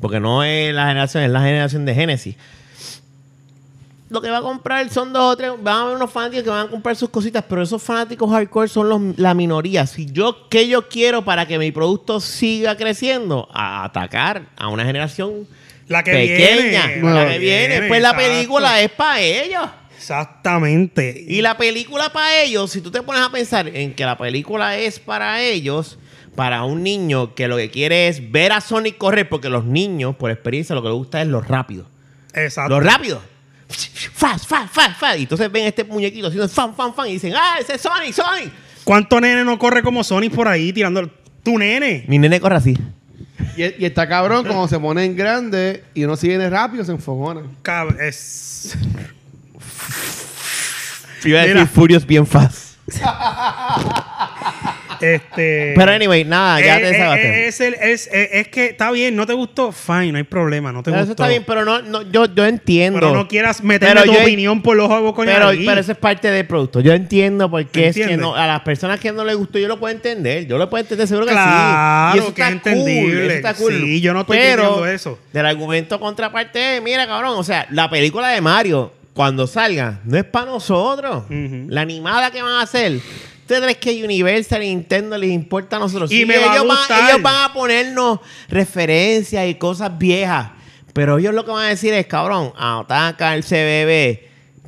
Speaker 3: porque no es la generación, es la generación de Genesis. Lo que va a comprar son dos o tres, van a haber unos fanáticos que van a comprar sus cositas, pero esos fanáticos hardcore son los- la minoría. Si yo, ¿qué yo quiero para que mi producto siga creciendo? A atacar a una generación
Speaker 2: La que
Speaker 3: pequeña,
Speaker 2: viene.
Speaker 3: la
Speaker 1: Bueno,
Speaker 3: que viene. Pues la
Speaker 2: exacto.
Speaker 3: película es para ellos.
Speaker 2: Exactamente.
Speaker 3: Y la película para ellos, si tú te pones a pensar en que la película es para ellos, para un niño que lo que quiere es ver a Sonic correr, porque los niños, por experiencia, lo que les gusta es lo rápido.
Speaker 2: Exacto.
Speaker 3: Lo rápido. Fast, fast, fast, fast. Y entonces ven este muñequito haciendo fan, fan, fan. Y dicen, ah, ese es Sonic, Sonic.
Speaker 2: ¿Cuánto nene no corre como Sonic por ahí tirando? Tu nene.
Speaker 3: Mi nene corre así.
Speaker 1: Y, y está cabrón cuando se pone en grande y uno si viene rápido se enfogona.
Speaker 2: Cab- es-
Speaker 3: Iba a decir
Speaker 2: Mira.
Speaker 3: Furious bien fast.
Speaker 2: Este.
Speaker 3: Pero anyway, nada, ya
Speaker 2: eh,
Speaker 3: te
Speaker 2: eh,
Speaker 3: desabaste.
Speaker 2: eh, es, el- es- eh, es que está bien, no te gustó, fine, no hay problema, no te
Speaker 3: Pero
Speaker 2: gustó.
Speaker 3: eso está bien, pero no, no, yo, yo entiendo.
Speaker 2: Pero no quieras meterle
Speaker 3: Pero
Speaker 2: tu
Speaker 3: yo-
Speaker 2: opinión por los ojos con
Speaker 3: Pero, pero eso es parte del producto. Yo entiendo por qué es que
Speaker 2: ¿Entiendes?
Speaker 3: no, a las personas que no les gustó, yo lo puedo entender. Yo lo puedo entender, seguro que
Speaker 2: Claro,
Speaker 3: sí. Y eso
Speaker 2: que
Speaker 3: está
Speaker 2: es entendible.
Speaker 3: cool, eso está cool.
Speaker 2: Sí, yo no estoy
Speaker 3: Pero,
Speaker 2: diciendo eso.
Speaker 3: Del argumento contraparte, es, mira, cabrón, o sea, la película de Mario, cuando salga, no es para nosotros.
Speaker 2: Ujú.
Speaker 3: La animada que van a hacer. ¿Ustedes creen que Universal y Nintendo les importa a nosotros?
Speaker 2: Y me va a
Speaker 3: ellos,
Speaker 2: gustar.
Speaker 3: Van, ellos van a ponernos referencias y cosas viejas. Pero ellos lo que van a decir es, cabrón, ataca el CBB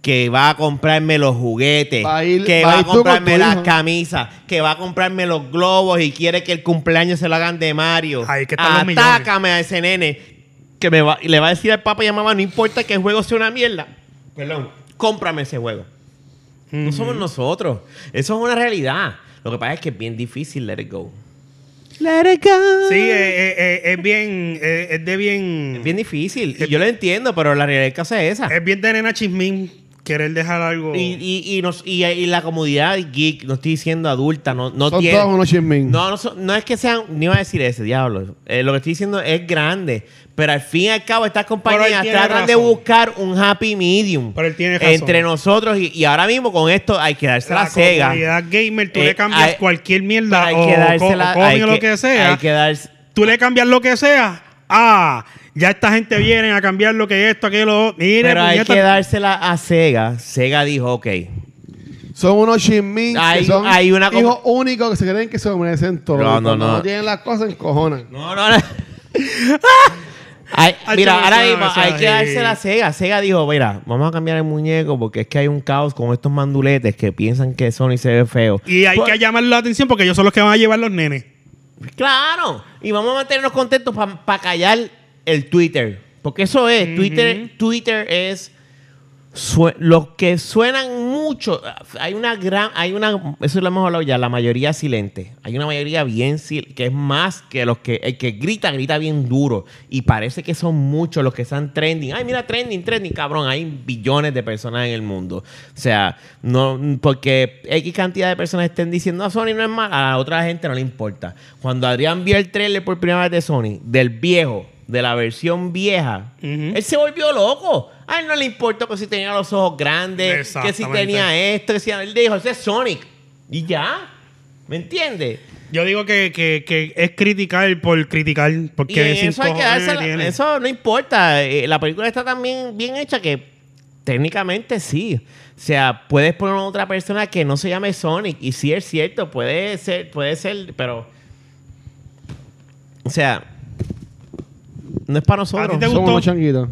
Speaker 3: que va a comprarme los juguetes,
Speaker 1: Va a ir-
Speaker 3: que
Speaker 1: va
Speaker 3: va,
Speaker 1: a
Speaker 3: a
Speaker 1: ir tú con
Speaker 3: comprarme
Speaker 1: tu
Speaker 3: las
Speaker 1: hijo.
Speaker 3: camisas, que va a comprarme los globos y quiere que el cumpleaños se lo hagan de Mario.
Speaker 2: Ahí que están los millones.
Speaker 3: Atácame a ese nene que me va, y le va a decir al papá y a mamá, no importa que el juego sea una mierda, perdón, cómprame ese juego. No somos nosotros. Eso es una realidad. Lo que pasa es que es bien difícil let it go. Let it go.
Speaker 2: Sí, eh, eh, eh, es bien, eh, es de bien,
Speaker 3: Es bien difícil. Y yo lo entiendo, pero la realidad del caso es esa.
Speaker 2: es bien de nena chismín querer dejar algo.
Speaker 3: Y, y, y, nos, y, y la comunidad geek, no estoy diciendo adulta, no, no
Speaker 1: Son
Speaker 3: tiene.
Speaker 1: todos unos chismín.
Speaker 3: No, no, son- no es que sean, ni iba a decir ese, diablo. Eh, lo que estoy diciendo es grande. Pero al fin y al cabo, estas
Speaker 2: Pero él
Speaker 3: compañías
Speaker 2: tiene
Speaker 3: tratan de
Speaker 2: razón.
Speaker 3: buscar un happy medium
Speaker 2: Pero él tiene razón.
Speaker 3: entre nosotros. Y, y ahora mismo con esto hay que darse la, cega.
Speaker 2: comunidad gamer, tú
Speaker 3: Eh,
Speaker 2: le cambias
Speaker 3: hay-
Speaker 2: cualquier mierda
Speaker 3: Hay
Speaker 2: o
Speaker 3: que darse
Speaker 2: co-
Speaker 3: la
Speaker 2: coño,
Speaker 3: hay
Speaker 2: lo que sea.
Speaker 3: Hay que darse.
Speaker 2: Tú le cambias lo que sea. Ah, ya esta gente viene a cambiar lo que esto, aquello. Mire,
Speaker 3: Pero hay
Speaker 2: puñeta,
Speaker 3: que dársela a Sega. Sega dijo, ok.
Speaker 1: Son unos chismín
Speaker 3: Hay-
Speaker 1: que son
Speaker 3: hay una com-
Speaker 1: hijos únicos que se creen que se merecen todo.
Speaker 3: No, no,
Speaker 1: Y cuando
Speaker 3: no.
Speaker 1: tienen las cosas, encojonan.
Speaker 2: [LAUGHS]
Speaker 3: No, no, no. Ay,
Speaker 2: Ay,
Speaker 3: mira,
Speaker 2: yo
Speaker 3: ahora
Speaker 2: pensaba,
Speaker 3: mismo
Speaker 2: pensaba,
Speaker 3: hay que
Speaker 2: sí.
Speaker 3: darse la Sega. Sega dijo, mira, vamos a cambiar el muñeco porque es que hay un caos con estos manduletes que piensan que Sony se ve feo.
Speaker 2: Y hay
Speaker 3: Pues,
Speaker 2: que llamar la atención porque ellos son los que van a llevar los nenes.
Speaker 3: Claro. Y vamos a mantenernos contentos para callar el Twitter. Porque eso es. Twitter, Twitter es. sue- los que suenan mucho. Hay una gran. Hay una. Eso lo hemos hablado ya. La mayoría silente. Hay una mayoría bien sil- que es más que los que. El que grita, grita bien duro. Y parece que son muchos los que están trending. Ay, mira, trending, trending, cabrón. Hay billones de personas en el mundo. O sea, no. Porque X cantidad de personas estén diciendo a Sony no es mal. A la otra gente no le importa. Cuando Adrián vio el trailer por primera vez de Sony, del viejo, de la versión vieja,
Speaker 2: Ujú.
Speaker 3: él se volvió loco. A él no le importó que si tenía los ojos grandes, que si
Speaker 2: Exactamente.
Speaker 3: tenía esto, que si él dijo, ese es Sonic. Y ya. ¿Me entiendes?
Speaker 2: Yo digo que, que- que es criticar por criticar.
Speaker 3: Y
Speaker 2: Porque sin
Speaker 3: eso hay que
Speaker 2: cojones
Speaker 3: dársela-
Speaker 2: tiene.
Speaker 3: Eso no importa. Eh, La película está tan bien, bien hecha que técnicamente sí. O sea, puedes poner a otra persona que no se llame Sonic. Y sí es cierto, puede ser, puede ser, pero O sea, no es para
Speaker 2: ¿A ti te
Speaker 3: nosotros.
Speaker 2: gustó?
Speaker 1: Somos unos changuitos.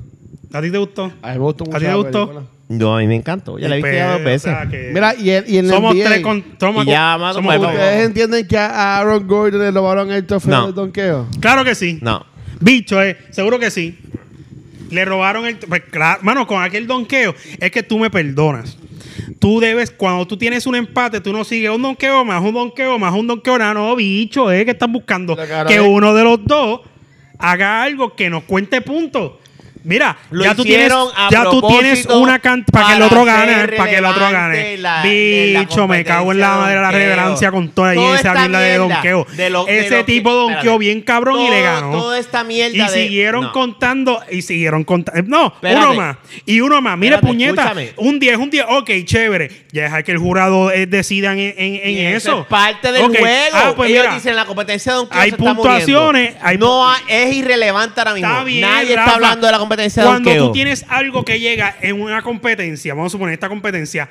Speaker 2: ¿A ti te gustó?
Speaker 1: A mí me gustó
Speaker 2: ¿A ti
Speaker 1: mucho
Speaker 2: te
Speaker 1: la
Speaker 2: gustó?
Speaker 1: película.
Speaker 3: No, a mí me encantó. Ya la he visto ya dos
Speaker 2: Pues, o
Speaker 3: veces.
Speaker 2: sea, que-
Speaker 1: Mira, y, el- y en el
Speaker 2: somos
Speaker 1: NBA,
Speaker 2: tres con. somos
Speaker 3: Y ya,
Speaker 2: con-
Speaker 3: mano,
Speaker 2: somos
Speaker 3: pues,
Speaker 2: con-
Speaker 1: ¿Ustedes entienden que a Aaron Gordon le robaron el trofeo
Speaker 3: No.
Speaker 1: del donqueo?
Speaker 2: Claro que sí.
Speaker 3: No.
Speaker 2: Bicho, eh, seguro que sí. Le robaron el. pues, claro, mano, con aquel donqueo, es que tú me perdonas. Tú debes, cuando tú tienes un empate, tú no sigues un donqueo más, un donqueo más, un donqueo. No, no, bicho, es que estás buscando
Speaker 1: La cara
Speaker 2: que
Speaker 1: de-
Speaker 2: uno de los dos haga algo que nos cuente puntos. Mira,
Speaker 3: Lo
Speaker 2: ya tú tienes,
Speaker 3: hicieron a
Speaker 2: ya tú tienes
Speaker 3: propósito
Speaker 2: una cantidad para que el otro
Speaker 3: para
Speaker 2: gane,
Speaker 3: ser
Speaker 2: para que el otro gane.
Speaker 3: relevante la- en la
Speaker 2: Bicho, me cago en la madre la
Speaker 3: competencia de
Speaker 2: revelancia con toda,
Speaker 3: donkeo. Toda
Speaker 2: esa
Speaker 3: esta
Speaker 2: mierda de
Speaker 3: mierda
Speaker 2: donqueo.
Speaker 3: de lo- de
Speaker 2: Ese
Speaker 3: lo que-
Speaker 2: tipo donqueó
Speaker 3: espérate.
Speaker 2: bien cabrón y le
Speaker 3: Todo-
Speaker 2: ganó.
Speaker 3: toda esta mierda
Speaker 2: Y
Speaker 3: de-
Speaker 2: siguieron
Speaker 3: no.
Speaker 2: contando y siguieron contando. No,
Speaker 3: Espérate.
Speaker 2: uno más y uno más. Mira,
Speaker 3: Espérate,
Speaker 2: puñeta,
Speaker 3: escúchame.
Speaker 2: un 10, un 10. Ok, chévere. Ya deja que el jurado eh, decida en, en- en
Speaker 3: Y
Speaker 2: eso.
Speaker 3: es parte del
Speaker 2: Ok.
Speaker 3: juego.
Speaker 2: Ah, pues
Speaker 3: Ellos
Speaker 2: mira,
Speaker 3: dicen la competencia de donqueo
Speaker 2: hay
Speaker 3: se está
Speaker 2: puntuaciones,
Speaker 3: muriendo.
Speaker 2: hay
Speaker 3: no
Speaker 2: pu-
Speaker 3: ha- es irrelevante ahora mismo.
Speaker 2: Está bien,
Speaker 3: Nadie
Speaker 2: Rafa.
Speaker 3: está hablando de la competencia de
Speaker 2: Cuando
Speaker 3: donqueo.
Speaker 2: tú tienes algo que llega en una competencia, vamos a suponer esta competencia,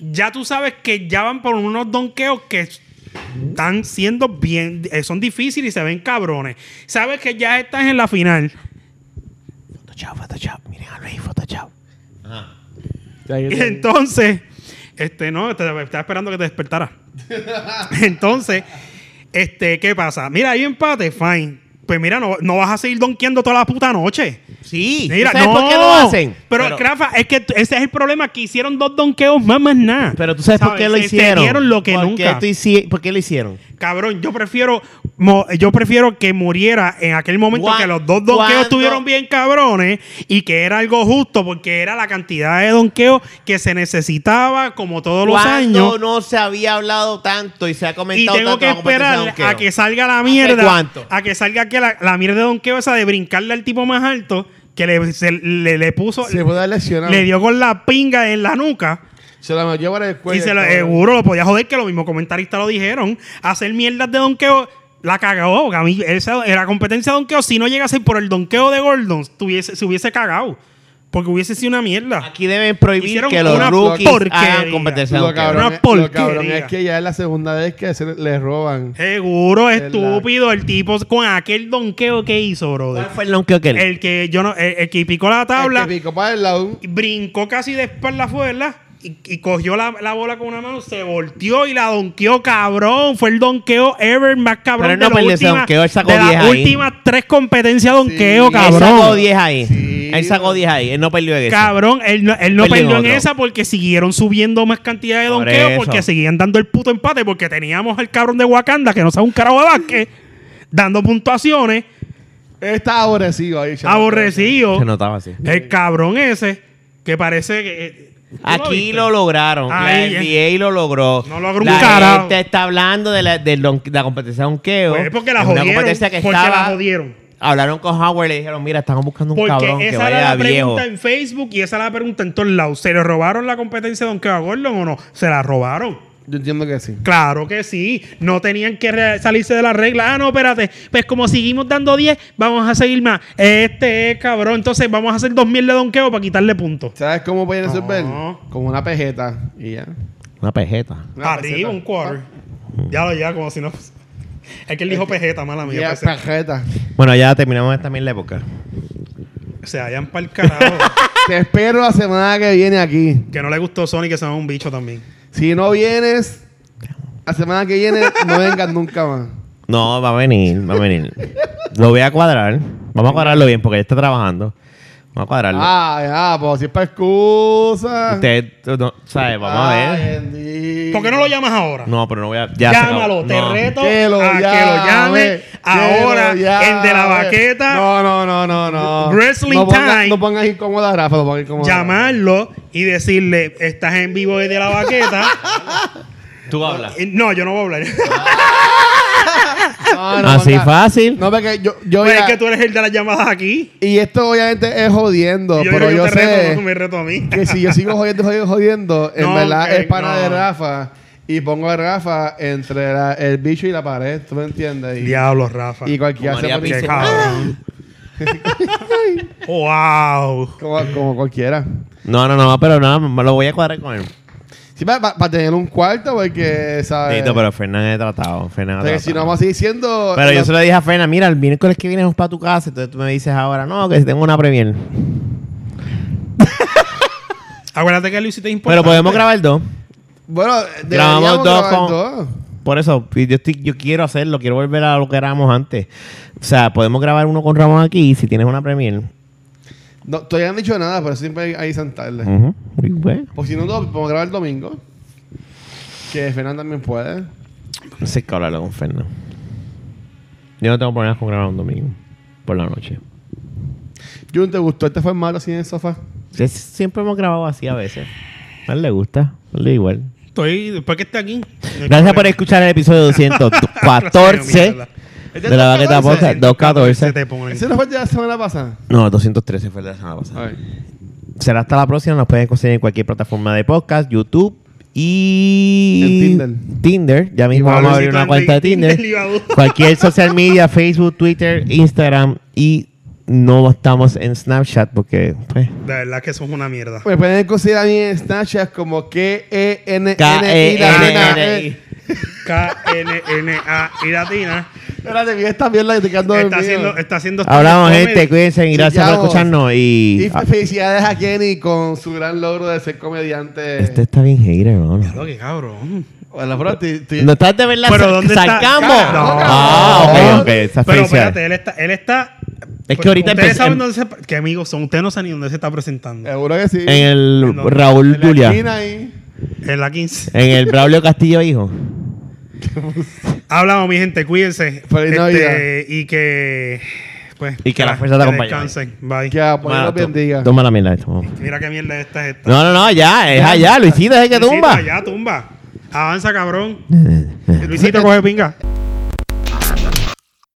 Speaker 2: ya tú sabes que ya van por unos donqueos que están siendo bien, eh, son difíciles y se ven cabrones. Sabes que ya estás en la final.
Speaker 3: Photoshop, Photoshop. Miren a Luis, Photoshop.
Speaker 1: Ya, yo
Speaker 2: Y
Speaker 1: te-
Speaker 2: entonces, este, no, te- estaba esperando que te despertara. entonces, este, ¿qué pasa? Mira, hay un empate, fine. Pues mira, no, no vas a seguir donkeando toda la puta noche.
Speaker 3: Sí.
Speaker 2: Mira,
Speaker 3: ¿Tú sabes
Speaker 2: no,
Speaker 3: por qué lo hacen?
Speaker 2: Pero, Rafa, es que t- ese es el problema, que hicieron dos donkeos más más nada.
Speaker 3: Pero tú sabes, por qué lo
Speaker 2: Se- se
Speaker 3: hicieron.
Speaker 2: dieron lo que
Speaker 3: ¿Por qué
Speaker 2: nunca.
Speaker 3: tú hici- ¿Por qué lo hicieron?
Speaker 2: Cabrón, yo prefiero mo- yo prefiero que muriera en aquel momento
Speaker 3: Gua-
Speaker 2: que los dos donkeos
Speaker 3: cuando-
Speaker 2: estuvieron bien cabrones y que era algo justo porque era la cantidad de donkeos que se necesitaba como todos los
Speaker 3: Cuando
Speaker 2: años.
Speaker 3: no se había hablado tanto y se ha
Speaker 2: Y
Speaker 3: comentado
Speaker 2: tengo
Speaker 3: tanto
Speaker 2: que
Speaker 3: la competencia de
Speaker 2: esperar
Speaker 3: donqueo?
Speaker 2: a que salga la mierda.
Speaker 3: cuánto?
Speaker 2: A que salga que la, la mierda de donqueo esa de brincarle al tipo más alto que le, se- le, le puso.
Speaker 1: Se puede lesionar.
Speaker 2: le dio con la pinga en la nuca
Speaker 1: Se la metió para el cuello.
Speaker 2: y se lo,
Speaker 1: cabrón.
Speaker 2: seguro lo podía joder que los mismos comentaristas lo dijeron. Hacer mierdas de donqueo la cagó. A mí, esa era competencia de donqueo. Si no llegase por el donqueo de Gordon, tuviese, se hubiese cagado. Porque hubiese sido una mierda.
Speaker 3: Aquí deben prohibir
Speaker 2: Hicieron
Speaker 3: que los
Speaker 2: una
Speaker 3: rookies hagan
Speaker 2: porquería.
Speaker 3: competencia de
Speaker 1: Lo
Speaker 3: donqueo.
Speaker 1: cabrón,
Speaker 2: Una
Speaker 1: es, lo cabrón
Speaker 2: porquería.
Speaker 1: es que ya es la segunda vez que se le roban.
Speaker 2: Seguro,
Speaker 1: Es la-
Speaker 2: estúpido, el tipo con aquel donqueo que hizo, brother.
Speaker 3: ¿Cuál fue el donqueo que le
Speaker 2: El que yo no, el, el que picó la tabla,
Speaker 1: El que picó para el lado.
Speaker 2: brincó casi de espalda afuera y, y cogió la, la bola con una mano, se volteó y la donqueó, cabrón. Fue el donqueo ever más cabrón
Speaker 3: Pero él no
Speaker 2: de,
Speaker 3: perdió
Speaker 2: las
Speaker 3: ese
Speaker 2: últimas-
Speaker 3: donqueo, él sacó
Speaker 2: de
Speaker 3: 10
Speaker 2: las
Speaker 3: ahí.
Speaker 2: últimas tres competencias de donqueo,
Speaker 1: Sí,
Speaker 2: cabrón.
Speaker 3: Él sacó 10 ahí.
Speaker 1: Sí.
Speaker 3: Él sacó 10 ahí. Él no perdió en eso.
Speaker 2: Cabrón, él no, él no
Speaker 3: Perdió en
Speaker 2: perdió en
Speaker 3: otro.
Speaker 2: esa porque siguieron subiendo más cantidad de
Speaker 3: Por
Speaker 2: donqueos
Speaker 3: eso.
Speaker 2: porque seguían dando el puto empate porque teníamos al cabrón de Wakanda que no sabe un carajo de básquet dando puntuaciones
Speaker 1: Está aborrecido ahí, chaval.
Speaker 2: aborrecido
Speaker 3: Se notaba así.
Speaker 2: el cabrón ese que parece que eh, ¿tú lo
Speaker 3: Aquí
Speaker 2: viste?
Speaker 3: lo lograron.
Speaker 2: Ahí,
Speaker 3: la NBA lo logró.
Speaker 2: No logró un
Speaker 3: la
Speaker 2: carajo.
Speaker 3: gente está hablando de la, del don- de la competencia de donkeo.
Speaker 2: Pues porque la
Speaker 3: Es
Speaker 2: jodieron.
Speaker 3: Una competencia que
Speaker 2: porque la
Speaker 3: estaba.
Speaker 2: jodieron.
Speaker 3: hablaron con Howard y le dijeron: Mira, estamos buscando un
Speaker 2: Porque
Speaker 3: cabrón que
Speaker 2: esa era la
Speaker 3: vaya viejo.
Speaker 2: pregunta en Facebook y esa era la pregunta en todos lados. ¿Se le robaron la competencia de Don Kevin Gordon o no? Se la robaron.
Speaker 1: Yo entiendo que sí.
Speaker 2: Claro que sí. No tenían que re- salirse de la regla. Ah, no, espérate. Pues como seguimos dando 10, vamos a seguir más. Este es cabrón. Entonces vamos a hacer dos mil de donqueo para quitarle puntos.
Speaker 1: ¿Sabes cómo pueden resolver?
Speaker 2: No.
Speaker 1: Con una pejeta y ya.
Speaker 3: Una pejeta.
Speaker 1: Una
Speaker 2: Arriba,
Speaker 1: peseta.
Speaker 2: un quarter. Ya lo ya, como si no. Es que él dijo pejeta, mala mía.
Speaker 1: Este,
Speaker 2: Pues,
Speaker 1: Ya,
Speaker 2: peseta.
Speaker 1: pejeta.
Speaker 3: Bueno, ya terminamos esta mierda época.
Speaker 2: Se hayan para el
Speaker 1: [LAUGHS]
Speaker 2: carajo.
Speaker 1: Te espero la semana que viene aquí.
Speaker 2: que no le gustó Sony, que se llama un bicho también.
Speaker 1: Si no vienes, la semana que viene no vengas nunca
Speaker 3: [LAUGHS]
Speaker 1: más.
Speaker 3: No, va a venir, va a venir. lo voy a cuadrar. Vamos a cuadrarlo bien porque él está trabajando. Vamos a cuadrarlo.
Speaker 1: Ah, ya, pues si es para excusa.
Speaker 3: Usted, tú no, ¿sabes? Vamos a
Speaker 1: Ay,
Speaker 3: ver.
Speaker 1: bendito.
Speaker 2: ¿Por qué no lo llamas ahora?
Speaker 3: No, pero no voy a. Ya se acabó.
Speaker 2: Llámalo, te
Speaker 3: No.
Speaker 2: reto
Speaker 1: Que lo
Speaker 2: a que lo llame
Speaker 1: llame.
Speaker 2: ahora
Speaker 1: Que lo llame.
Speaker 2: el de la baqueta,
Speaker 1: No, no, no, no, no.
Speaker 2: Wrestling
Speaker 1: no ponga-
Speaker 2: time.
Speaker 1: No pongas incómoda a Rafa, no pongas incómoda. a Rafa.
Speaker 2: llamarlo y decirle, estás en vivo desde
Speaker 1: [LAUGHS]
Speaker 2: la baqueta.
Speaker 3: Tú hablas.
Speaker 2: Y- no, yo no voy a hablar. [LAUGHS]
Speaker 1: No, no
Speaker 3: Así
Speaker 1: ponga-
Speaker 3: fácil.
Speaker 1: No, porque yo, yo
Speaker 2: Pues es
Speaker 1: ya-
Speaker 2: que tú eres el de las llamadas aquí.
Speaker 1: Y esto obviamente es jodiendo,
Speaker 2: Y yo,
Speaker 1: pero
Speaker 2: yo
Speaker 1: yo,
Speaker 2: te reto, no,
Speaker 1: sé
Speaker 2: me reto a mí.
Speaker 1: que si yo sigo jodiendo, jodiendo, jodiendo, en
Speaker 2: No,
Speaker 1: verdad
Speaker 2: que
Speaker 1: es pana
Speaker 2: no.
Speaker 1: de Rafa y pongo a Rafa entre la- el bicho y la pared, ¿tú me entiendes? Y,
Speaker 2: Diablo, Rafa.
Speaker 1: y cualquiera se
Speaker 3: María
Speaker 1: pone
Speaker 2: Qué
Speaker 3: Pinto.
Speaker 2: cabrón. wow. [LAUGHS]
Speaker 1: como, como cualquiera.
Speaker 3: No, no, no, pero nada, me lo voy a cuadrar con él.
Speaker 1: Sí, para, para tener un cuarto, porque, ¿sabes?
Speaker 3: Tito, pero Fernan he tratado. Fernan ha
Speaker 1: O sea, que si no
Speaker 3: tratado.
Speaker 1: vamos así diciendo.
Speaker 3: Pero yo
Speaker 1: la-
Speaker 3: se lo dije a Fernan, mira, el miércoles que viene vamos para tu casa. Entonces tú me dices ahora, no, que tengo una premier.
Speaker 2: Acuérdate que Luis sí te importa.
Speaker 3: Pero pues- podemos grabar dos.
Speaker 1: Bueno,
Speaker 3: Grabamos
Speaker 1: deberíamos
Speaker 3: dos
Speaker 1: grabar
Speaker 3: con-
Speaker 1: dos.
Speaker 3: Por eso, y yo, estoy- yo quiero hacerlo, quiero volver a lo que éramos antes. O sea, podemos grabar uno con Ramón aquí y si tienes una premier.
Speaker 1: No, todavía no han dicho nada, pero siempre hay, hay sentarle.
Speaker 3: Ujú. Muy bueno.
Speaker 1: Por si no, do- podemos grabar el domingo. Que Fernán también puede.
Speaker 3: No sé qué hablarlo con Fernan. Yo no tengo problemas con grabar un domingo por la noche.
Speaker 1: Jun, ¿te gustó este formato así en el sofá?
Speaker 3: Sí, Siempre hemos grabado así a veces. A él le gusta, a él le da igual.
Speaker 2: Estoy, después que esté aquí.
Speaker 3: Gracias por escuchar el episodio 214 de la Baqueta Podcast. 214.
Speaker 2: Se te pone.
Speaker 1: ¿Ese no fue el de la semana pasada?
Speaker 3: No, 213 fue el de la semana pasada.
Speaker 1: A ver.
Speaker 3: Será hasta la próxima. Nos pueden conseguir en cualquier plataforma de podcast, YouTube y
Speaker 1: En Tinder.
Speaker 3: Tinder. Ya mismo vamos a abrir una cuenta
Speaker 2: [LAUGHS]
Speaker 3: de Tinder. Cualquier social media, Facebook, Twitter, Instagram y no estamos en Snapchat porque pues,
Speaker 2: De verdad que eso es una mierda.
Speaker 1: Me pueden conseguir a mí en Snapchat como k e n n i
Speaker 3: K-E-N-N-I.
Speaker 1: eh.
Speaker 2: K-N-N-A y latina.
Speaker 1: Espérate, mira esta mierda que te quedando
Speaker 2: Está
Speaker 1: dormido.
Speaker 2: haciendo, está haciendo.
Speaker 3: Hablamos
Speaker 2: stand-up
Speaker 3: gente,
Speaker 2: comedy.
Speaker 3: cuídense y gracias por
Speaker 1: Chillamos.
Speaker 3: escucharnos
Speaker 1: Y
Speaker 3: y ah,
Speaker 1: fe- felicidades a Kenny con su gran logro de ser comediante.
Speaker 3: este está bien hater, hermano.
Speaker 2: Claro que cabrón.
Speaker 1: Bueno, pero te- te-
Speaker 3: ¿No estás de verdad
Speaker 2: Pero
Speaker 3: sa-
Speaker 2: ¿dónde está?
Speaker 3: sacamos?
Speaker 2: Ca- no.
Speaker 3: Ah, ok, ok. Esa es
Speaker 2: Pero
Speaker 3: facial.
Speaker 2: espérate, él está, él está. pues,
Speaker 3: Es que ahorita em-
Speaker 2: ustedes
Speaker 3: empecé-
Speaker 2: saben dónde se. Qué amigos son. Ustedes no saben ni dónde se está presentando.
Speaker 1: Seguro que sí.
Speaker 3: En el
Speaker 2: No.
Speaker 3: Raúl
Speaker 1: En la
Speaker 3: Dulia.
Speaker 1: esquina ahí.
Speaker 2: En la 15.
Speaker 3: En el Braulio Castillo, hijo.
Speaker 2: Hablamos, mi gente. Cuídense. Este,
Speaker 1: Feliz Navidad.
Speaker 2: y que. Pues,
Speaker 3: Y que la
Speaker 2: nada,
Speaker 3: fuerza te
Speaker 2: que
Speaker 3: acompañe.
Speaker 2: Descansen. Bye.
Speaker 1: Que a poner
Speaker 3: Mano,
Speaker 1: los
Speaker 3: to-
Speaker 1: bendiga.
Speaker 3: Toma la mierda esto. vamos.
Speaker 2: Mira qué mierda esta es esta.
Speaker 3: No, no, no, ya, es
Speaker 2: dạ,
Speaker 3: allá, Luisito, es el que
Speaker 2: Luisito,
Speaker 3: tumba.
Speaker 2: Ya, tumba. Avanza, cabrón. Luisito, coge pinga.